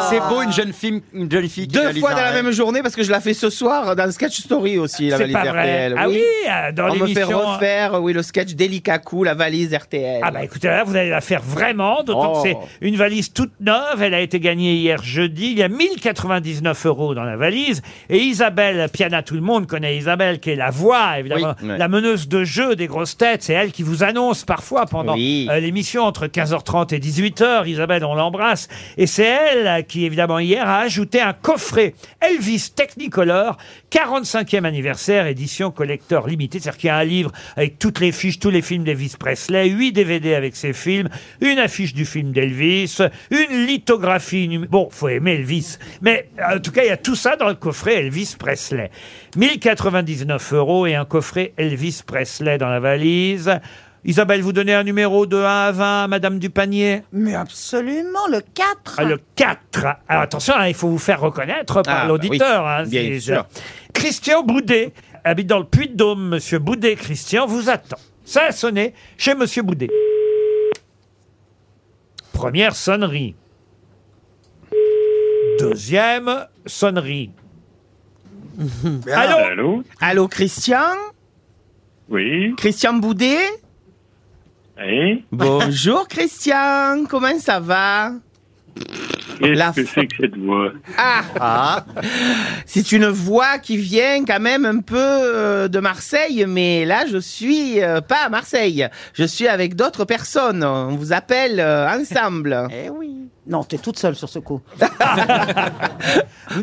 S6: C'est
S3: beau, une jeune fille, une jeune fille
S6: Deux fois dans la même journée parce que je la fais ce soir dans le sketch story aussi la
S2: C'est
S6: valise
S2: pas vrai.
S6: RTL.
S2: Ah oui, euh, dans
S6: On me fait
S2: l'émission, hein.
S6: refaire oui le sketch délicat coup la valise RTL.
S2: Ah bah écoutez, là, vous allez la faire vraiment, d'autant
S6: Oh.
S2: que c'est une valise toute neuve. Elle a été gagnée hier jeudi. Il y a 1099 euros dans la valise. Et Isabelle Piana, tout le monde connaît Isabelle, qui est la voix, évidemment,
S6: Oui. Ouais.
S2: la meneuse de jeu des grosses têtes. C'est elle qui vous annonce parfois pendant euh, l'émission entre 15h30 et 18h. Isabelle, on l'embrasse. Et c'est elle euh, qui, évidemment, hier a ajouté un coffret Elvis Technicolor, 45e anniversaire, édition collector limitée. C'est-à-dire qu'il y a un livre avec toutes les fiches, tous les films d'Elvis Presley, 8 DVD avec ses films, une affiche du film d'Elvis, une lithographie. num- Bon, faut aimer Elvis. Mais en tout cas, il y a tout ça dans le coffret Elvis Presley. 1099 euros et un coffret Elvis Presley dans la valise. Isabelle, vous donnez un numéro de 1 à 20 à Madame Dupanier
S4: Mais absolument, le 4.
S2: ah, le 4. Alors attention, hein, il faut vous faire reconnaître par
S6: Ah,
S2: l'auditeur.
S6: oui,
S2: hein,
S6: bien
S2: c'est-
S6: sûr.
S2: Christian Boudet habite dans le Puy-de-Dôme. Monsieur Boudet, Christian, vous attend. Ça a sonné chez Monsieur Boudet. Première sonnerie. Deuxième sonnerie. Allô
S6: Ah, Allô Allô Christian Oui. Christian Boudet Bonjour Christian, comment ça va
S12: Qu'est-ce que c'est que cette voix
S6: Ah, C'est une voix qui vient quand même un peu euh, de Marseille, mais là je suis euh, pas à Marseille. Je suis avec d'autres personnes. On vous appelle euh, ensemble. eh oui.
S4: Non, t'es toute seule sur ce coup.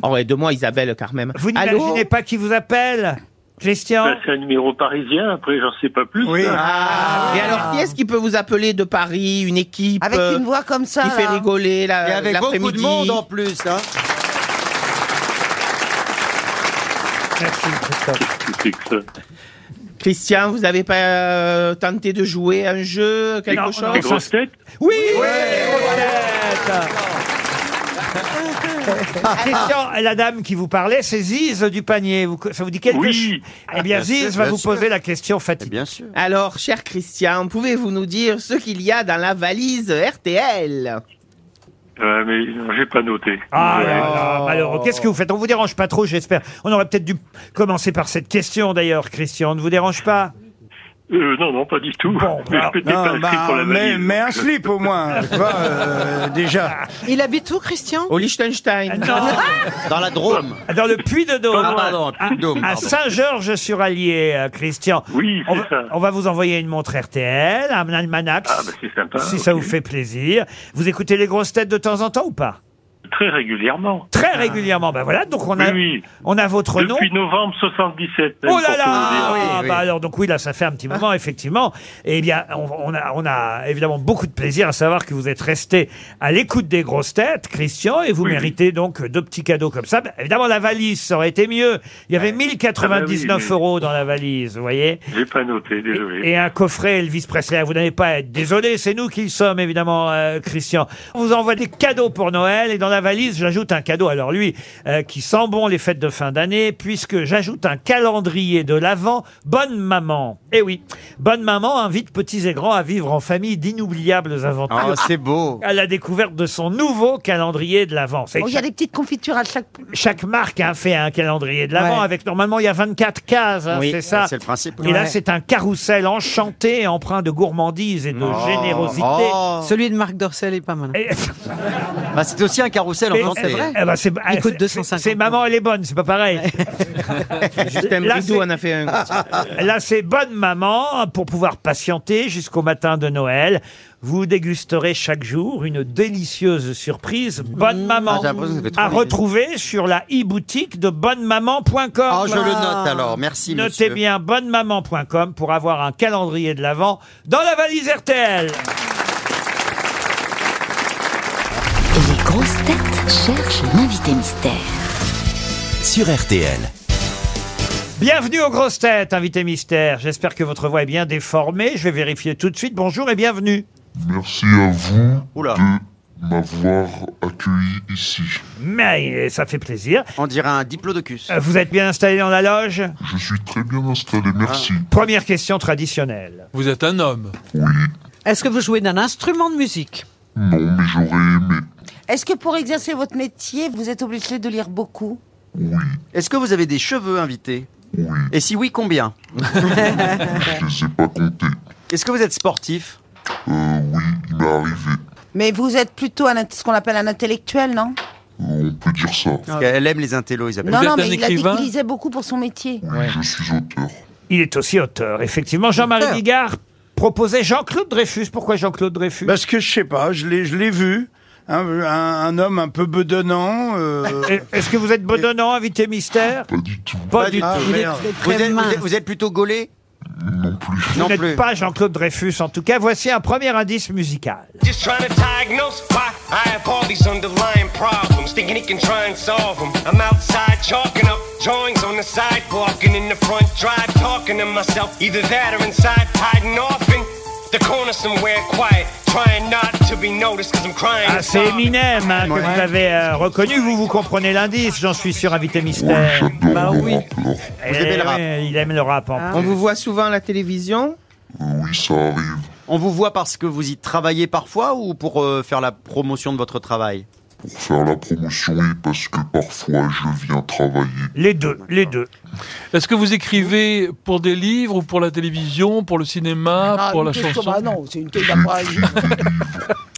S6: Oh, et de moi Isabelle quand même.
S2: Vous n'imaginez pas qui vous appelle Christian
S12: Bah, C'est un numéro parisien, après j'en sais pas plus. Oui.
S6: Ah. Et alors, qui est-ce qui peut vous appeler de Paris Une équipe
S12: Avec
S6: euh,
S12: une voix comme ça,
S6: Qui
S12: là.
S6: fait rigoler la-
S3: Et avec beaucoup
S6: l'après-midi.
S3: de monde en plus. Hein.
S2: Merci,
S6: Christian, vous n'avez pas euh, tenté de jouer à un jeu, quelque
S2: Non,
S6: chose
S2: non, Les grosses ça-
S12: têtes
S2: Oui, les grosses têtes. Christian, la dame qui vous parlait, c'est Ziz du panier. Vous- ça vous dit quelque chose
S6: Ah,
S2: Eh bien, Ziz va vous poser la question fatidique.
S3: Bien sûr.
S6: Alors, cher Christian, pouvez-vous nous dire ce qu'il y a dans la valise RTL
S12: Ouais, mais non, j'ai pas noté.
S2: Ah là là, malheureux. Qu'est-ce que vous faites On vous dérange pas trop, j'espère. On aurait peut-être dû commencer par cette question d'ailleurs, Christian. On ne vous dérange pas
S12: Euh, non, non, pas du tout. mais
S2: alors-
S12: je m'étais pas
S2: Non,
S12: inscrit
S2: bah,
S12: pour la
S2: mais-
S12: valise.
S8: Mais un slip au moins, tu vois, euh, déjà.
S7: Il habite où, Christian
S6: Au Liechtenstein.
S3: Dans la Drôme.
S2: Dans le Puy-de-Dôme.
S3: Ah, pardon, le Puy-de-Dôme,
S2: À, à
S3: pardon.
S2: Saint-Georges-sur-Allier, euh, Christian.
S12: Oui,
S2: on, va- on va vous envoyer une montre RTL, un almanach.
S12: Ah, bah, c'est sympa,
S2: Si ça
S12: ok.
S2: vous fait plaisir. Vous écoutez les grosses têtes de temps en temps ou pas
S12: Très régulièrement. Ah.
S2: Très régulièrement. Ben voilà, donc on a,
S12: Oui, oui.
S2: on a votre nom.
S12: Depuis novembre 77.
S2: Oh
S12: pour
S2: là là
S12: tout vous dire.
S2: Ah, bah alors donc oui là ça fait un petit moment effectivement. Eh bien on, on a on a évidemment beaucoup de plaisir à savoir que vous êtes resté à l'écoute des grosses têtes, Christian, et vous méritez donc deux petits cadeaux comme ça. Bah, évidemment la valise ça aurait été mieux. Il y avait 1099
S12: Ah bah oui, mais-
S2: euros dans la valise, vous voyez.
S12: J'ai pas noté, désolé.
S2: Et un coffret Elvis Presley. Vous n'allez pas à être désolé, c'est nous qui le sommes, évidemment, euh, Christian. On vous envoie des cadeaux pour Noël et dans la valise, j'ajoute un cadeau. Alors lui, euh, qui sent bon les fêtes de fin d'année, puisque j'ajoute un calendrier de l'Avent. Bonne maman. Eh oui, bonne maman invite petits et grands à vivre en famille d'inoubliables aventures.
S3: Ah, c'est beau.
S2: À la découverte de son nouveau calendrier de l'Avent. C'est
S4: Oh, Il y a des petites confitures à chaque.
S2: chaque marque a fait un calendrier de l'avant
S4: Ouais.
S2: avec normalement il y a 24 cases, hein,
S3: Oui,
S2: c'est ça.
S3: c'est le principe.
S2: Et là
S3: Ouais.
S2: c'est un carrousel enchanté, empreint de gourmandise et de
S3: Oh.
S2: générosité.
S3: Oh.
S7: Celui de Marc Dorcel est pas mal.
S3: Bah, c'est aussi un carrousel
S2: Mais-
S3: enchanté.
S2: Eh ben, c'est-
S7: Il coûte
S2: c'est-
S7: 250.
S2: C'est maman, elle est bonne, c'est pas pareil.
S6: Justin
S2: Là,
S6: Bridoux
S2: c'est-
S6: en a fait un.
S2: Là, c'est bonne maman pour pouvoir patienter jusqu'au matin de Noël. Vous dégusterez chaque jour une délicieuse surprise. Bonne
S3: Ah,
S2: maman.
S3: j'ai l'impression que ça fait trop
S2: à
S3: plaisir.
S2: retrouver sur la e-boutique de bonnemaman.com.
S3: Ah, je le note alors. Merci,
S2: Bah, Notez
S3: monsieur.
S2: bien bonnemaman.com pour avoir un calendrier de l'Avent dans la valise RTL.
S11: Les grosses têtes cherchent l'invité mystère.
S1: Sur RTL.
S2: Bienvenue aux grosses têtes, invité mystère. J'espère que votre voix est bien déformée. Je vais vérifier tout de suite. Bonjour et bienvenue.
S14: Merci à vous
S3: Oula.
S14: de m'avoir accueilli ici.
S2: Mais euh, ça fait plaisir.
S3: On dirait un diplodocus.
S2: Euh, Vous êtes bien installé dans la loge Ah.
S14: Je suis très bien installé, merci.
S2: Première question traditionnelle.
S9: Vous êtes un homme.
S7: Est-ce que vous jouez d'un instrument de musique
S14: Non, mais j'aurais aimé.
S4: Est-ce que pour exercer votre métier, vous êtes obligé de lire beaucoup
S3: Est-ce que vous avez des cheveux invités Et si oui, combien
S14: Je ne sais pas compter.
S3: Est-ce que vous êtes sportif
S14: Euh, oui, il m'est arrivé.
S4: Mais vous êtes plutôt un, ce qu'on appelle un intellectuel, non
S14: Euh, on peut dire ça.
S3: Elle aime les intellos, Isabelle.
S4: Non, non, mais il a dit qu'il lisait beaucoup pour son métier.
S2: Il est aussi auteur, effectivement. Jean-Marie Bigard proposait Jean-Claude Dreyfus. Pourquoi Jean-Claude Dreyfus
S8: Parce que je sais pas, je l'ai, je l'ai vu. Un, un- un homme un peu bedonnant. euh.
S2: Est-ce que vous êtes bedonnant, invité mystère
S8: Pas du tout.
S2: Pas du tout. Il est très, très
S3: ah hein. Vous êtes,
S2: mince.
S3: vous êtes- vous êtes plutôt gaulé
S2: Vous n'êtes pas Jean-Claude Dreyfus, en tout cas. Voici un premier indice musical.
S22: Just trying to diagnose why I have all these underlying problems, thinking he can try and solve them. I'm outside chalking up drawings on the sidewalk and in the front drive, talking to myself. Either that or inside, hiding off in the corner somewhere quiet, trying not to be noticed because I'm crying.
S2: Ah, c'est Eminem hein, que vous avez euh, reconnu. Vous vous comprenez l'indice, j'en suis sûr, invité mystère. bah oui.
S6: Vous aimez le rap.
S2: Il aime le rap. en plus.
S6: On vous voit souvent à la télévision
S14: Oui, ça arrive.
S3: On vous voit parce que vous y travaillez parfois ou pour euh, faire la promotion de votre travail
S14: Pour faire la promotion et parce que parfois je viens travailler.
S2: Les deux, les deux.
S9: Est-ce que vous écrivez pour des livres ou pour la télévision, pour le cinéma,
S4: Ah,
S17: Ah,
S9: pour la chanson
S4: non, c'est une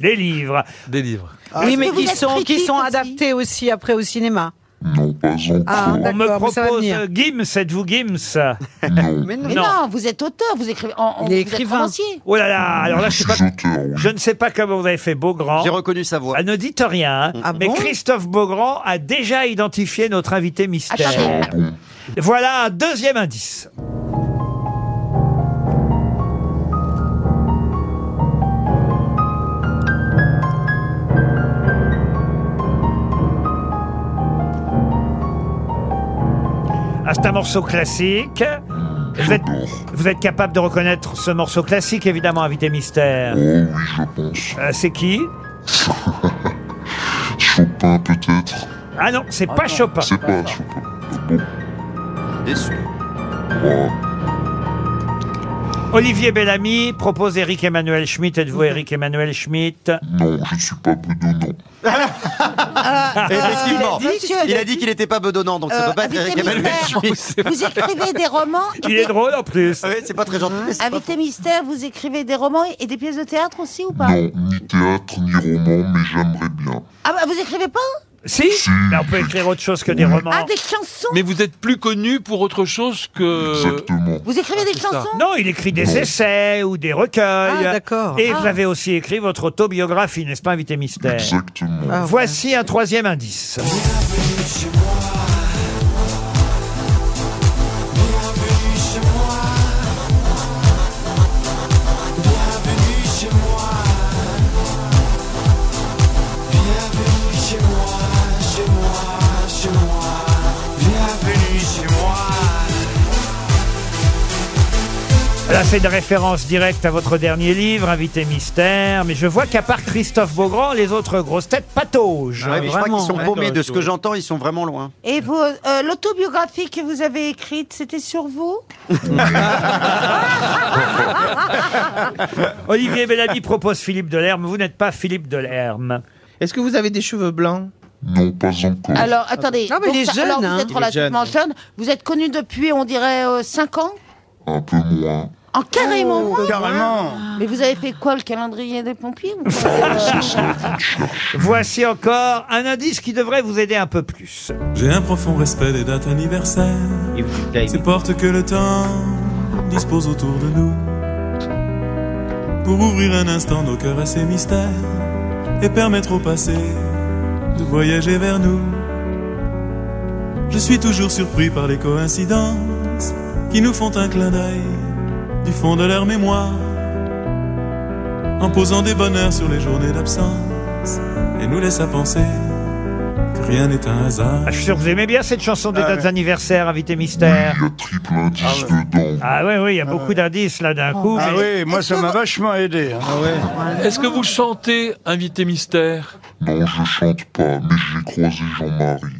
S2: Des livres.
S9: Des livres.
S7: Ah, Oui, mais qui sont, qui sont adaptés aussi après au cinéma.
S14: Non, pas encore.
S7: Ah,
S2: On me
S7: d'accord, mais ça va
S2: propose
S7: venir.
S2: euh, Gims, êtes-vous Gims
S4: Mais non. vous êtes auteur, vous écrivez. En, en- vous êtes romancier.
S2: Oh là là, alors là, je, sais pas, je ne sais pas comment vous avez fait Beaugrand. J'ai
S3: reconnu sa voix.
S2: ne dites rien, hein,
S4: Ah
S2: mais Christophe Beaugrand a déjà identifié notre invité
S4: Ah,
S2: mystère.
S14: Attendez.
S2: Voilà un deuxième indice. Ah, c'est un morceau classique. Vous êtes, vous êtes capable de reconnaître ce morceau classique, évidemment, invité
S14: Oh,
S2: mystère. Euh, c'est qui
S14: Chopin peut-être
S2: Ah non, c'est pas Ah, Chopin.
S14: C'est pas Chopin.
S3: Déçu.
S2: Olivier Bellamy propose Eric Emmanuel Schmitt. Êtes-vous Eric Emmanuel Schmitt
S14: Non, je ne suis pas bedonnant.
S3: Effectivement.
S4: Euh, il a dit- monsieur, il
S3: Il a
S4: a
S3: dit qu'il n'était pas bedonnant, donc ça
S4: Euh,
S3: peut pas être
S4: invité
S3: Eric Emmanuel
S4: mystère,
S3: Schmitt.
S4: Vous écrivez des Mmh. romans.
S2: Il est drôle en plus.
S3: Oui, c'est pas très gentil. mais c'est pas
S4: Invité mystère, vous écrivez des romans et des pièces de théâtre aussi ou pas
S14: Non, ni théâtre, ni roman, mais j'aimerais bien.
S4: Ah bah vous écrivez pas
S2: Si Là, on peut écrire autre chose que des romans.
S4: Ah des chansons
S9: Mais vous êtes plus connu pour autre chose que. Exactement.
S4: Vous écrivez des
S9: C'est ça.
S4: chansons
S2: Non, il écrit des essais ou des recueils.
S4: Ah, d'accord.
S2: Et
S4: Ah.
S2: vous avez aussi écrit votre autobiographie, n'est-ce pas, invité mystère
S14: Exactement.
S4: Ah, ouais.
S2: Voici un troisième indice.
S18: Bienvenue chez moi. Bienvenue chez moi. Bienvenue chez moi, chez moi, chez moi. Bienvenue chez moi.
S2: Là, c'est une référence directe à votre dernier livre, Invité Mystère. Mais je vois qu'à part Christophe Beaugrand, les autres grosses têtes pataugent.
S3: Ouais, mais je crois qu'ils sont paumés. De ce que
S2: j'entends.
S3: j'entends, ils sont vraiment loin.
S4: Et vous, euh, l'autobiographie que vous avez écrite, c'était sur vous
S2: Olivier Bellamy propose Philippe Delerme. Vous n'êtes pas Philippe Delerme.
S6: Est-ce que vous avez des cheveux blancs
S14: Non, pas encore.
S4: Alors attendez,
S6: Non, mais
S4: donc
S6: il est
S4: ça-
S6: jeune,
S4: alors,
S6: hein.
S4: vous êtes
S6: Il est
S4: relativement jeune. Vous êtes connu depuis, on dirait, 5 ans
S14: Un peu moins.
S4: En carrément moins.
S8: Carrément.
S4: Mais vous avez fait quoi, le calendrier des pompiers ou
S2: Voici encore un indice qui devrait vous aider un peu plus.
S23: J'ai un profond respect des dates anniversaires, ces portes que le temps dispose autour de nous, pour ouvrir un instant nos cœurs à ces mystères et permettre au passé de voyager vers nous. Je suis toujours surpris par les coïncidences qui nous font un clin d'œil du fond de leur mémoire, en posant des bonheurs sur les journées d'absence et nous laissent à penser que rien n'est un hasard.
S2: Ah, je suis sûr que vous aimez bien cette chanson des
S8: Ah
S2: dates anniversaires, invité mystère.
S14: Triple indice dedans.
S2: Ah oui, oui, il y a beaucoup
S8: ouais.
S2: d'indices là d'un coup.
S8: Ah
S2: mais-
S8: oui, moi ça m'a vachement aidé. hein.
S9: Est-ce que vous chantez Invité Mystère
S14: Non, je chante pas, mais j'ai croisé Jean-Marie.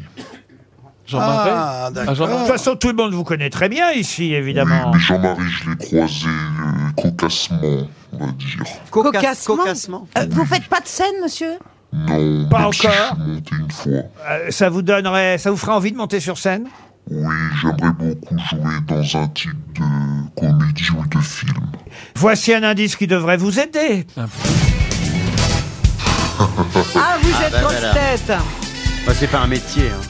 S9: Jean
S14: Marais
S2: Ah, De toute façon, tout le monde vous connaît très bien ici, évidemment.
S14: Mais Jean-Marie, je l'ai croisé euh, cocassement, on va dire.
S4: Cocassement. Euh, vous faites pas de scène, monsieur
S14: Non,
S2: Pas
S14: même si je suis
S2: encore.
S14: monté une fois.
S2: Euh, ça vous donnerait, ça vous ferait envie de monter sur scène
S14: Oui, j'aimerais beaucoup jouer dans un type de comédie ou de film.
S2: Voici un indice qui devrait vous aider.
S7: Ah, vous
S3: Ah,
S7: êtes
S3: bah,
S7: grosse
S3: voilà.
S7: tête
S3: Bah, c'est pas un métier. hein.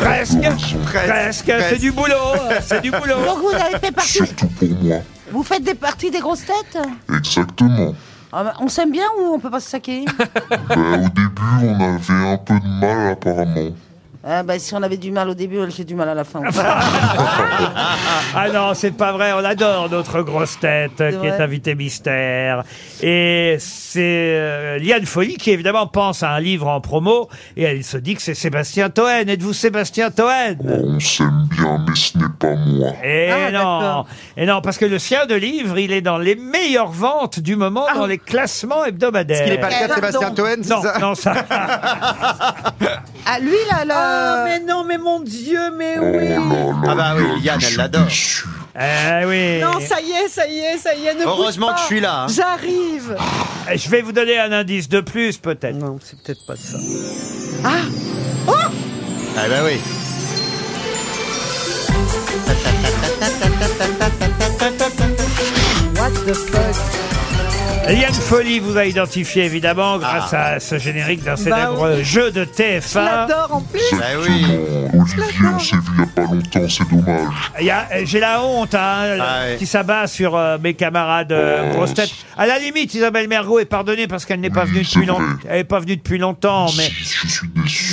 S2: Presque, presque, c'est du boulot, c'est du boulot.
S4: Donc vous avez fait partie.
S14: Surtout pour moi.
S4: Vous faites des parties des grosses têtes
S14: Exactement.
S4: Ah bah, On s'aime bien ou on peut pas se saquer
S14: Bah, au début, on avait un peu de mal apparemment.
S4: Ah bah, si on avait du mal au début, j'ai du mal à la fin.
S14: Oh,
S2: Ah non, c'est pas vrai, on adore notre grosse tête qui
S4: vrai.
S2: est invitée mystère. Et c'est euh, Liane Folly qui évidemment pense à un livre en promo et elle se dit que c'est Sébastien Toen. Êtes-vous Sébastien Toen
S14: On s'aime bien, mais ce n'est pas moi.
S2: et non, et non, parce que le sien de livre, il est dans les meilleures ventes du moment dans les classements hebdomadaires.
S10: Ce qui n'est pas le cas de Sébastien Toen, c'est
S2: Non,
S10: ça
S2: non, ça.
S7: Ah, lui, là, là Ah, mais non, mais mon Dieu, mais oui
S3: Ah bah oui, Yann, elle l'adore.
S2: Eh oui.
S7: Non, ça y est, ça y est, ça y est, ne bouge
S3: Heureusement que
S7: pas.
S3: je suis là, hein.
S7: J'arrive
S2: Eh, Je vais vous donner un indice de plus, peut-être. Non, c'est peut-être pas ça.
S7: Ah Oh
S3: Ah bah oui.
S7: What the fuck
S2: Liane Folly vous a identifié,
S3: Ah.
S2: évidemment, grâce à ce générique d'un célèbre
S7: oui.
S2: jeu de TF1.
S7: J'adore en plus
S3: Bah
S2: Ben
S14: Exactement. Olivier, on s'est vu il n'y a pas longtemps, c'est dommage.
S2: Il y a- euh, J'ai la honte hein,
S14: Ah ouais.
S2: qui s'abat sur euh, mes camarades euh, grosses têtes. À la limite, Isabelle Mergot est pardonnée parce qu'elle n'est pas venue depuis longtemps. Elle est pas venue depuis longtemps, mais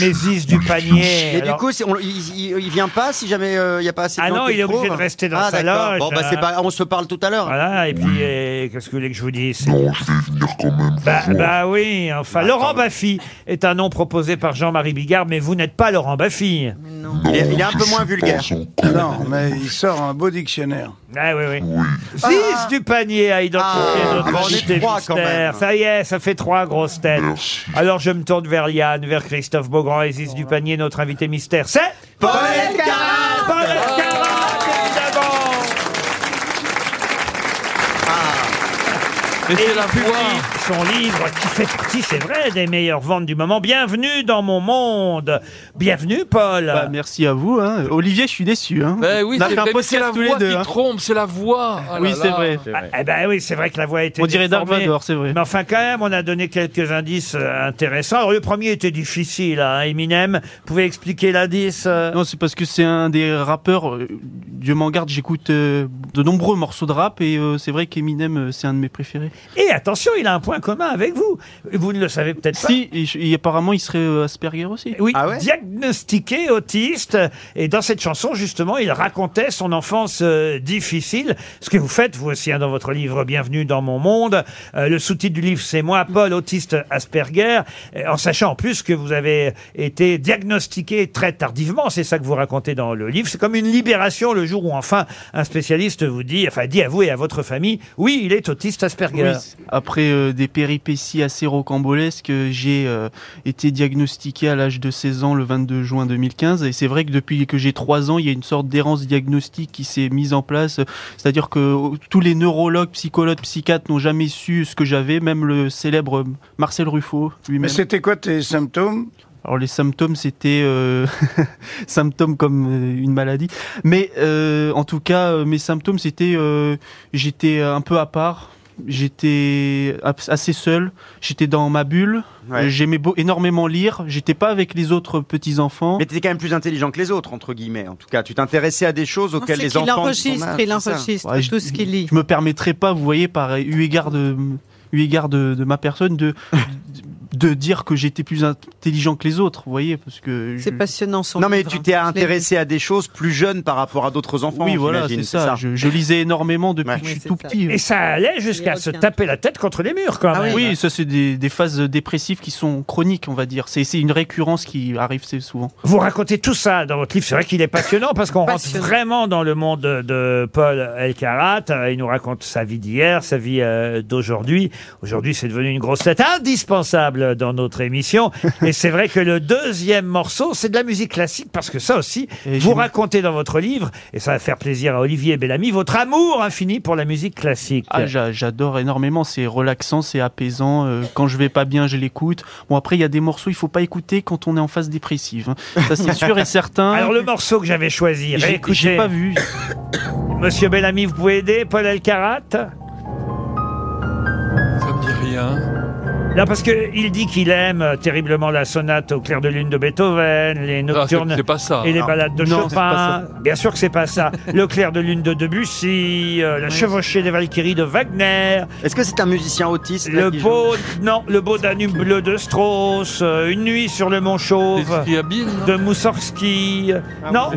S2: mais Ziz du panier.
S3: Mais
S2: alors-
S3: du coup, c'est- on- il, il- il vient pas si jamais euh, il n'y a pas assez de
S2: Ah
S3: gens
S2: non,
S3: qui
S2: il est
S3: le
S2: obligé
S3: trouvent
S2: de rester dans
S3: Ah,
S2: sa
S3: d'accord.
S2: loge,
S3: Bon, bah,
S2: euh.
S3: c'est pas- on se parle tout à l'heure.
S2: Voilà, et puis, euh, qu'est-ce que vous voulez que je vous dise Non,
S14: je vais venir quand même.
S2: Bah, bah oui, enfin, Laurent Baffy est un nom proposé par Jean-Marie Bigard, mais vous n'êtes pas Laurent Baffy.
S14: Il est- il est un Non, peu je moins suis vulgaire.
S8: Non, mais il sort un beau dictionnaire.
S2: Ah oui, oui. Ziz du panier a identifié
S8: Ah,
S2: notre
S8: bah, on est
S2: invité
S8: trois, quand
S2: mystère.
S8: même.
S2: Ça y est, ça fait trois grosses têtes. Alors je me tourne vers Liane, vers Christophe Beaugrand et Ziz du panier, notre invité mystère. C'est Paul Elkarat Paul Elkarat, évidemment Et la Son livre qui fait partie, c'est vrai, des meilleures ventes du moment. Bienvenue dans mon monde. Bienvenue, Paul.
S10: Bah, merci à vous. hein. Olivier, je suis déçu. Hein.
S9: Ben oui,
S10: On a
S9: c'est
S10: fait un
S9: mais c'est
S10: podcast
S9: la
S10: tous les
S9: voix
S10: deux,
S9: qui
S10: hein.
S9: trompe, c'est la voix. Ah
S10: Oui,
S9: là
S10: c'est
S9: là.
S10: vrai.
S2: Ah, eh ben oui, c'est vrai que la voix était.
S10: On dirait Dark
S2: déformée.
S10: Vador, c'est vrai.
S2: Mais enfin, quand même, on a donné quelques indices euh, intéressants. Alors, le premier était difficile, hein. Eminem. Vous pouvez expliquer l'indice euh,
S10: Non, c'est parce que c'est un des rappeurs. euh, Dieu m'en garde, j'écoute euh, de nombreux morceaux de rap et euh, c'est vrai qu'Eminem, euh, c'est un de mes préférés.
S2: Et attention, il a un point commun avec vous. Vous ne le savez peut-être pas.
S10: Si, et, je- et apparemment, il serait euh, Asperger aussi.
S2: Oui, diagnostiqué autiste. Et dans cette chanson, justement, il racontait son enfance euh, difficile. Ce que vous faites, vous aussi, hein, dans votre livre Bienvenue dans mon monde. Euh, le sous-titre du livre, c'est Moi, Paul, autiste Asperger. Euh, En sachant en plus que vous avez été diagnostiqué très tardivement. C'est ça que vous racontez dans le livre. C'est comme une libération le jour où enfin un spécialiste vous dit, enfin, dit à vous et à votre famille, oui, il est autiste Asperger.
S10: Oui. Après euh, des péripéties assez rocambolesques, euh, j'ai euh, été diagnostiqué à l'âge de 16 ans le 22 juin 2015. Et c'est vrai que depuis que j'ai 3 ans, il y a une sorte d'errance diagnostique qui s'est mise en place. C'est-à-dire que euh, tous les neurologues, psychologues, psychiatres n'ont jamais su ce que j'avais, même le célèbre Marcel Ruffo lui-même.
S8: Mais c'était quoi tes symptômes
S10: Alors les symptômes c'était euh, symptômes comme euh, une maladie, mais euh, en tout cas euh, mes symptômes c'était euh, j'étais un peu à part, j'étais abs- assez seul, j'étais dans ma bulle,
S3: Ouais.
S10: euh, j'aimais beau- énormément lire, j'étais pas avec les autres petits enfants.
S3: Mais t'étais quand même plus intelligent que les autres, entre guillemets, en tout cas. Tu t'intéressais à des choses auxquelles les enfants. de son âge, c'est ça.
S10: tout ce qu'il lit. Je me permettrais pas, vous voyez, par eu égard de eu égard de, de ma personne de de dire que j'étais plus intelligent que les autres, vous voyez, parce que
S7: C'est
S10: je-
S7: passionnant son
S24: Non, mais
S7: livre,
S24: tu
S7: hein.
S24: t'es
S7: Je l'ai lu.
S24: intéressé à des choses plus jeunes par rapport à d'autres enfants.
S10: Oui, voilà, c'est
S24: j'imagine,
S10: ça. Je, je lisais énormément depuis que je suis tout petit.
S2: Et ça allait jusqu'à se taper la tête contre les murs, quand même.
S10: oui, ça, c'est des, des phases dépressives qui sont chroniques, on va dire. C'est c'est une récurrence qui arrive c'est souvent.
S2: Vous racontez tout ça dans votre livre. C'est vrai qu'il est passionnant parce qu'on rentre vraiment dans le monde de- de Paul Elkarat. Euh, Il nous raconte sa vie d'hier, sa vie euh, d'aujourd'hui. Aujourd'hui, c'est devenu une grosse tête indispensable dans notre émission. Et c'est vrai que le deuxième morceau, c'est de la musique classique parce que ça aussi, vous racontez dans votre livre, et ça va faire plaisir à Olivier Bellamy, votre amour infini pour la musique classique.
S10: Ah, j'a- j'adore énormément, c'est relaxant, c'est apaisant. euh, quand je vais pas bien, je l'écoute. Bon, après, il y a des morceaux, il faut pas écouter quand on est en phase dépressive. hein. Ça, c'est sûr et certain.
S2: Alors le morceau que j'avais choisi,
S10: J'ai- j'ai
S2: réécoutez.
S10: pas vu.
S2: Monsieur Bellamy, vous pouvez aider Paul Elkarat Ça
S9: me dit rien.
S2: Non, parce que il dit qu'il aime euh, terriblement la sonate au clair de lune de Beethoven, les nocturnes
S9: c'est- c'est pas ça.
S2: et les
S9: Non.
S2: ballades de
S9: Non, c'est pas
S2: Chopin. Bien sûr que c'est pas ça. le clair de lune de Debussy, euh, la chevauchée des Valkyries de Wagner. Est-ce que c'est un musicien autiste Le
S24: qui
S2: beau, non, le beau Danube bleu de Strauss, euh, une nuit sur le mont Chauve de Moussorski. non,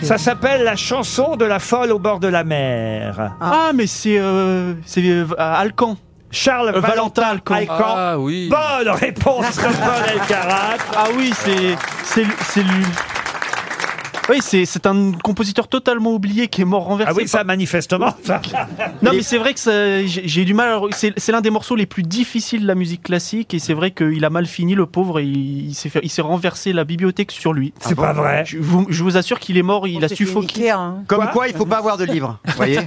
S2: ça s'appelle la chanson de la folle au bord de la mer.
S10: Ah, mais c'est euh, c'est, euh, Alcan.
S2: Charles
S10: Euh,
S2: Valentin
S10: Valentin Alcan.
S2: Alcan. Ah, oui. Bonne réponse de Paul Elkarat.
S10: Ah oui, c'est c'est lui- c'est lui. Oui, c'est c'est un compositeur totalement oublié qui est mort renversé.
S2: Ah oui, ça manifestement.
S10: non, mais c'est vrai que ça- j'ai j'ai eu du mal. à- C'est c'est l'un des morceaux les plus difficiles de la musique classique, et c'est vrai qu'il a mal fini, le pauvre, et il, il s'est fait- il s'est renversé la bibliothèque sur lui.
S2: C'est Ah bon pas vrai.
S10: Je vous, je vous assure qu'il est mort, il a
S4: s'est fait
S10: suffoqué.
S4: niquer, hein. Comme Quoi quoi, il faut pas avoir de livres, vous voyez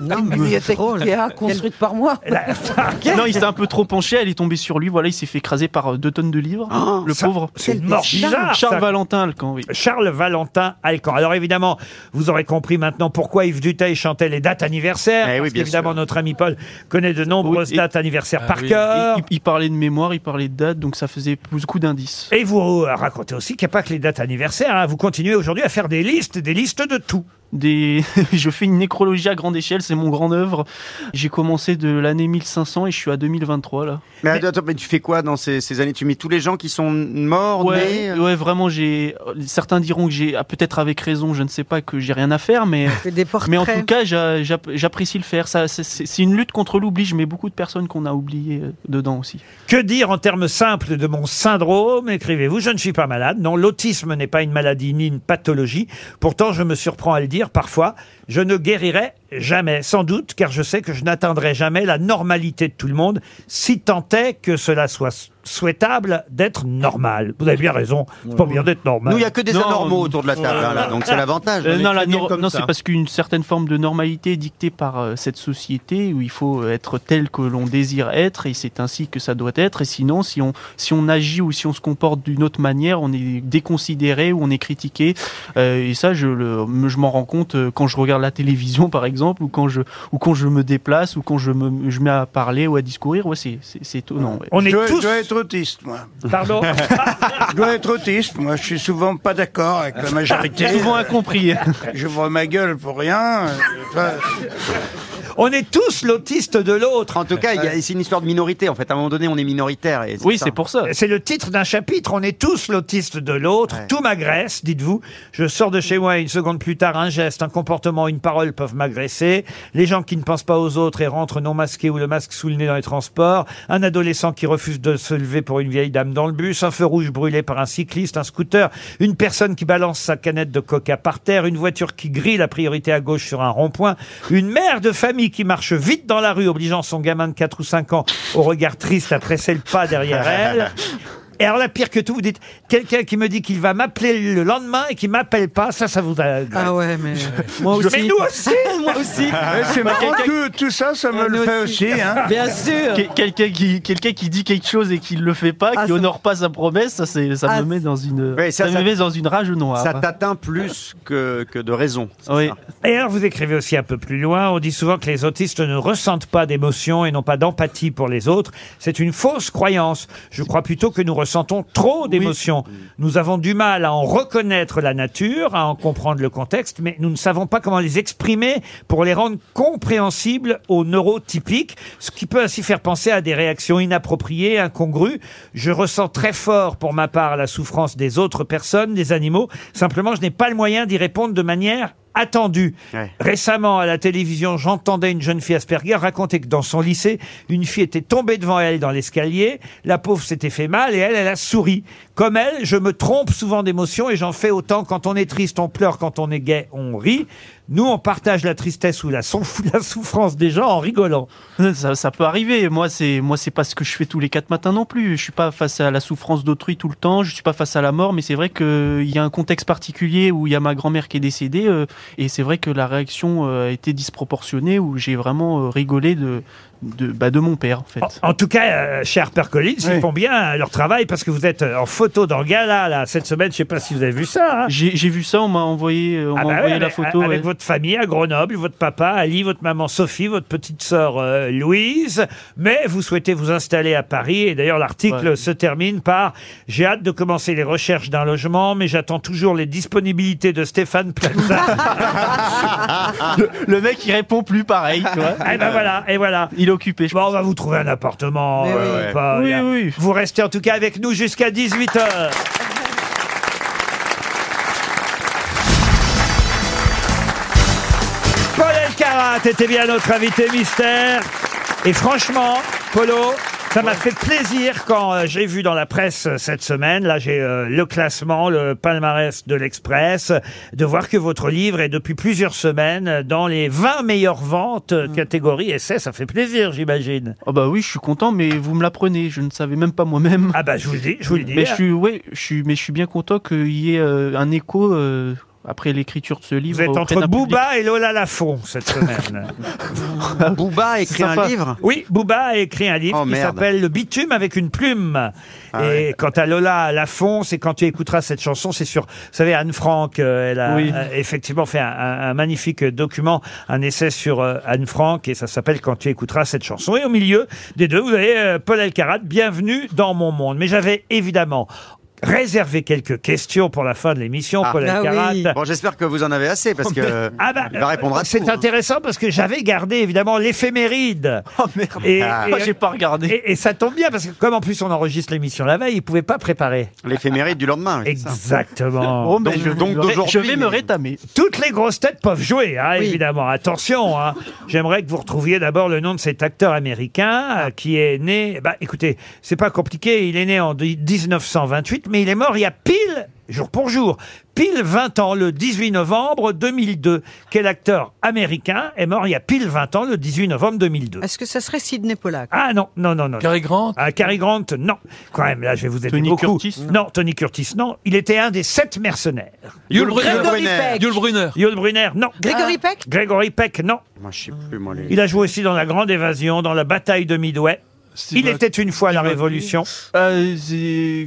S10: Non,
S4: Une bibliothèque Ikea construite par moi.
S10: non, il s'est un peu trop penché, elle est tombée sur lui, voilà, il s'est fait écraser par euh, deux tonnes de livres,
S2: Oh,
S10: le
S2: ça-
S10: pauvre.
S2: C'est une mort bizarre.
S10: Charles Valentin Alcan, oui.
S2: Charles Valentin Alcan. Alors évidemment, vous aurez compris maintenant pourquoi Yves Duteil chantait les dates anniversaires. parce
S10: bien
S2: qu'évidemment, notre ami Paul connaît de nombreuses dates
S10: Ah
S2: anniversaires par cœur.
S10: Et Il, il parlait de mémoire, il parlait de date, donc ça faisait beaucoup d'indices.
S2: Et vous euh, racontez aussi qu'il n'y a pas que les dates anniversaires. hein. Vous continuez aujourd'hui à faire des listes, des listes de tout.
S10: Des... je fais une nécrologie à grande échelle, c'est mon grand œuvre. J'ai commencé de l'année 1500 et je suis à 2023 là.
S24: Mais, attends, attends, mais tu fais quoi dans ces, ces années Tu mets tous les gens qui sont morts,
S10: Ouais,
S24: nés,
S10: ouais, vraiment, j'ai. Certains diront que j'ai, ah, peut-être avec raison, je ne sais pas, que j'ai rien à faire, mais. mais en tout cas, j'a- j'a- j'apprécie le faire. Ça, c'est- c'est c'est une lutte contre l'oubli. Je mets beaucoup de personnes qu'on a oubliées euh, dedans aussi.
S2: Que dire en termes simples de mon syndrome Écrivez-vous, je ne suis pas malade. Non, l'autisme n'est pas une maladie ni une pathologie. Pourtant, je me surprends à le dire parfois. Je ne guérirai jamais, sans doute, car je sais que je n'atteindrai jamais la normalité de tout le monde, si tant est que cela soit souhaitable d'être normal. Vous avez bien raison, c'est pas bien d'être normal.
S24: Nous, il y a que des anormaux autour de la table, hein, là, donc c'est l'avantage.
S10: Euh, non, la nor- non,
S24: ça.
S10: c'est parce qu'une certaine forme de normalité est dictée par euh, cette société où il faut être tel que l'on désire être et c'est ainsi que ça doit être. Et sinon, si on, si on agit ou si on se comporte d'une autre manière, on est déconsidéré ou on est critiqué. Euh, et ça, je, le- me- je m'en rends compte euh, quand je regarde la télévision, par exemple, ou quand je, ou quand je me déplace, ou quand je me je mets à parler ou à discourir. Ouais, c'est, c'est, c'est étonnant. ouais.
S8: je dois, je dois être autiste, moi.
S2: Pardon
S8: Je dois être autiste, moi. Je suis souvent pas d'accord avec la majorité.
S10: Souvent incompris.
S8: J'ouvre ma gueule pour rien. Euh, enfin,
S2: On est tous l'autiste de l'autre.
S24: En tout cas, il y a- c'est une histoire de minorité, en fait. À un moment donné, on est minoritaire. Et
S2: C'est le titre d'un chapitre. On est tous l'autiste de l'autre. Tout m'agresse, dites-vous. Je sors de chez moi et une seconde plus tard, un geste, un comportement, une parole peuvent m'agresser. Les gens qui ne pensent pas aux autres et rentrent non masqués ou le masque sous le nez dans les transports. Un adolescent qui refuse de se lever pour une vieille dame dans le bus. Un feu rouge brûlé par un cycliste, un scooter. Une personne qui balance sa canette de coca par terre. Une voiture qui grille la priorité à gauche sur un rond-point. Une mère de famille qui marche vite dans la rue, obligeant son gamin de 4 ou 5 ans au regard triste à presser le pas derrière elle. Et alors la pire que tout, vous dites quelqu'un qui me dit qu'il va m'appeler le lendemain et qui m'appelle pas, ça, ça vous agresse.
S7: Ah ouais, mais
S2: moi Mais nous aussi,
S7: moi aussi.
S10: Ah.
S8: ouais, Eh, c'est
S10: Bah,
S8: marrant que tout ça, ça me le fait aussi. hein.
S10: Quel- Quelqu'un qui, quelqu'un qui dit quelque chose et qui ne le fait pas,
S2: Ah,
S10: qui honore pas sa promesse, ça, c'est- ça
S24: Ah,
S10: me met dans une,
S24: Ouais, ça,
S10: ça,
S24: ça-
S10: me met dans une rage noire.
S24: Ça t'atteint plus que, que de raison.
S10: Oui.
S2: Et alors, vous écrivez aussi un peu plus loin, on dit souvent que les autistes ne ressentent pas d'émotion et n'ont pas d'empathie pour les autres. C'est une fausse croyance. Je crois plutôt que nous ressentons trop d'émotions. Nous avons du mal à en reconnaître la nature, à en comprendre le contexte, mais nous ne savons pas comment les exprimer pour les rendre compréhensibles aux neurotypiques, ce qui peut ainsi faire penser à des réactions inappropriées, incongrues. Je ressens très fort, pour ma part, la souffrance des autres personnes, des animaux. Simplement, je n'ai pas le moyen d'y répondre de manière attendue. Récemment, à la télévision, j'entendais une jeune fille Asperger raconter que dans son lycée, une fille était tombée devant elle dans l'escalier, la pauvre s'était fait mal et elle, elle a souri. Comme elle, je me trompe souvent d'émotion et j'en fais autant. Quand on est triste, on pleure. Quand on est gai, on rit. Nous, on partage la tristesse ou la, sonf- la souffrance des gens en rigolant.
S10: Ça, ça peut arriver. Moi, c'est moi, c'est pas ce que je fais tous les quatre matins non plus. Je suis pas face à la souffrance d'autrui tout le temps. Je suis pas face à la mort, mais c'est vrai que il y a un contexte particulier où il y a ma grand-mère qui est décédée, euh, et c'est vrai que la réaction euh, a été disproportionnée où j'ai vraiment euh, rigolé de de bah, de mon père en fait.
S2: En tout cas, euh, cher Percolin, ils font bien à leur travail parce que vous êtes euh, en photo dans le gala là, cette semaine. Je sais pas si vous avez vu ça. hein. Ah bah
S10: J'ai j'ai vu ça. On m'a envoyé euh, on m'a envoyé la photo.
S2: avec
S10: ouais.
S2: votre famille à Grenoble, votre papa Ali, votre maman Sophie, votre petite sœur euh, Louise. Mais vous souhaitez vous installer à Paris et d'ailleurs l'article
S10: Ouais.
S2: se termine par j'ai hâte de commencer les recherches d'un logement, mais j'attends toujours les disponibilités de Stéphane Plaza.
S10: le, le mec il répond plus pareil. tu vois.
S2: Eh ben voilà, et voilà.
S10: Il est occupé.
S2: Bon, on va vous trouver un appartement.
S10: Mais
S2: euh,
S10: oui.
S2: pas-
S10: Oui,
S2: y a- Vous restez en tout cas avec nous jusqu'à 18h. Paul Elkarat était bien notre invité mystère. Et franchement, Polo, ça m'a fait plaisir quand euh, j'ai vu dans la presse euh, cette semaine, là j'ai euh, le classement, le palmarès de l'Express, de voir que votre livre est depuis plusieurs semaines euh, dans les 20 meilleures ventes euh, catégorie essai, ça fait plaisir j'imagine.
S10: Mm. Oh bah oui, je suis content, mais vous me l'apprenez. Je ne savais même pas moi-même.
S2: Ah bah je vous le dis, je vous le dis.
S10: Mais je suis, ouais, je suis, mais je suis bien content qu'il y ait euh, un écho euh, après l'écriture de ce livre.
S2: Vous êtes
S10: auprès
S2: entre
S10: d'un public.
S2: Booba et Lola Lafont cette semaine.
S10: Booba a écrit un Sympa. livre
S2: Oui, Booba a écrit un livre
S10: Oh,
S2: qui
S10: merde. Ah
S2: s'appelle Le bitume avec une plume. et quant à Lola Lafont, c'est quand tu écouteras cette chanson, c'est sûr. Vous savez, Anne Frank, euh, elle a
S10: Oui.
S2: euh, effectivement fait un, un- un magnifique document, un essai sur euh, Anne Frank, et ça s'appelle Quand tu écouteras cette chanson. Et au milieu des deux, vous avez euh, Paul Alcarat, bienvenue dans mon monde. Mais j'avais évidemment réservé quelques questions pour la fin de l'émission,
S10: Ah.
S2: Paul Alcarat.
S24: Ah. Bon, j'espère que vous en avez assez parce que
S2: Ah bah,
S24: il va répondre à
S2: C'est
S24: tout. hein.
S2: intéressant parce que j'avais gardé évidemment l'éphéméride. Oh merde.
S24: Ah. Oh, j'ai
S2: pas regardé. Et, et ça tombe bien parce que comme en plus on enregistre l'émission la veille, ils pouvaient pas préparer.
S24: L'éphéméride du lendemain. oui, c'est ça.
S2: Exactement.
S24: Bon, ben, je- donc d'aujourd'hui,
S10: je vais me rétamer.
S2: Toutes les grosses têtes peuvent jouer, hein, évidemment. Attention, hein. j'aimerais que vous retrouviez d'abord le nom de cet acteur américain euh, qui est né. Bah, écoutez, c'est pas compliqué. Il est né en 1928, mais il est mort il y a pile jour pour jour, pile 20 ans, le 18 novembre 2002. Quel acteur américain est mort il y a pile 20 ans, le 18 novembre 2002
S7: Est-ce que ça serait Sidney Pollack
S2: ah non, non, non, non. Cary Grant Ah, Cary Grant, non. Quand même, là, je vais vous aider
S9: Tony
S2: beaucoup.
S9: Curtis
S2: Non, Tony Curtis, non. Il était un des sept mercenaires.
S9: Yul Brynner. Gregory Peck. Yul Brynner.
S2: Yul Brynner, non.
S7: Gregory Peck
S2: Gregory Peck, non.
S24: Moi, je sais plus, moi, les...
S2: Il a joué aussi dans La Grande Évasion, dans la bataille de Midway. Il était une fois à la Révolution.
S10: Euh,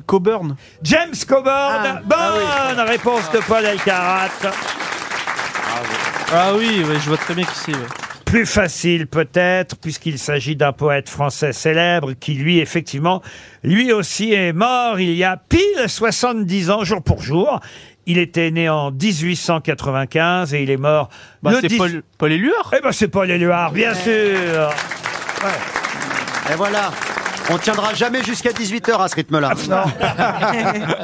S10: Coburn.
S2: James Coburn. Bonne réponse de Paul Elkarat.
S10: Ah oui, ouais, je vois très bien qui c'est. ouais.
S2: Plus facile peut-être, puisqu'il s'agit d'un poète français célèbre qui, lui, effectivement, lui aussi est mort il y a pile 70 ans, jour pour jour. Il était né en 1895 et il est mort
S10: Bah,
S2: le
S10: c'est
S2: 10
S10: Paul- Paul Éluard
S2: Eh ben c'est Paul Éluard, bien sûr
S24: Et voilà. On tiendra jamais jusqu'à 18h à ce rythme-là.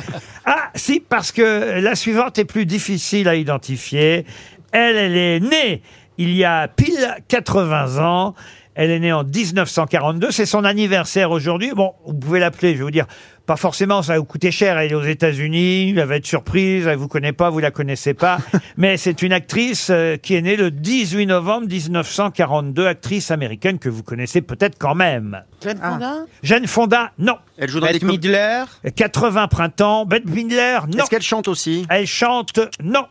S2: Ah, si, parce que la suivante est plus difficile à identifier. Elle, elle est née il y a pile 80 ans. Elle est née en 1942. C'est son anniversaire aujourd'hui. Bon, vous pouvez l'appeler, je vais vous dire. Pas forcément, ça va vous coûter cher. Elle est aux États-Unis, elle va être surprise, elle vous connaît pas, vous la connaissez pas. Mais c'est une actrice euh, qui est née le 18 novembre 1942, actrice américaine que vous connaissez peut-être quand même.
S4: Jeanne Fonda
S2: Jeanne Fonda, non.
S24: Elle joue dans Bette des com- Midler
S2: 80 printemps. Bette Midler, non. Est-ce
S24: qu'elle chante aussi
S2: Elle chante, non.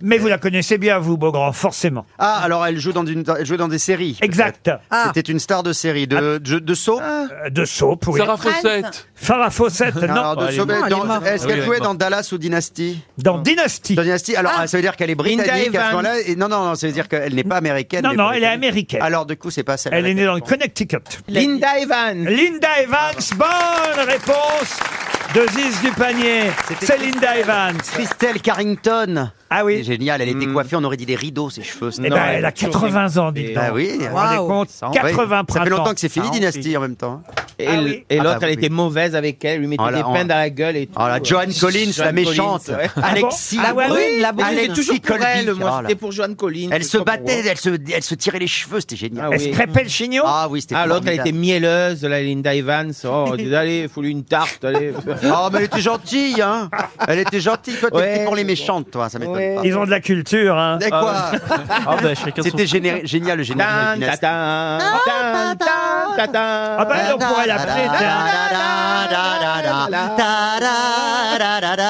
S2: Mais vous la connaissez bien, vous, Beaugrand, forcément.
S3: Ah, alors elle joue dans, une, elle jouait dans des séries.
S2: Exact. Ah.
S3: C'était une star de série, de, de, de soap
S2: Euh, De soap, oui. Sarah Fawcett. Sarah Fawcett, non.
S3: Alors, de
S2: Oh, elle est
S3: soap,
S2: morte.
S3: dans-
S2: Elle est morte. Ah
S3: Est-ce
S2: oui, elle
S3: qu'elle
S2: est
S3: jouait
S2: morte.
S3: dans Dallas ou Dynasty
S2: Dans Dynasty. Ah,
S3: Dans Dynasty, alors ah, ça veut dire qu'elle
S2: Linda
S3: est britannique à
S2: Evans.
S3: ce moment-là. Et Non, non, non, ça veut dire qu'elle n'est pas américaine.
S2: Non,
S3: mais
S2: non,
S3: bon,
S2: elle est américaine.
S3: Alors, du coup, c'est pas celle
S2: Elle est née dans le Connecticut.
S6: Linda Evans.
S2: Linda Evans, bonne réponse de Ziz du panier. C'est Linda Evans.
S3: Christelle Carrington.
S2: Ah oui.
S3: Génial, elle était coiffée, on aurait dit des rideaux, ses cheveux.
S2: Eh ben, elle a 80 ans, dites donc.
S3: Bah oui.
S2: Vous vous rendez Waouh. compte
S3: Ça en-
S2: 80
S3: Ça fait longtemps
S2: printemps. Ah
S3: que c'est
S6: Ah,
S3: fini,
S2: Ça en
S3: Dynastie,
S2: fait.
S3: en même temps.
S6: Et,
S3: Ah
S6: l-
S3: oui.
S6: et
S3: Ah
S6: l'autre,
S3: bah
S6: elle
S3: oui.
S6: était mauvaise avec elle, lui mettait
S3: Oh là,
S6: des
S3: on-
S6: pains dans la gueule et tout. euh.
S3: Oh là, Joan Collins, la
S6: Collins,
S3: méchante.
S6: ouais.
S3: Alexis.
S6: Ah ouais,
S3: Brune,
S6: oui, la brune,
S3: Alexis
S6: c'était toujours pour
S3: Colby.
S6: elle.
S3: Oh
S6: Moi,
S3: là.
S6: c'était pour Joan Collins.
S3: Elle se
S6: toujours pour
S3: battait,
S6: moi.
S3: elle se, elle se tirait les cheveux, c'était génial.
S6: Ah oui.
S2: le chignon
S3: Ah oui, c'était
S6: Ah, l'autre, elle
S3: formidable.
S6: était mielleuse, la Linda Evans. Oh, on disait, allez, faut-lui une tarte, allez.
S3: Oh, mais elle était gentille, hein. Elle était gentille. Toi, t'es
S6: Ouais.
S3: pour les méchantes, toi, ça m'étonne
S6: Ouais.
S3: pas.
S2: Ils ont de la culture, hein.
S3: Mais quoi
S2: Ah ben, chacun son-
S3: C'était géné- génial, le générique. de Dynasty.
S2: Ah ben, on pourrait l'appeler,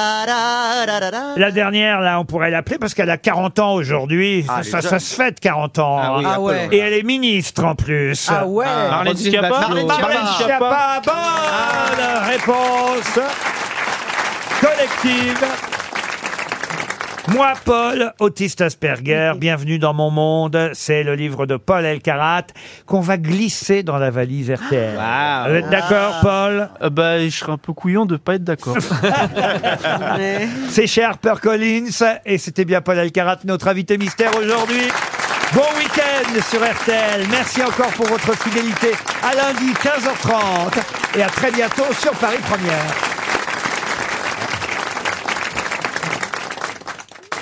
S2: tiens. La dernière, là, on pourrait l'appeler parce qu'elle a 40 ans aujourd'hui.
S6: Ah,
S2: Ça,
S6: elle est
S2: ça,
S6: jeune.
S2: ça se fête 40 ans.
S6: Ah oui,
S2: hein.
S6: Ah ouais.
S2: Et elle est ministre en plus.
S6: Ah ouais. Ah, Marlène Schiappa
S2: Marlène
S6: Marlène
S2: Schiappa.
S6: Schiappa.
S2: Bonne réponse collective. Moi, Paul, autiste Asperger, bienvenue dans mon monde. C'est le livre de Paul Elkarat qu'on va glisser dans la valise RTL.
S6: Ah,
S2: Vous êtes d'accord, Paul
S10: Bah, je serais un peu couillon de pas être d'accord.
S2: C'est chez HarperCollins et c'était bien Paul Alcarat, notre invité mystère aujourd'hui. Bon week-end sur RTL. Merci encore pour votre fidélité. À lundi 15h30 et à très bientôt sur Paris Première.